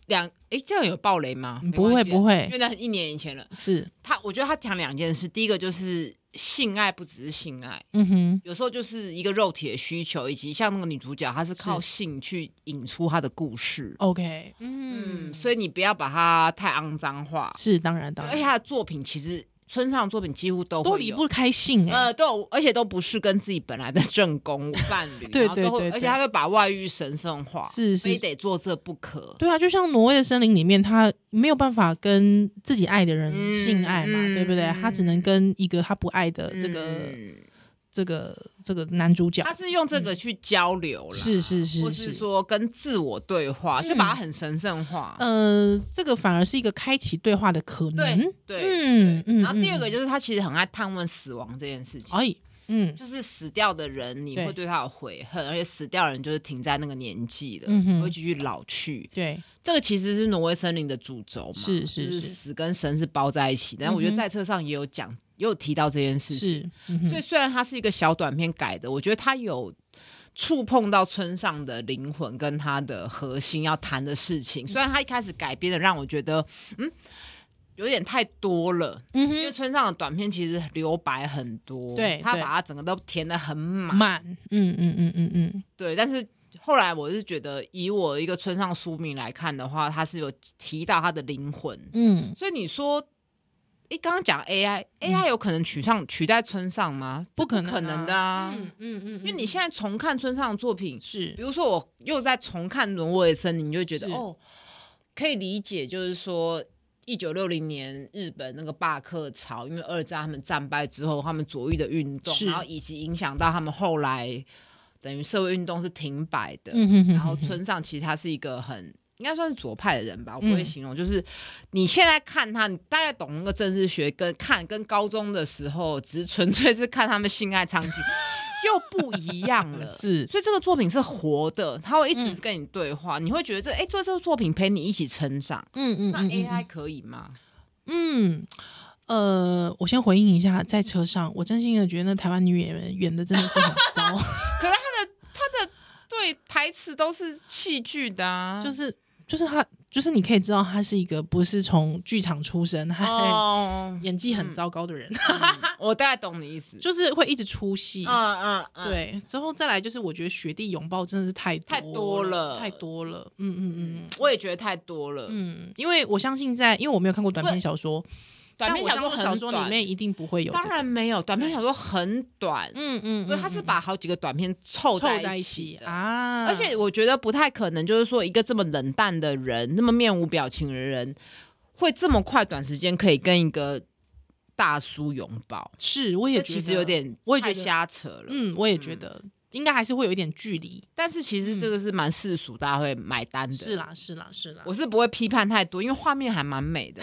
Speaker 2: 两哎，这样有暴雷吗？
Speaker 3: 嗯
Speaker 2: 没
Speaker 3: 不会
Speaker 2: 关系啊
Speaker 3: 不会
Speaker 2: 因为那一年以前了。
Speaker 3: 是，
Speaker 2: 他我觉得他讲两件事，第一个就是性爱不只是性爱，
Speaker 3: 嗯哼，
Speaker 2: 有时候就是一个肉体的需求，以及像那个女主角，她是靠
Speaker 3: 是哦
Speaker 2: 性去引出她的故事。
Speaker 3: OK，
Speaker 2: 嗯，
Speaker 3: 嗯，
Speaker 2: 所以你不要把它太肮脏化，
Speaker 3: 是当然当
Speaker 2: 而且
Speaker 3: 然，
Speaker 2: 他的作品其实。村上的作品几乎都
Speaker 3: 都
Speaker 2: 会
Speaker 3: 离
Speaker 2: 有
Speaker 3: 不开性哎、
Speaker 2: 呃，都有，而且都不是跟自己本来的正 宫伴侣，
Speaker 3: 对
Speaker 2: 然后都
Speaker 3: 对
Speaker 2: 会
Speaker 3: 对
Speaker 2: 而且
Speaker 3: 对
Speaker 2: 他会把外遇神圣化，
Speaker 3: 是
Speaker 2: 非
Speaker 3: 是，
Speaker 2: 得做这不可。
Speaker 3: 对啊，就像挪威的森林里面，他没有办法跟自己爱的人
Speaker 2: 嗯
Speaker 3: 性爱嘛，
Speaker 2: 嗯
Speaker 3: 对不对？他只能跟一个他不爱的这个、
Speaker 2: 嗯
Speaker 3: 这个这个男主角
Speaker 2: 他，是用这个去交流了，
Speaker 3: 嗯是是
Speaker 2: 或
Speaker 3: 是嗯
Speaker 2: 是说跟自我对话，就把它很神圣化。
Speaker 3: 呃，这个反而是一个开启对话的可能。
Speaker 2: 对对。
Speaker 3: 嗯
Speaker 2: 然后第二个
Speaker 3: 是，
Speaker 2: 就是他其实很爱探问死亡这件事情。
Speaker 3: 哎，嗯
Speaker 2: 就是死掉的人，你
Speaker 3: 对
Speaker 2: 会对他有悔恨，而且死掉的人就是停在那个年纪了，
Speaker 3: 嗯哼
Speaker 2: 会继续老去。
Speaker 3: 对，
Speaker 2: 这个其实是挪威森林的主轴嘛，
Speaker 3: 是是
Speaker 2: 就是
Speaker 3: 是
Speaker 2: 死跟神是包在一起的。但我觉
Speaker 3: 嗯
Speaker 2: 得
Speaker 3: 哼
Speaker 2: 在册上也有讲，也有提到这件事情。
Speaker 3: 是，嗯哼
Speaker 2: 所以虽然它是一个小短片改的，我觉得它有触碰到村上的灵魂跟他的核心要谈的事
Speaker 3: 嗯
Speaker 2: 情。虽然他一开始改编的让我觉得，嗯。有点太多了，
Speaker 3: 嗯
Speaker 2: 因为
Speaker 3: 哼，
Speaker 2: 村上的短片其实留白很多，
Speaker 3: 对
Speaker 2: 他
Speaker 3: 对
Speaker 2: 把它整个都填的很满，
Speaker 3: 满，嗯嗯嗯嗯嗯，
Speaker 2: 对，但是后来我是觉得，以我一个村上书名来看的话，他是有提到他的灵魂，
Speaker 3: 嗯，
Speaker 2: 所以你说，诶，刚刚讲 AI，AI、AI 有可能取上取代村上吗？
Speaker 3: 不可
Speaker 2: 不
Speaker 3: 能，
Speaker 2: 可能的啊，
Speaker 3: 嗯嗯嗯，
Speaker 2: 因为你现在重看村上的作品，比
Speaker 3: 是
Speaker 2: 如说我又在重看《挪威的森林》，你就会觉得
Speaker 3: 是
Speaker 2: 哦，可以理解，就是说。一九六零年日本那个罢课潮，因为二战他们战败之后，他们左翼的运动，
Speaker 3: 是
Speaker 2: 然后以及影响到他们后来等于社会运动是停摆的。
Speaker 3: 嗯哼哼，
Speaker 2: 然后村上其实他是一个很应该算是左派的人吧，我不会
Speaker 3: 嗯
Speaker 2: 形容。就是你现在看他，你大概懂那个政治学跟看跟高中的时候，只是纯粹是看他们性爱 场景又不一样了。
Speaker 3: 是
Speaker 2: 所以这个作品是活的，他会一直
Speaker 3: 嗯
Speaker 2: 跟你对话，你会觉得这哎、诶做这个作品陪你一起成长。
Speaker 3: 嗯嗯
Speaker 2: 那 AI 可以吗？
Speaker 3: 嗯。呃，我先回应一下，在车上，我真心的觉得那台湾女演员演的真的是很糟，
Speaker 2: 对，台词都是戏剧的、啊，
Speaker 3: 就是就是她，就是你可以知道她是一个不是从剧场出身，她、，
Speaker 2: 哦
Speaker 3: 演技很糟糕的人，
Speaker 2: 嗯 我大概懂你意思。
Speaker 3: 嗯就是会一直出戏。
Speaker 2: 嗯嗯嗯，
Speaker 3: 对，之后再来就是，我觉得学弟拥抱真的是太
Speaker 2: 太多了
Speaker 3: 了，太多了。嗯嗯嗯
Speaker 2: 我也觉得太多了。
Speaker 3: 嗯，因为我相信在，因为我没有看过短篇小说，
Speaker 2: 短篇
Speaker 3: 但我
Speaker 2: 小
Speaker 3: 相
Speaker 2: 说
Speaker 3: 信小
Speaker 2: 很
Speaker 3: 说
Speaker 2: 短，
Speaker 3: 里面一定不会有、
Speaker 2: 当，然没有，短篇小说很短，
Speaker 3: 嗯嗯，
Speaker 2: 因为它是把好几个短篇凑
Speaker 3: 凑在
Speaker 2: 在
Speaker 3: 一
Speaker 2: 起
Speaker 3: 起
Speaker 2: 的。
Speaker 3: 啊，
Speaker 2: 而且我觉得不太可能，就是说一个这么冷淡的人，那么面无表情的人，会这么快短时间可以跟一个大叔拥抱，
Speaker 3: 是我也
Speaker 2: 这
Speaker 3: 觉
Speaker 2: 其
Speaker 3: 得
Speaker 2: 实有，点
Speaker 3: 我也觉
Speaker 2: 太
Speaker 3: 得
Speaker 2: 瞎扯了。
Speaker 3: 嗯，我也觉得、应该还是会有一点距离。
Speaker 2: 但是其实这个是蛮世俗，大家会买单的。
Speaker 3: 嗯是，啦，是啦，是啦，
Speaker 2: 我是不会批判太多，因为画面还蛮美 的。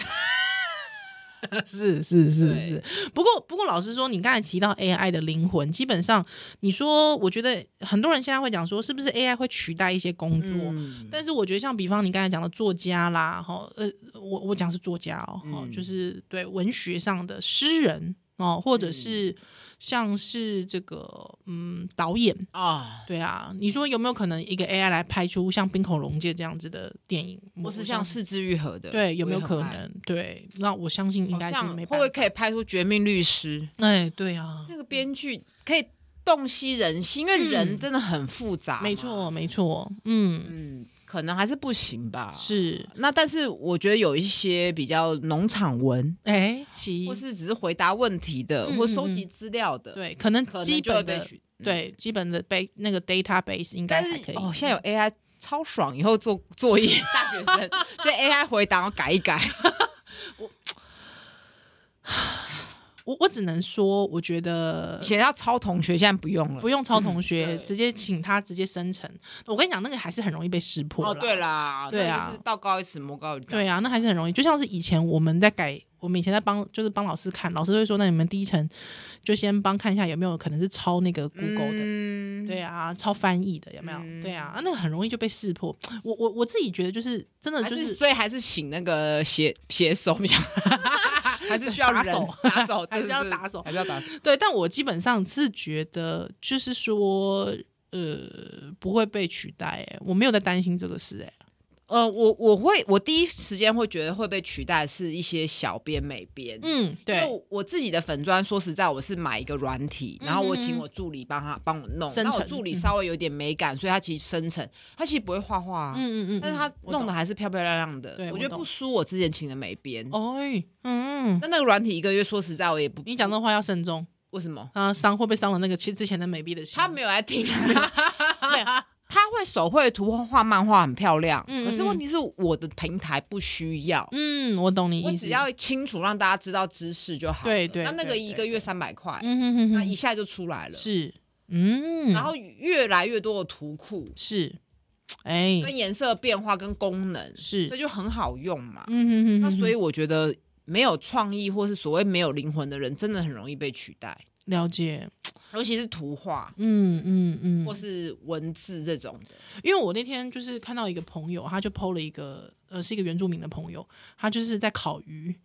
Speaker 3: 是是是
Speaker 2: 对
Speaker 3: 是，不过不过，老实说，你刚才提到 AI 的灵魂，基本上你说，我觉得很多人现在会讲说，是不是 AI 会取代一些工作？
Speaker 2: 嗯
Speaker 3: 但是我觉得，像比方你刚才讲的作家啦，哈，呃，我我讲是作家哦，齁
Speaker 2: 嗯
Speaker 3: 就是对文学上的诗人哦，或者是
Speaker 2: 嗯
Speaker 3: 像是这个嗯导演，
Speaker 2: 啊，
Speaker 3: 对啊，你说有没有可能一个 AI 来拍出像冰口龙介这样子的电影，
Speaker 2: 或
Speaker 3: 我
Speaker 2: 是
Speaker 3: 我
Speaker 2: 像《
Speaker 3: 相
Speaker 2: 四肢愈合》的，
Speaker 3: 对有没有
Speaker 2: 我也很
Speaker 3: 可
Speaker 2: 爱？
Speaker 3: 能？对，那我相信应该是
Speaker 2: 好像
Speaker 3: 没
Speaker 2: 会
Speaker 3: 办
Speaker 2: 不
Speaker 3: 法
Speaker 2: 会。可以拍出《绝命律师》？
Speaker 3: 哎，对啊，
Speaker 2: 那个编剧可以洞悉人心，因为人真的很复杂、
Speaker 3: 没错，，没错，嗯，
Speaker 2: 嗯，可能还是不行吧。
Speaker 3: 是，
Speaker 2: 那但是我觉得有一些比较农场文，
Speaker 3: 哎，其
Speaker 2: 或是只是回答问题的，
Speaker 3: 嗯
Speaker 2: 或
Speaker 3: 嗯
Speaker 2: 收
Speaker 3: 嗯
Speaker 2: 集资料的，，
Speaker 3: 对，可能
Speaker 2: 可能
Speaker 3: 基
Speaker 2: 就会
Speaker 3: 本
Speaker 2: 被
Speaker 3: 的
Speaker 2: 取。嗯，
Speaker 3: 对基本的 base 那个 database 应该
Speaker 2: 但
Speaker 3: 还
Speaker 2: 是
Speaker 3: 可以。嗯
Speaker 2: 哦，现在有 AI 超爽，以后做作业大学 生这 AI 回答然后改一改，
Speaker 3: 我我只能说，我觉得
Speaker 2: 以前要抄同学，现在不用了
Speaker 3: 不。用抄同学，
Speaker 2: 嗯对
Speaker 3: 直接请他直接生成。我跟你讲，那个还是很容易被识破
Speaker 2: 哦，
Speaker 3: 啦
Speaker 2: 对啦，
Speaker 3: 对
Speaker 2: 那
Speaker 3: 啊
Speaker 2: 就是道高一尺，魔高一丈。
Speaker 3: 对啊，那还是很容易。就像是以前我们在改，我们以前在帮就是帮老师看，老师会说，那你们第一层就先帮看一下有没有可能是抄那个 Google 的。
Speaker 2: 嗯
Speaker 3: 对啊，抄翻译的有没有？
Speaker 2: 嗯
Speaker 3: 对啊，啊那个很容易就被识破。我我我自己觉得就是真的
Speaker 2: 还
Speaker 3: 就是是
Speaker 2: 所以还是请那个写写手 比较，还是需要
Speaker 3: 打
Speaker 2: 人
Speaker 3: 手
Speaker 2: 打手，
Speaker 3: 还是
Speaker 2: 对
Speaker 3: 要
Speaker 2: 对对
Speaker 3: 打 手
Speaker 2: 还是要打手。
Speaker 3: 对，但我基本上是觉得，就是说，呃，不会被取代、欸。我没有在担心这个事、欸，哎，
Speaker 2: 呃，我我会我第一时间会觉得会被取代是一些小编美编，
Speaker 3: 嗯，
Speaker 2: 因
Speaker 3: 对，
Speaker 2: 为我自己的粉砖，说实在，我是买一个软体，然后我请
Speaker 3: 嗯
Speaker 2: 我助理帮他帮我弄，
Speaker 3: 生
Speaker 2: 那我
Speaker 3: 成
Speaker 2: 助理
Speaker 3: 嗯
Speaker 2: 稍微有点美感，所以他其实生成，他其实不会画画、啊，
Speaker 3: 嗯嗯嗯，
Speaker 2: 但是他
Speaker 3: 我
Speaker 2: 弄
Speaker 3: 懂
Speaker 2: 的，还是漂漂亮亮的
Speaker 3: 对，
Speaker 2: 我哦
Speaker 3: 我
Speaker 2: 觉得
Speaker 3: 懂
Speaker 2: 不输我之前请的美编。
Speaker 3: 哎，嗯，
Speaker 2: 那那个软体一个月，说实在，我也不
Speaker 3: 你讲这话要慎重
Speaker 2: 为什么
Speaker 3: 啊，伤会不会伤了那个其实之前的美币的心？
Speaker 2: 他 没有来听，他会手绘图画漫画很漂亮，
Speaker 3: 嗯嗯
Speaker 2: 可是问题是我的平台不需要。
Speaker 3: 嗯，我懂你意思，
Speaker 2: 我只要清楚让大家知道知识就好了。
Speaker 3: 对对
Speaker 2: 那那个
Speaker 3: 对
Speaker 2: 一
Speaker 3: 对
Speaker 2: 个月三百块，
Speaker 3: 嗯哼哼
Speaker 2: 那
Speaker 3: 哼，
Speaker 2: 一下就出来了。
Speaker 3: 是，嗯，
Speaker 2: 然后越来越多的图库
Speaker 3: 是，哎，
Speaker 2: 跟颜色变化跟功能，
Speaker 3: 是
Speaker 2: 所以，就很好用嘛。
Speaker 3: 嗯哼哼，
Speaker 2: 那所以
Speaker 3: 哼
Speaker 2: 我觉得没有创意或是所谓没有灵魂的人，真的很容易被取代，
Speaker 3: 了解，
Speaker 2: 尤其是图画
Speaker 3: 嗯嗯嗯，
Speaker 2: 或是文字这种的。
Speaker 3: 因为我那天就是看到一个朋友，他就 PO 了一个，呃，是一个原住民的朋友，他就是在烤 鱼，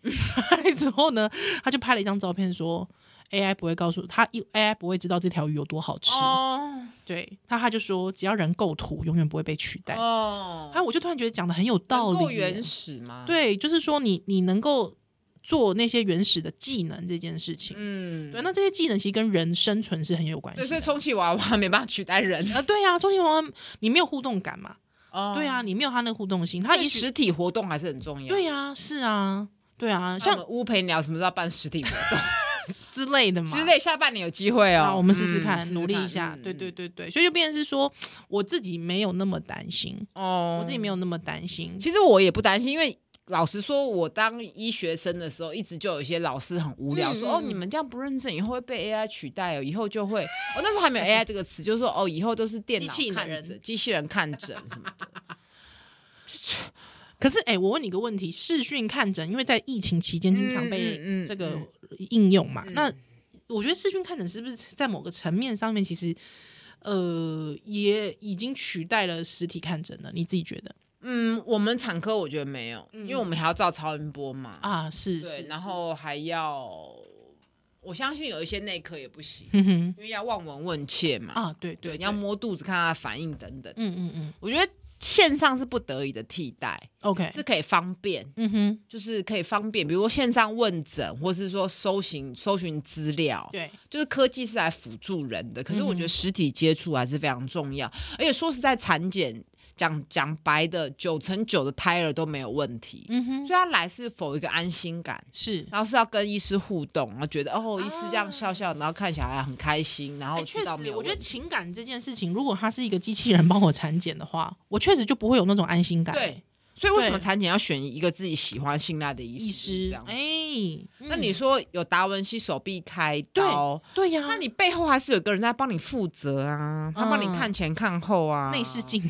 Speaker 3: 之后呢，他就拍了一张照片说。AI 不会告诉他一 AI 不会知道这条鱼有多好吃，
Speaker 2: 哦
Speaker 3: 对，他他就说只要人够土，永远不会被取代。
Speaker 2: 哦
Speaker 3: 哎、我就突然觉得讲的很有道
Speaker 2: 能够
Speaker 3: 理耶，
Speaker 2: 原始吗？，
Speaker 3: 对，就是说你你能够做那些原始的技能这件事情，
Speaker 2: 嗯，
Speaker 3: 对，那这些技能其实跟人生存是很有关系
Speaker 2: 对，
Speaker 3: 的。
Speaker 2: 所以充气娃娃 没办法取代人。
Speaker 3: 呃，对呀、充气娃娃你没有互动感嘛？
Speaker 2: 哦
Speaker 3: 对啊，，你没有他那个互动性，
Speaker 2: 它
Speaker 3: 他
Speaker 2: 以
Speaker 3: 也许
Speaker 2: 实体活动还是很重要。
Speaker 3: 对呀、是啊，对啊，
Speaker 2: 像
Speaker 3: 像
Speaker 2: 乌陪聊什么时候办实体活 动
Speaker 3: 之类的嘛，
Speaker 2: 之类，下半年有机会
Speaker 3: 啊，
Speaker 2: 哦，
Speaker 3: 我们试试
Speaker 2: 嗯
Speaker 3: 看，努力一下。对对，对对，所以就变成是说，我自己没有那么担心，
Speaker 2: 嗯哦
Speaker 3: 我自己没有那么担心。
Speaker 2: 其实我也不担心，因为老实说，我当医学生的时候，一直就有一些老师很无聊，
Speaker 3: 嗯
Speaker 2: 说
Speaker 3: 嗯
Speaker 2: 哦，
Speaker 3: 嗯
Speaker 2: 你们这样不认真，以后会被 AI 取代哦，以后就会。我、哦、那时候还没有 AI 这个词，就是说哦，以后都是电脑
Speaker 3: 机器
Speaker 2: 看
Speaker 3: 人
Speaker 2: 诊、机器人看诊什么的。
Speaker 3: 可是，哎、我问你一个问题：视讯看诊，因为在疫情期间经常
Speaker 2: 嗯嗯嗯
Speaker 3: 被这个
Speaker 2: 嗯
Speaker 3: 应用嘛，
Speaker 2: 嗯
Speaker 3: 那我觉得视讯看诊是不是在某个层面上面，其实呃也已经取代了实体看诊了？你自己觉得
Speaker 2: 嗯，我们产科我觉得没有，因为我们还要照超音波嘛，
Speaker 3: 啊？是，
Speaker 2: 对，
Speaker 3: 嗯是
Speaker 2: 然
Speaker 3: 是
Speaker 2: 后还要，我相信有一些内科也不行，
Speaker 3: 哼嗯哼
Speaker 2: 因为要望闻问切嘛，
Speaker 3: 啊，对
Speaker 2: 对，
Speaker 3: 对，
Speaker 2: 你要
Speaker 3: 对
Speaker 2: 摸肚子看他的反应等等。
Speaker 3: 嗯嗯嗯
Speaker 2: 我觉得线上是不得已的替代，
Speaker 3: ，OK，
Speaker 2: 是可以方便，
Speaker 3: 嗯哼，
Speaker 2: 就是可以方便，比如说线上问诊，或是说搜寻搜寻资料，
Speaker 3: 对，
Speaker 2: 就是科技是来辅助人的。可是我
Speaker 3: 嗯
Speaker 2: 觉得实体接触还是非常重要，而且说实在，产检讲讲白的，九成九的胎儿都没有问题，
Speaker 3: 嗯哼，
Speaker 2: 所以他来是否一个安心感。
Speaker 3: 是。
Speaker 2: 然后是要跟医师互动，然后觉得哦，医师这样
Speaker 3: 啊
Speaker 2: 笑笑，然后看小孩很开心，然后
Speaker 3: 哎确
Speaker 2: 知道没
Speaker 3: 实，
Speaker 2: 有
Speaker 3: 我
Speaker 2: 问
Speaker 3: 觉得
Speaker 2: 题
Speaker 3: 情感这件事情，如果他是一个机器人帮我产检的话，我确实就不会有那种安心感。
Speaker 2: 对，所以为什么
Speaker 3: 对
Speaker 2: 产检要选一个自己喜欢、信赖的医
Speaker 3: 医
Speaker 2: 师？就是
Speaker 3: 师
Speaker 2: 这，样。
Speaker 3: 哎、
Speaker 2: 那
Speaker 3: 嗯
Speaker 2: 你说有达文西手臂开
Speaker 3: 对
Speaker 2: 刀，
Speaker 3: 对呀、
Speaker 2: 那你背后还是有个人在帮你负责啊，他帮你看前看后啊。
Speaker 3: 嗯内视，镜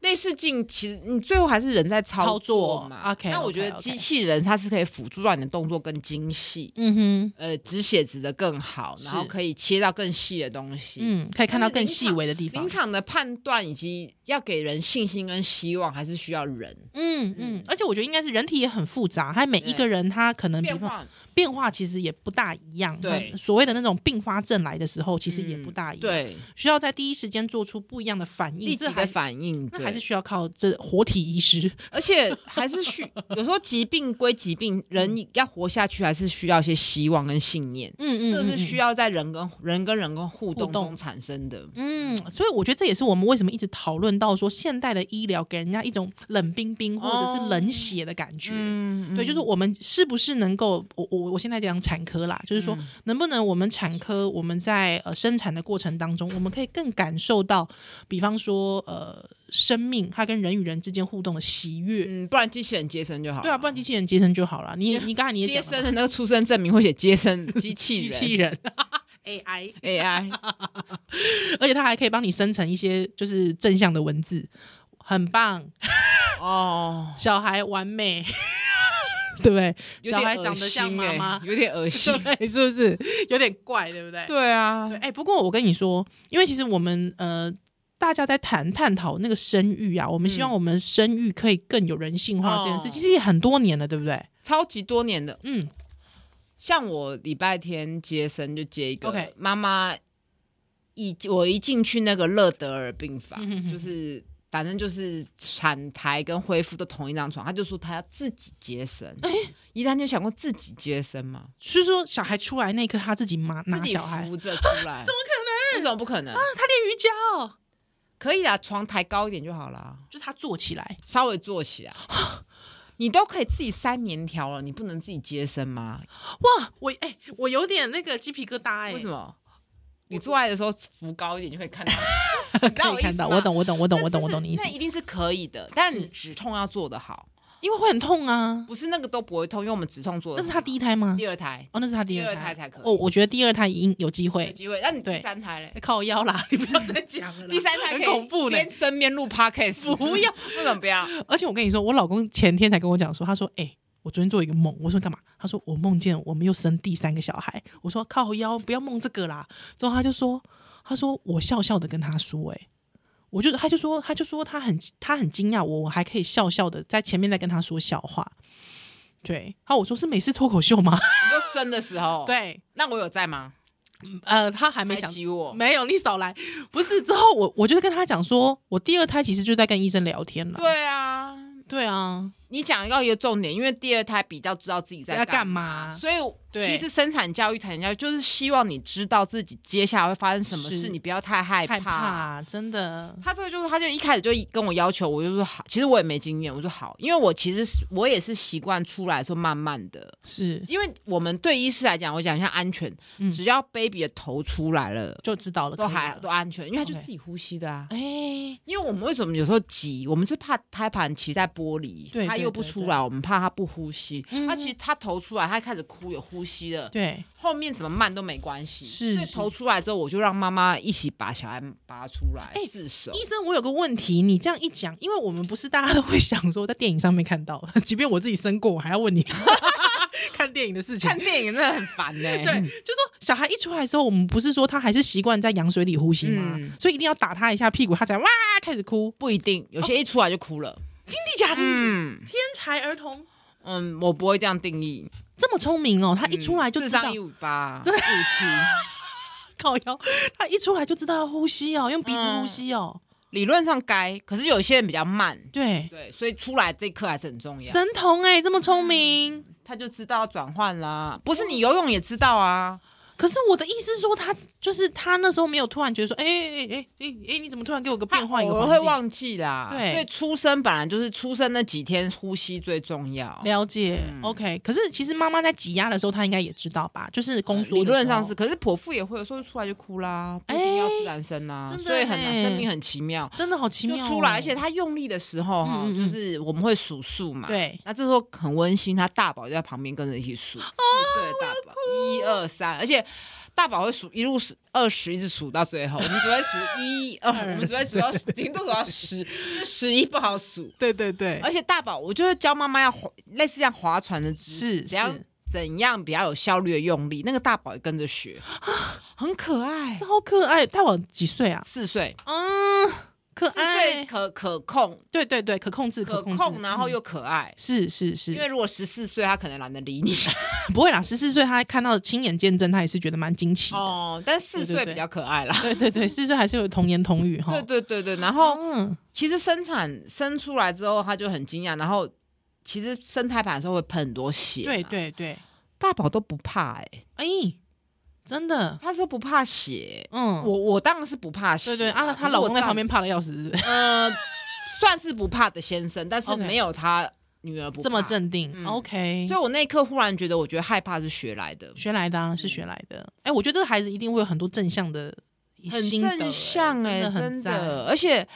Speaker 2: 内视镜其实你最后还是人在操
Speaker 3: 操作
Speaker 2: 嘛。
Speaker 3: OK，
Speaker 2: 那我觉得
Speaker 3: OK，OK
Speaker 2: 机器人它是可以辅助到你的动作更精细，
Speaker 3: 嗯哼，
Speaker 2: 呃，止血止的更好，然后
Speaker 3: 是
Speaker 2: 可以切到更细的东西。
Speaker 3: 嗯，可以看到
Speaker 2: 但
Speaker 3: 更
Speaker 2: 是临
Speaker 3: 细
Speaker 2: 场
Speaker 3: 微的地方
Speaker 2: 临。场的判断以及要给人信心跟希望，还是需要人
Speaker 3: 嗯嗯，而且我觉得应该是人体也很复杂，还每一
Speaker 2: 对
Speaker 3: 个人他可嗯能比
Speaker 2: 变
Speaker 3: 方
Speaker 2: 化。
Speaker 3: 变化其实也不大一样。
Speaker 2: 对
Speaker 3: 他所谓的那种并发症来的时候，其实也
Speaker 2: 嗯
Speaker 3: 不大一样。，
Speaker 2: 对，
Speaker 3: 需要在第一时间做出不一样的反应。
Speaker 2: 立即
Speaker 3: 哎这
Speaker 2: 的
Speaker 3: 还
Speaker 2: 反应，
Speaker 3: 那
Speaker 2: 对
Speaker 3: 还是需要靠这活体医师。
Speaker 2: 而且还是 需有时候疾病归疾病，
Speaker 3: 嗯
Speaker 2: 人要活下去还是需要一些希望跟信念，
Speaker 3: 嗯嗯，
Speaker 2: 这是需
Speaker 3: 要。
Speaker 2: 要在人跟人跟人跟互动
Speaker 3: 互动
Speaker 2: 中产生的。
Speaker 3: 嗯，所以我觉得这也是我们为什么一直讨论到说现代的医疗给人家一种冷冰冰或者是冷血的感觉。
Speaker 2: 哦嗯
Speaker 3: 对，就是我们是不是能够，我我我现在讲产科啦，就是说
Speaker 2: 嗯
Speaker 3: 能不能我们产科我们在呃生产的过程当中，我们可以更感受到，比方说呃生命它跟人与人之间互动的喜悦。
Speaker 2: 嗯，不然机器人接生就好。
Speaker 3: 对啊，不然机器人接生就好了。你也你刚才你也
Speaker 2: 接
Speaker 3: 讲
Speaker 2: 生
Speaker 3: 了嘛
Speaker 2: 的那个出生证明会写接生机器
Speaker 3: 机
Speaker 2: 人
Speaker 3: 器人 AI，
Speaker 2: AI，
Speaker 3: 而且它还可以帮你生成一些就是正向的文字，很棒，
Speaker 2: 哦，
Speaker 3: 小孩完美， 对不对？
Speaker 2: 有
Speaker 3: 小
Speaker 2: 点
Speaker 3: 孩
Speaker 2: 恶
Speaker 3: 长得像
Speaker 2: 心
Speaker 3: 妈
Speaker 2: 欸
Speaker 3: 妈，
Speaker 2: 有点恶心。
Speaker 3: 对，是不是有点怪，对不对？
Speaker 2: 对啊
Speaker 3: 对，，哎、不过我跟你说，因为其实我们呃，大家在谈探讨那个生育啊，我们希望
Speaker 2: 嗯
Speaker 3: 我们生育可以更有人性化这件事，
Speaker 2: 哦
Speaker 3: 其实也很多年了，对不对？
Speaker 2: 超级多年的，
Speaker 3: 嗯，
Speaker 2: 像我礼拜天接生就接一个
Speaker 3: OK
Speaker 2: 妈妈一我一进去那个乐德尔病房，
Speaker 3: 嗯哼哼
Speaker 2: 就是反正就是产台跟恢复都同一张床，他就说他要自己接生。哎、一旦你有想过自己接生吗？
Speaker 3: 是说小孩出来那一刻他自己妈拿
Speaker 2: 自己
Speaker 3: 小孩，
Speaker 2: 扶 着出来？怎么可能？为什么不可能？
Speaker 3: 他练瑜伽哦，
Speaker 2: 可以啦，床抬高一点就好啦，
Speaker 3: 就是他坐起来，
Speaker 2: 稍微坐起 来。你都可以自己塞棉条了，你不能自己接生吗？
Speaker 3: 哇，我哎、我有点那个鸡皮疙瘩哎、
Speaker 2: 为什么？你做爱的时候扶高一点就会看到，你知道
Speaker 3: 可
Speaker 2: 我
Speaker 3: 以
Speaker 2: 意思
Speaker 3: 看到，
Speaker 2: 吗
Speaker 3: 我懂，我懂，我懂，
Speaker 2: 那
Speaker 3: 我懂，
Speaker 2: 这
Speaker 3: 我
Speaker 2: 是
Speaker 3: 懂你意思
Speaker 2: 那，一定是可以的，但是
Speaker 3: 是
Speaker 2: 你止痛要做得好，
Speaker 3: 因为会很痛啊。
Speaker 2: 不是那个都不会痛，因为我们止痛做的。
Speaker 3: 那是他第
Speaker 2: 一
Speaker 3: 一胎吗？
Speaker 2: 第二胎
Speaker 3: 哦，那是他
Speaker 2: 第
Speaker 3: 二
Speaker 2: 二胎才可以
Speaker 3: 哦，我觉得第二胎应有机
Speaker 2: 有
Speaker 3: 会。
Speaker 2: 机会，那你第
Speaker 3: 对
Speaker 2: 三胎嘞？
Speaker 3: 靠腰啦，你 不要再讲 了啦。
Speaker 2: 第三胎可
Speaker 3: 很
Speaker 2: 以
Speaker 3: 恐怖嘞
Speaker 2: 边。生边录 podcast，不要， 为什么不要？
Speaker 3: 而且我跟你说，我老公前天才跟我讲说，他说：“哎、我昨天做一个梦。”我说：“干嘛？”他说：“我梦见我们又生第三个小孩。”我说：“靠腰，不要梦这个啦。”之后他就说：“他说我笑笑的跟他说、哎，我就他就说他就说他很他很惊讶，我我还可以笑笑的在前面在跟他说笑话。”对，啊，我说是美式脱口秀吗？
Speaker 2: 你说生的时候，，
Speaker 3: 对，
Speaker 2: 那我有在吗？
Speaker 3: 呃，他哦还没
Speaker 2: 来
Speaker 3: 想
Speaker 2: 挤我，
Speaker 3: 没有，你少来。不是之后我我就是跟他讲说，我第二胎其实就在跟医生聊天了。
Speaker 2: 对啊，
Speaker 3: 对啊，
Speaker 2: 你讲到一个重点，因为第二胎比较知道自己在
Speaker 3: 在
Speaker 2: 干
Speaker 3: 干
Speaker 2: 嘛。
Speaker 3: 嘛？
Speaker 2: 所以，
Speaker 3: 对
Speaker 2: 其实生产教育、产前教育就是希望你知道自己接下来会发生什么事，
Speaker 3: 是
Speaker 2: 你不要太害
Speaker 3: 害
Speaker 2: 怕
Speaker 3: 怕，真的。
Speaker 2: 他这个就是，他就一开始就跟我要求，我就说好，其实我也没经验，我说好，因为我其实是我也是习惯出来的时候慢慢的，
Speaker 3: 是
Speaker 2: 因为我们对医师来讲，我讲一下安全，
Speaker 3: 嗯
Speaker 2: 只要 baby 的头出来了。
Speaker 3: 就知道了，
Speaker 2: 都
Speaker 3: 可以
Speaker 2: 还
Speaker 3: 了
Speaker 2: 都安全，因为他就
Speaker 3: OK
Speaker 2: 自己呼吸的啊。
Speaker 3: 哎、
Speaker 2: 因为我们为什么有时候急，我们是怕胎盘脐带剥离
Speaker 3: 对，
Speaker 2: 他
Speaker 3: 对
Speaker 2: 又不
Speaker 3: 对
Speaker 2: 出
Speaker 3: 对
Speaker 2: 来，我们怕他不呼吸。
Speaker 3: 嗯
Speaker 2: 他其实他头出来，他开始哭，有呼吸了，
Speaker 3: 对，
Speaker 2: 后面怎么慢都没关系。
Speaker 3: 是
Speaker 2: 所以
Speaker 3: 是
Speaker 2: 头出来之后，我就让妈妈一起把小孩拔出来，
Speaker 3: 哎
Speaker 2: 自首。
Speaker 3: 医生，我有个问题，你这样一讲，因为我们不是大家都会想说在电影上面看到，即便我自己生过，我还要 问你看电影的事情
Speaker 2: 看。电影真的很烦 呢、
Speaker 3: 对，就说小孩一出来的时候，我们不是说他还是习惯在羊水里呼吸吗？
Speaker 2: 嗯
Speaker 3: 所以一定要打他一下屁股，他才哇开始哭。
Speaker 2: 不一定，
Speaker 3: 哦
Speaker 2: 有些一出来就哭了。
Speaker 3: 真的假的？
Speaker 2: 嗯
Speaker 3: 天才儿童
Speaker 2: 嗯，我不会这样定义。
Speaker 3: 这么聪明哦，他
Speaker 2: 他
Speaker 3: 一出来就
Speaker 2: 嗯智
Speaker 3: 知道
Speaker 2: 商一五八，
Speaker 3: 真
Speaker 2: 一五七，
Speaker 3: 靠腰，他一出来就知道要呼吸哦，用鼻子呼吸哦，
Speaker 2: 理论上该，可是有些人比较慢。
Speaker 3: 对，
Speaker 2: 对，所以出来这一刻还是很重要。
Speaker 3: 神童哎、这么聪明。
Speaker 2: 他就知道转换啦，不是你游泳也知道啊。
Speaker 3: 可是我的意思是说他，就是他那时候没有突然觉得说，哎哎哎哎哎，你怎么突然给我个
Speaker 2: 他
Speaker 3: 变换一个
Speaker 2: 偶尔
Speaker 3: 环
Speaker 2: 会
Speaker 3: 境？
Speaker 2: 忘记啦。
Speaker 3: 对
Speaker 2: 所以出生本来就是出生那几天呼吸最重要。
Speaker 3: 了解、
Speaker 2: 嗯
Speaker 3: o k 可是其实妈妈在挤压的时候，她应该也知道吧？就是宫缩的时候、
Speaker 2: 呃嗯理论上是，可是剖腹也会有时候出来就哭啦，不一定要自然生啦，
Speaker 3: 哎真的
Speaker 2: 所以很难，
Speaker 3: 欸
Speaker 2: 生命很奇妙。
Speaker 3: 真的好奇
Speaker 2: 就
Speaker 3: 妙哦、
Speaker 2: 出来，而且他用力的时候哈，
Speaker 3: 嗯嗯嗯
Speaker 2: 就是我们会数数嘛。
Speaker 3: 对啊
Speaker 2: 那这时候很温馨，他大宝就在旁边跟着一起数，四岁的大宝，一二三，而且大宝会数一路数二十，一直数到最后，我们只会 数一二，我们只会数到顶多数到十，就十一不好数。
Speaker 3: 对对对
Speaker 2: 而且大宝，我就会教妈妈要划类似像划船的姿势，
Speaker 3: 是
Speaker 2: 怎样
Speaker 3: 是
Speaker 2: 怎样比较有效率的用力，那个大宝也跟着学，很可爱
Speaker 3: 这。好啊可爱。大我几岁啊？
Speaker 2: 四岁，
Speaker 3: 嗯，可
Speaker 2: 四岁
Speaker 3: 爱，
Speaker 2: 可可控，
Speaker 3: 对对对，哎可控制，
Speaker 2: 可
Speaker 3: 控制，
Speaker 2: 控，然后
Speaker 3: 嗯
Speaker 2: 又可爱。
Speaker 3: 是是是，
Speaker 2: 因为如果十四岁，他可能懒得理你
Speaker 3: 不会啦，十四岁他看到亲眼见证，他也是觉得蛮惊奇的。
Speaker 2: 哦，但四
Speaker 3: 对
Speaker 2: 岁
Speaker 3: 对
Speaker 2: 比
Speaker 3: 对
Speaker 2: 较可爱啦。
Speaker 3: 对对对，四岁还是有童言童语哈。
Speaker 2: 对对对对，然
Speaker 3: 哦，
Speaker 2: 后
Speaker 3: 嗯，
Speaker 2: 其实生产生出来之后，他就很惊讶，然后其实生胎盘的时候会喷很多血，
Speaker 3: 对，对对，
Speaker 2: 大宝都不怕哎、
Speaker 3: 哎、真的，
Speaker 2: 他说不怕血，
Speaker 3: 嗯，
Speaker 2: 我我当然是不怕血，
Speaker 3: 对对啊，
Speaker 2: 可
Speaker 3: 她
Speaker 2: 是
Speaker 3: 老
Speaker 2: 我
Speaker 3: 公在
Speaker 2: 丈
Speaker 3: 旁边，怕的要死，是不是
Speaker 2: 呃，算是不怕的先生，但是
Speaker 3: OK
Speaker 2: 没有他女儿不
Speaker 3: 这么
Speaker 2: 怕。
Speaker 3: 镇定、
Speaker 2: 嗯
Speaker 3: o k
Speaker 2: 所以我那一刻忽然觉得，我觉得害怕是学来的，
Speaker 3: 学来的、啊、
Speaker 2: 嗯
Speaker 3: 是学来的。哎、我觉得这个孩子一定会有很多正向的
Speaker 2: 很
Speaker 3: 心得、
Speaker 2: 正向
Speaker 3: 哎、
Speaker 2: 哎、
Speaker 3: 真的很
Speaker 2: 真的，
Speaker 3: 赞。
Speaker 2: 而且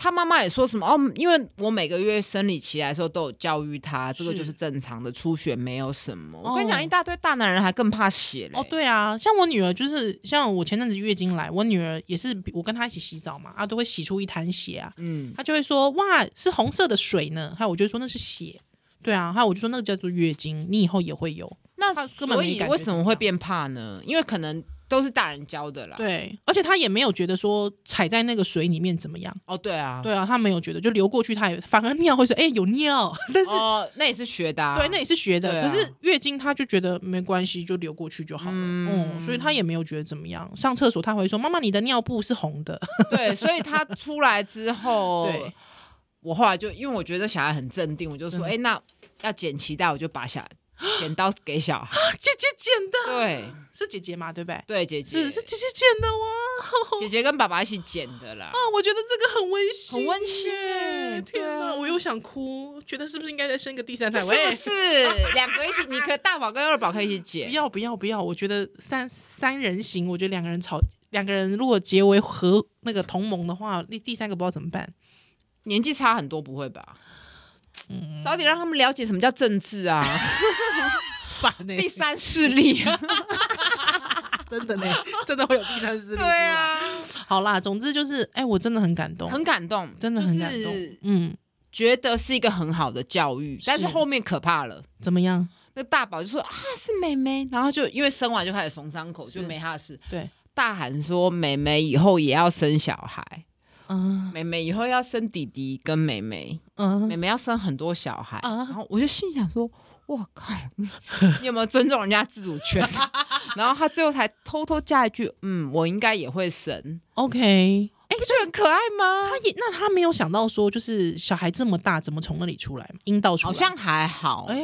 Speaker 2: 他妈妈也说什么哦，因为我每个月生理期来的时候都有教育他，这个
Speaker 3: 是
Speaker 2: 就是正常的出血，没有什么。我跟你讲，
Speaker 3: 哦
Speaker 2: 一大堆大男人还更怕血嘞。
Speaker 3: 哦，，对啊，像我女儿就是，像我前阵子月经来，我女儿也是，我跟她一起洗澡嘛，啊，都会洗出一滩血啊，
Speaker 2: 嗯，
Speaker 3: 她就会说哇，是红色的水呢，还有我就会说那是血，对啊，还有我就说那个叫做月经，你以后也会有，
Speaker 2: 那
Speaker 3: 他根
Speaker 2: 所
Speaker 3: 本没
Speaker 2: 以
Speaker 3: 感觉
Speaker 2: 为什
Speaker 3: 怎
Speaker 2: 么
Speaker 3: 么
Speaker 2: 会
Speaker 3: 样
Speaker 2: 变怕呢？因为可能都是大人教的啦。，
Speaker 3: 对，而且他也没有觉得说踩在那个水里面怎么样，
Speaker 2: 哦，对啊，
Speaker 3: 对啊，他没有觉得，就流过去他也反而尿会说，哎、有尿，但是、
Speaker 2: 哦，那也是学的、啊，
Speaker 3: 对，那也是学的。
Speaker 2: 对
Speaker 3: 可
Speaker 2: 啊
Speaker 3: 是月经他就觉得没关系，就流过去就好了，嗯所以他也没有觉得怎么样。上厕所他会说，妈妈，你的尿布是红的，
Speaker 2: 对，所以他出来之后，
Speaker 3: 对，
Speaker 2: 我后来就因为我觉得小孩很镇定，我就说，
Speaker 3: 嗯
Speaker 2: 哎、那要剪脐带，我就把小 剪刀给小孩，
Speaker 3: 姐姐剪的，
Speaker 2: 对
Speaker 3: 是姐姐嘛，对不对？
Speaker 2: 对，姐姐
Speaker 3: 是是姐姐剪的哇！
Speaker 2: 姐姐跟爸爸一起剪的啦
Speaker 3: 啊，，我觉得这个很温馨
Speaker 2: 很
Speaker 3: 耶，
Speaker 2: 温馨耶
Speaker 3: 天
Speaker 2: 对
Speaker 3: 哪，
Speaker 2: 啊
Speaker 3: 我又想哭，觉得是不是应该再生个第三
Speaker 2: 这
Speaker 3: 胎？
Speaker 2: 是
Speaker 3: 喂
Speaker 2: 不是两个一起？你可以大宝跟二宝可以一起
Speaker 3: 不
Speaker 2: 剪，
Speaker 3: 要不要不要！我觉得三三人行，我觉得两个人吵，两个人如果结为和那个同盟的话，第第三个不知道怎么办。
Speaker 2: 年纪差很多，不会吧？
Speaker 3: 嗯，
Speaker 2: 早点让他们了解什么叫政治啊，
Speaker 3: 烦呢、
Speaker 2: 第三势力啊，
Speaker 3: 真的呢，真的会有第三势 力。
Speaker 2: 对，啊，
Speaker 3: 好啦，总之就是，哎、我真的很感动，
Speaker 2: 很感动，
Speaker 3: 真的很感动。
Speaker 2: 就是
Speaker 3: 嗯，
Speaker 2: 觉得是一个很好的教育，但是
Speaker 3: 是
Speaker 2: 后面可怕了。
Speaker 3: 怎么样？
Speaker 2: 那大宝就说啊是妹妹，然后就因为生完就开始缝伤口，
Speaker 3: 是
Speaker 2: 就没他的事。
Speaker 3: 对，
Speaker 2: 大喊说妹妹以后也要生小孩，
Speaker 3: 嗯
Speaker 2: 妹妹以后要生弟弟跟妹妹，妹
Speaker 3: 嗯，
Speaker 2: 妹要生很多小孩。
Speaker 3: 啊
Speaker 2: 然后我就心想说。我靠你，你有没有尊重人家自主 权？然后他最后才偷偷加一句：“嗯，我应该也会生。
Speaker 3: ，OK。”
Speaker 2: 不是很可爱吗
Speaker 3: 他？也那他没有想到说，就是小孩这么大，怎么从那里出来？阴道出来？
Speaker 2: 好像还好，
Speaker 3: 哎、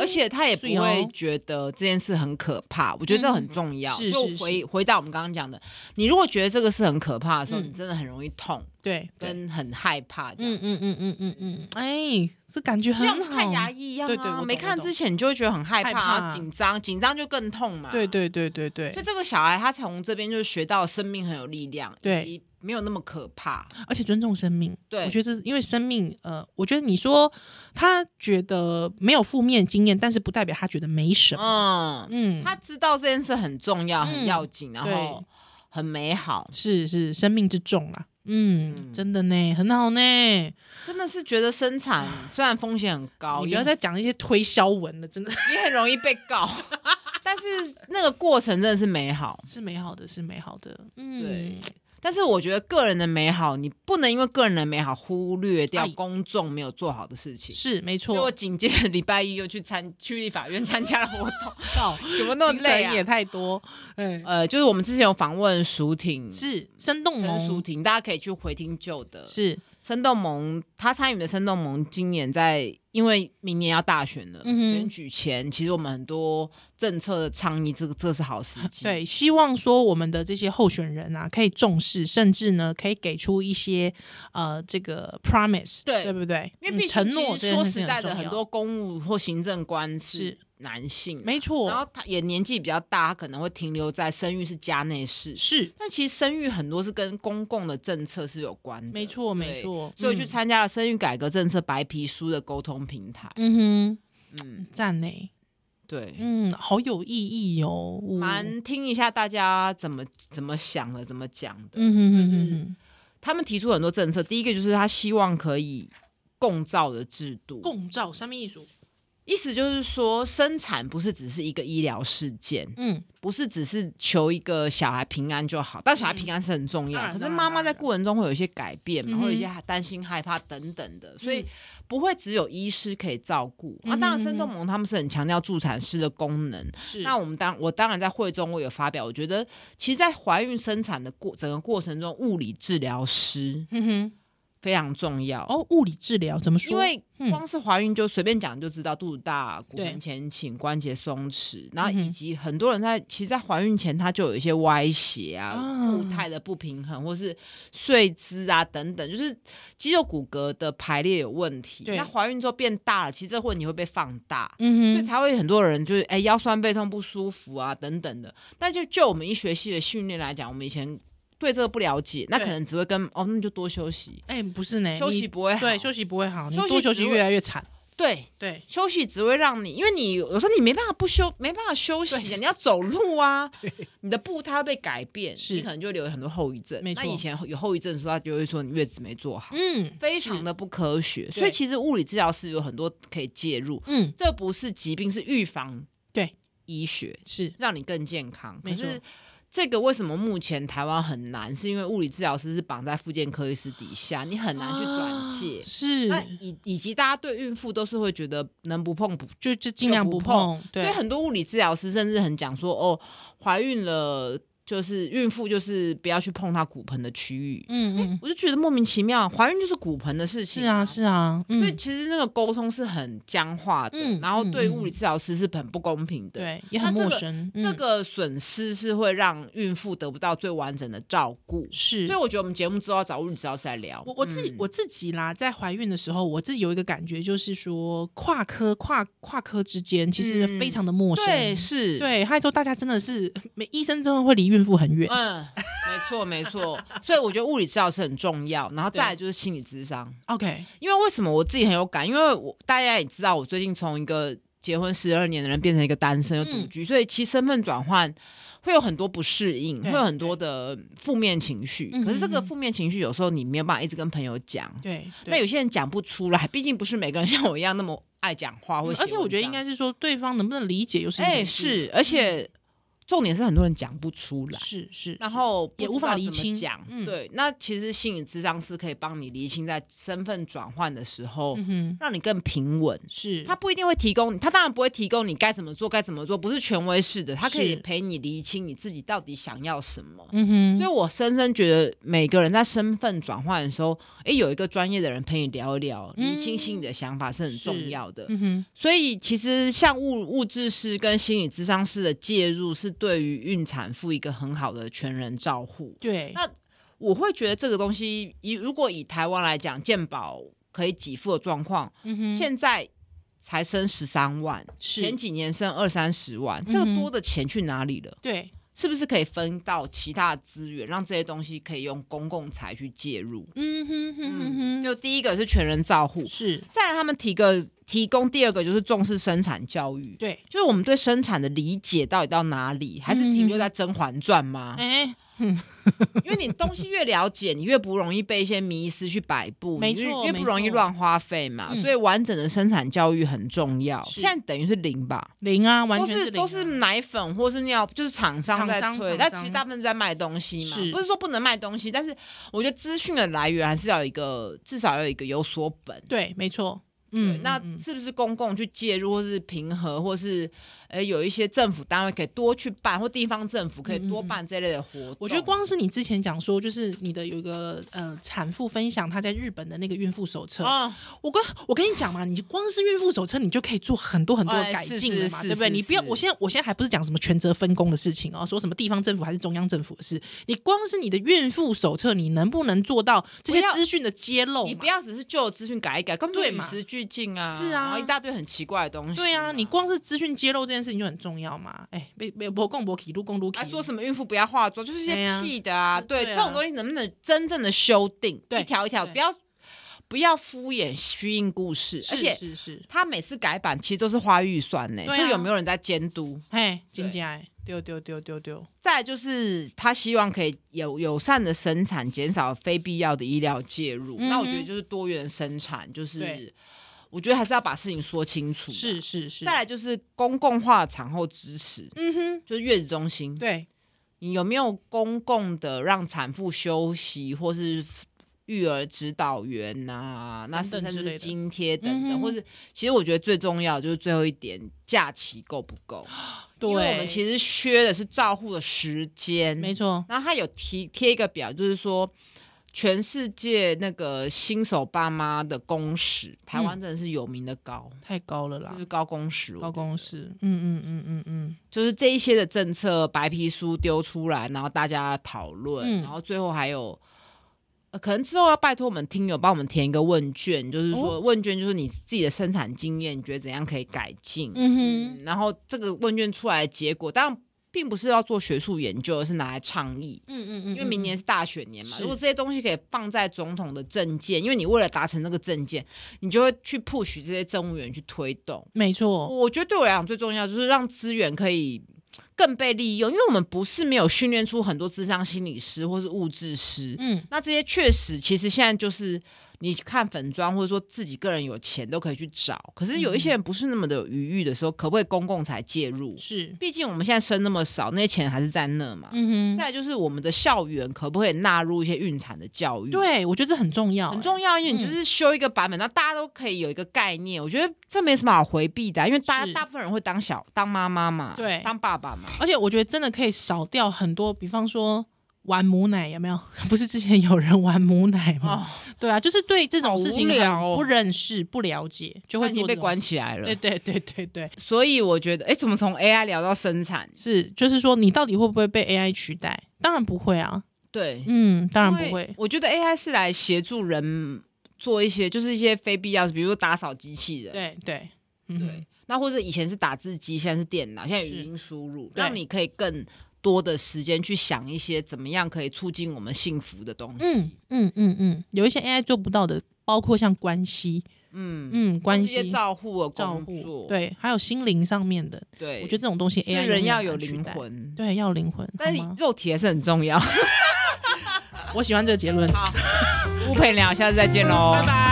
Speaker 2: 而且他也不
Speaker 3: 是
Speaker 2: 会
Speaker 3: 哦
Speaker 2: 觉得这件事很可怕，我觉得这很重要。
Speaker 3: 是嗯是
Speaker 2: 就回回到我们刚刚讲的，你如果觉得这个是很可怕的时候，
Speaker 3: 嗯
Speaker 2: 你真的很容易痛
Speaker 3: 对对，
Speaker 2: 跟很害怕这
Speaker 3: 嗯
Speaker 2: 样。
Speaker 3: 嗯嗯嗯嗯嗯，哎、这感觉
Speaker 2: 就
Speaker 3: 很
Speaker 2: 像
Speaker 3: 好。
Speaker 2: 看牙医一样啊，
Speaker 3: 嗯对对我懂
Speaker 2: 没看
Speaker 3: 我懂
Speaker 2: 之前你就会觉得很害
Speaker 3: 害
Speaker 2: 怕、
Speaker 3: 怕
Speaker 2: 然后紧张，紧张就更痛嘛。
Speaker 3: 对。对对对对
Speaker 2: 所以，这个小孩他从这边就学到生命很有力量，
Speaker 3: 对
Speaker 2: 以及没有那么可怕。
Speaker 3: 而且尊重生命，
Speaker 2: 对
Speaker 3: 我觉得这是因为生命，呃，我觉得你说他觉得没有负面经验，但是不代表他觉得没什么，
Speaker 2: 嗯，
Speaker 3: 嗯，
Speaker 2: 他知道这件事很重要、
Speaker 3: 嗯
Speaker 2: 很要紧，然后
Speaker 3: 对
Speaker 2: 很美好，
Speaker 3: 是是生命之重啦，嗯，
Speaker 2: 嗯
Speaker 3: 真的呢，很好呢，
Speaker 2: 真的是觉得生 产虽然风险很高，
Speaker 3: 你不
Speaker 2: 也
Speaker 3: 要再讲一些推销文了，真的
Speaker 2: 你很容易被 告。 但是那个过程真的是美好，
Speaker 3: 是美好的，是美好的，嗯
Speaker 2: 对，但是我觉得个人的美好，你不能因为个人的美好忽略掉
Speaker 3: 哎
Speaker 2: 公众没有做好的事情。
Speaker 3: 是没
Speaker 2: 所以我
Speaker 3: 错，
Speaker 2: 紧接着礼拜一又去参去立法院参加了活 动，
Speaker 3: 靠，
Speaker 2: 有没有那么
Speaker 3: 行
Speaker 2: 累
Speaker 3: 程
Speaker 2: 啊？
Speaker 3: 也太多，哎、
Speaker 2: 呃，就是我们之前有访问苏婷，
Speaker 3: 是生动
Speaker 2: 陈苏
Speaker 3: 萌，
Speaker 2: 婷，大家可以去回听旧的。
Speaker 3: 是，
Speaker 2: 生动盟，他参与的生动盟今年在，因为明年要大选了，
Speaker 3: 嗯哼
Speaker 2: 选举前，其实我们很多政策的倡议，这个这是好时机。
Speaker 3: 对，希望说我们的这些候选人啊，可以重视，甚至呢，可以给出一些呃这个 promise，
Speaker 2: 对
Speaker 3: 对不对？
Speaker 2: 因为
Speaker 3: 嗯
Speaker 2: 毕
Speaker 3: 承
Speaker 2: 竟
Speaker 3: 诺
Speaker 2: 其
Speaker 3: 这
Speaker 2: 实
Speaker 3: 件
Speaker 2: 说
Speaker 3: 事情
Speaker 2: 实在的，
Speaker 3: 重
Speaker 2: 很
Speaker 3: 要
Speaker 2: 多公务或行政官是
Speaker 3: 是
Speaker 2: 男性，
Speaker 3: 没
Speaker 2: 然
Speaker 3: 错，
Speaker 2: 后他也年纪比较大，他可能会停留在生育是家内事，
Speaker 3: 是
Speaker 2: 但其实生育很多是跟公共的政策是有关的，
Speaker 3: 没错，没
Speaker 2: 对。
Speaker 3: 错。
Speaker 2: 所以我
Speaker 3: 嗯
Speaker 2: 去，参加了生育改革政策白皮书的沟通平台，
Speaker 3: 嗯
Speaker 2: 嗯
Speaker 3: 哼，，赞呢，
Speaker 2: 对，
Speaker 3: 嗯，好有意义哦，呜
Speaker 2: 蛮听一下大家怎么怎么想的，怎么讲的。
Speaker 3: 嗯哼哼
Speaker 2: 就是
Speaker 3: 哼哼，
Speaker 2: 他们提出很多政策，第一个就是他希望可以共照的制度，
Speaker 3: 共照三面艺术，
Speaker 2: 意思就是说，生产不是只是一个医疗事件，
Speaker 3: 嗯，
Speaker 2: 不是只是求一个小孩平安就好，但小孩平安是很重要
Speaker 3: 嗯当。然
Speaker 2: 可是
Speaker 3: 当然
Speaker 2: 妈妈
Speaker 3: 当然
Speaker 2: 在过程中会有一些改变
Speaker 3: 嗯
Speaker 2: 嘛，
Speaker 3: 哼
Speaker 2: 会有一些担心、害怕等等的，所以
Speaker 3: 嗯
Speaker 2: 不会只有医师可以照顾。
Speaker 3: 嗯
Speaker 2: 那、当然，
Speaker 3: 嗯嗯
Speaker 2: 生动盟他们是很强调助产师的功能。
Speaker 3: 是
Speaker 2: 那我们当我当然在会中我有发表，我觉得其实，在怀孕生产的过整个过程中，物理治疗师
Speaker 3: 嗯哼，
Speaker 2: 非常重要。
Speaker 3: 哦，物理治疗怎么说？
Speaker 2: 因为
Speaker 3: 嗯
Speaker 2: 光是怀孕就随便讲就知道肚子大、骨
Speaker 3: 对
Speaker 2: 盆前倾、关节松弛，然后
Speaker 3: 嗯哼
Speaker 2: 以及很多人在其实，在怀孕前她就有一些歪斜啊、
Speaker 3: 啊
Speaker 2: 步态的不平衡，或是睡姿啊等等，就是肌肉骨骼的排列有问题。
Speaker 3: 对
Speaker 2: 那怀孕之后变大了，其实这问题会被放大。所以
Speaker 3: 嗯哼，
Speaker 2: 才会很多人就是哎、腰酸背痛不舒服啊等等的。但就就我们医学系的训练来讲，我们以前对这个不了解，那
Speaker 3: 对
Speaker 2: 可能只会跟哦那你就多休息，
Speaker 3: 哎，不是呢，
Speaker 2: 休
Speaker 3: 你
Speaker 2: 息不会好。
Speaker 3: 对休息不会好，你
Speaker 2: 休息
Speaker 3: 多休
Speaker 2: 只
Speaker 3: 息
Speaker 2: 会
Speaker 3: 越来越惨，
Speaker 2: 对
Speaker 3: 对
Speaker 2: 休息只会让你，因为你有时候你没办法不休，没办法休息
Speaker 3: 对
Speaker 2: 啊，你要走路 啊，你的步它会被改变，
Speaker 3: 是
Speaker 2: 你可能就会留有很多后遗症。
Speaker 3: 没错
Speaker 2: 那以前有后遗症的时候，他就会说你月子没做好，
Speaker 3: 嗯，
Speaker 2: 非常
Speaker 3: 是
Speaker 2: 的不科学。
Speaker 3: 对
Speaker 2: 所以其实物理治疗师有很多可以介入，
Speaker 3: 嗯
Speaker 2: 这不是疾病，是预防
Speaker 3: 对
Speaker 2: 医学，
Speaker 3: 是
Speaker 2: 让你更健康。
Speaker 3: 没
Speaker 2: 可
Speaker 3: 错
Speaker 2: 是这个为什么目前台湾很难？是因为物理治疗师是绑在复健科医师底下，你很难去转介。
Speaker 3: 啊是，
Speaker 2: 那以以及大家对孕妇都是会觉得能不碰不
Speaker 3: 就就尽量
Speaker 2: 不
Speaker 3: 不
Speaker 2: 碰
Speaker 3: 碰。
Speaker 2: 所
Speaker 3: 对
Speaker 2: 以，很多物理治疗师甚至很讲说，哦，怀孕了就是孕妇就是不要去碰她骨盆的区域。
Speaker 3: 嗯嗯，
Speaker 2: 我就觉得莫名其妙，怀孕就是骨盆的事情、
Speaker 3: 是啊是啊，
Speaker 2: 所以
Speaker 3: 嗯，
Speaker 2: 其实那个沟通是很僵化的，
Speaker 3: 嗯
Speaker 2: 然后对物理
Speaker 3: 嗯嗯
Speaker 2: 治疗师是很不公平的。
Speaker 3: 对，也很
Speaker 2: 那这
Speaker 3: 陌
Speaker 2: 个
Speaker 3: 生。
Speaker 2: 这
Speaker 3: 嗯
Speaker 2: 个损失是会让孕妇得不到最完整的照顾。
Speaker 3: 是
Speaker 2: 所以我觉得我们节目之后要找物理治疗师来聊。
Speaker 3: 我我自己、
Speaker 2: 嗯
Speaker 3: 我自己啦，在怀孕的时候，我自己有一个感觉，就是说跨科跨跨科之间其实
Speaker 2: 嗯
Speaker 3: 非常的陌生。
Speaker 2: 对是，，
Speaker 3: 对，还有之后大家真的是，每医生真的会离孕妇很远。
Speaker 2: 嗯，没错没错。所以我觉得物理治疗是很重要，然后再来就是心理智商。
Speaker 3: OK，
Speaker 2: 因为为什么我自己很有感？因为我大家也知道，我最近从一个结婚十二年的人变成一个单身又
Speaker 3: 嗯
Speaker 2: 独居，所以其实身份转换会有很多不适应，会
Speaker 3: 对
Speaker 2: 有很多的负面情绪。
Speaker 3: 嗯
Speaker 2: 可是这个
Speaker 3: 嗯嗯
Speaker 2: 负面情绪有时候你没有办法一直跟朋友讲，
Speaker 3: 对，
Speaker 2: 那
Speaker 3: 对
Speaker 2: 有些人讲不出来，毕竟不是每个人像我一样那么爱讲话或写
Speaker 3: 嗯
Speaker 2: 文章、
Speaker 3: 而且我觉得应该是说对方能不能理解，又是一
Speaker 2: 哎、
Speaker 3: 回事嗯
Speaker 2: 是，而且重点是很多人讲不出来。
Speaker 3: 是是，
Speaker 2: 然
Speaker 3: 是
Speaker 2: 后
Speaker 3: 也
Speaker 2: 不
Speaker 3: 无
Speaker 2: 知
Speaker 3: 法
Speaker 2: 道
Speaker 3: 厘
Speaker 2: 怎么
Speaker 3: 清
Speaker 2: 讲，
Speaker 3: 嗯
Speaker 2: 对。那其实心理智商是可以帮你厘清在身份转换的时候，
Speaker 3: 嗯哼，
Speaker 2: 让你更平稳。
Speaker 3: 是
Speaker 2: 他不一定会提供你，他当然不会提供你该怎么做，该怎么做，不是权威式的，他可以
Speaker 3: 是
Speaker 2: 陪你厘清你自己到底想要什么。
Speaker 3: 嗯哼，
Speaker 2: 所以，
Speaker 3: 以
Speaker 2: 我深深觉得每个人在身份转换的时候，诶，有一个专业的人陪你聊一聊，
Speaker 3: 嗯
Speaker 2: 厘清心里的想法是很重要的。
Speaker 3: 嗯哼，
Speaker 2: 所以，其实像物物质师跟心理咨商师的介入，是对于孕产妇一个很好的全人照护。
Speaker 3: 对，
Speaker 2: 那我会觉得这个东西，以如果以台湾来讲，健保可以给付的状况，
Speaker 3: 嗯哼，
Speaker 2: 现在才升十三万，
Speaker 3: 是
Speaker 2: 前几年升二三十万，这个
Speaker 3: 嗯哼
Speaker 2: 多的钱去哪里了？
Speaker 3: 对
Speaker 2: 是不是可以分到其他的资源，让这些东西可以用公共财去介入？
Speaker 3: 嗯哼哼哼
Speaker 2: 嗯，
Speaker 3: 哼，
Speaker 2: 就第一个是全人照护，
Speaker 3: 是
Speaker 2: 再来他们提个提供第二个就是重视生产教育，
Speaker 3: 对，
Speaker 2: 就是我们对生产的理解到底到哪里，还是停留在《甄嬛传》 吗？
Speaker 3: 哎、
Speaker 2: 因为你东西越了解，你越不容易被一些迷思去摆布，
Speaker 3: 没
Speaker 2: 你越
Speaker 3: 错
Speaker 2: 越
Speaker 3: 没
Speaker 2: 不容易
Speaker 3: 错
Speaker 2: 乱花费嘛。
Speaker 3: 嗯
Speaker 2: 所以完整的生产教育很重要。
Speaker 3: 是
Speaker 2: 现在等于是零吧，
Speaker 3: 零啊，完
Speaker 2: 都
Speaker 3: 全
Speaker 2: 是
Speaker 3: 零、
Speaker 2: 都是奶粉或是尿，就是厂商
Speaker 3: 厂
Speaker 2: 在
Speaker 3: 商
Speaker 2: 推，
Speaker 3: 厂
Speaker 2: 但其实
Speaker 3: 商
Speaker 2: 大部分是在卖东西嘛。
Speaker 3: 是
Speaker 2: 不是说不能卖东西，但是我觉得资讯的来源还是要有一个，至少要有一个有所本。
Speaker 3: 对，没错，
Speaker 2: 对
Speaker 3: 嗯，
Speaker 2: 那
Speaker 3: 嗯嗯
Speaker 2: 是不是公共去介入，或是平和，或是呃有一些政府单位可以多去办，或地方政府可以多办这类的活动？
Speaker 3: 我觉得光是你之前讲说，就是你的有一个呃产妇分享她在日本的那个孕妇手册，
Speaker 2: 啊，
Speaker 3: 我跟我跟你讲嘛，你光是孕妇手册，你就可以做很多很多的
Speaker 2: 哎
Speaker 3: 改
Speaker 2: 是
Speaker 3: 进了嘛，
Speaker 2: 是是
Speaker 3: 对不对？
Speaker 2: 是
Speaker 3: 你不要，
Speaker 2: 是
Speaker 3: 我现在我现在还不是讲什么权责分工的事情哦，说什么地方政府还是中央政府的事，你光是你的孕妇手册，你能不能做到这些
Speaker 2: 不要
Speaker 3: 资讯的揭露嘛？
Speaker 2: 你不要只是旧资讯改一改，根本就
Speaker 3: 哦对
Speaker 2: 与
Speaker 3: 嘛
Speaker 2: 时俱进啊，
Speaker 3: 是啊
Speaker 2: 然后一大堆很奇怪的东西。
Speaker 3: 对啊，你。光是资讯揭露这件事情就很重要嘛。哎，被被博共博起路共路起，
Speaker 2: 还啊说什么孕妇不要化妆，就是一
Speaker 3: 对
Speaker 2: 些
Speaker 3: 啊
Speaker 2: 屁的啊！对，
Speaker 3: 对啊
Speaker 2: 这种东西能不能真正的修订？
Speaker 3: 对
Speaker 2: 一条一条，
Speaker 3: 对
Speaker 2: 不要不要敷衍虚应故事。
Speaker 3: 是
Speaker 2: 而且
Speaker 3: 是是，
Speaker 2: 他每次改版其实都是花预算呢，
Speaker 3: 对啊
Speaker 2: 这个有没有人在监督？
Speaker 3: 哎，
Speaker 2: 对
Speaker 3: 金姐哎，丢丢丢丢丢，
Speaker 2: 再来就是他希望可以有友善的生产，减少非必要的医疗介入。
Speaker 3: 嗯哼
Speaker 2: 那我觉得就是多元生产，就是
Speaker 3: 对
Speaker 2: 我觉得还是要把事情说清楚。
Speaker 3: 是，是是，
Speaker 2: 再来就是公共化产后支持，
Speaker 3: 嗯哼，
Speaker 2: 就是月子中心，
Speaker 3: 对，
Speaker 2: 你有没有公共的让产妇休息，或是育儿指导员呐、那
Speaker 3: 等
Speaker 2: 甚
Speaker 3: 等
Speaker 2: 至
Speaker 3: 之类
Speaker 2: 是
Speaker 3: 的
Speaker 2: 津贴等等，
Speaker 3: 嗯哼
Speaker 2: 或是其实我觉得最重要的就是最后一点，假期够不够？
Speaker 3: 对，
Speaker 2: 因为我们其实缺的是照护的时间，
Speaker 3: 没错，
Speaker 2: 然后他有提贴一个表，就是说全世界那个新手爸妈的工时，台湾真的是有名的高，
Speaker 3: 太高了啦
Speaker 2: 就是，高工时。
Speaker 3: 嗯高工时，嗯嗯嗯嗯嗯，
Speaker 2: 就是这一些的政策白皮书丢出来，然后大家讨论，
Speaker 3: 嗯
Speaker 2: 然后最后还有。呃可能之后要拜托我们听友帮我们填一个问卷，就是
Speaker 3: 哦
Speaker 2: 说、问卷就是你自己的生产经验，你觉得怎样可以改进？
Speaker 3: 嗯哼，
Speaker 2: 然后这个问卷出来的结果，当然并不是要做学术研究，而是拿来倡议。
Speaker 3: 嗯嗯嗯，
Speaker 2: 因为明年是大选年嘛，
Speaker 3: 是
Speaker 2: 如果这些东西可以放在总统的政见，因为你为了达成这个政见，你就会去 push 这些政务员去推动。
Speaker 3: 没错，
Speaker 2: 我觉得对我来讲最重要就是让资源可以更被利用，因为我们不是没有训练出很多智商心理师或是物质师，
Speaker 3: 嗯，
Speaker 2: 那这些确实其实现在就是你看粉砖或者说自己个人有钱都可以去找，可是
Speaker 3: 嗯
Speaker 2: 有一些人不是那么的有余裕的时候，可不可以公共财介入？
Speaker 3: 是，
Speaker 2: 毕竟我们现在生那么少，那些钱还是在那嘛。
Speaker 3: 嗯哼，
Speaker 2: 再来就是我们的校园可不可以纳入一些孕产的教育？。
Speaker 3: 对，嗯我觉得这很重要、
Speaker 2: 很重要，因为你就是修一个版本，那、大家都可以有一个概念。我觉得这没什么好回避的啊、因为大
Speaker 3: 是
Speaker 2: 家大部分人会当小当妈妈嘛，
Speaker 3: 对
Speaker 2: 当爸爸嘛，
Speaker 3: 而且我觉得真的可以少掉很多，比方说玩母奶有没有？不是之前有人玩母奶
Speaker 2: 哦，
Speaker 3: 吗？对啊，就是对这种事情
Speaker 2: 好无聊
Speaker 3: 很
Speaker 2: 哦
Speaker 3: 不认识、不了解，就
Speaker 2: 他
Speaker 3: 会
Speaker 2: 已经
Speaker 3: 做
Speaker 2: 被
Speaker 3: 这种
Speaker 2: 关起来
Speaker 3: 对
Speaker 2: 了。
Speaker 3: 对对对对，
Speaker 2: 所以我觉得，哎、怎么从 AI 聊到生产？
Speaker 3: 是，就是说你到底会不会被 AI 取代？当然不会啊，
Speaker 2: 对，
Speaker 3: 嗯，当然
Speaker 2: 因为
Speaker 3: 不会，
Speaker 2: 我觉得 AI 是来协助人做一些，就是一些非必要的，比如说打扫机器人，
Speaker 3: 对对，嗯
Speaker 2: 对。
Speaker 3: 哼，
Speaker 2: 那或者以前是打字机，现在是电脑，现在
Speaker 3: 是
Speaker 2: 语音输入，
Speaker 3: 对
Speaker 2: 让你可以更多的时间去想一些怎么样可以促进我们幸福的东西。
Speaker 3: 嗯嗯嗯嗯，有一些 AI 做不到的，包括像关系，
Speaker 2: 嗯
Speaker 3: 嗯，关
Speaker 2: 一些
Speaker 3: 系。
Speaker 2: 照护的
Speaker 3: 照
Speaker 2: 工
Speaker 3: 顾
Speaker 2: 作，
Speaker 3: 对，还有心灵上面的，
Speaker 2: 对，
Speaker 3: 我觉得这种东西 AI
Speaker 2: 所以
Speaker 3: 永
Speaker 2: 人
Speaker 3: 远
Speaker 2: 要
Speaker 3: 很
Speaker 2: 有
Speaker 3: 难取
Speaker 2: 灵
Speaker 3: 代，
Speaker 2: 魂，
Speaker 3: 对，要有灵魂，
Speaker 2: 但是
Speaker 3: 好吗
Speaker 2: 肉体也是很重要。
Speaker 3: 我喜欢这个结论。
Speaker 2: 好，不陪你聊，下次再见喽，
Speaker 3: 拜拜。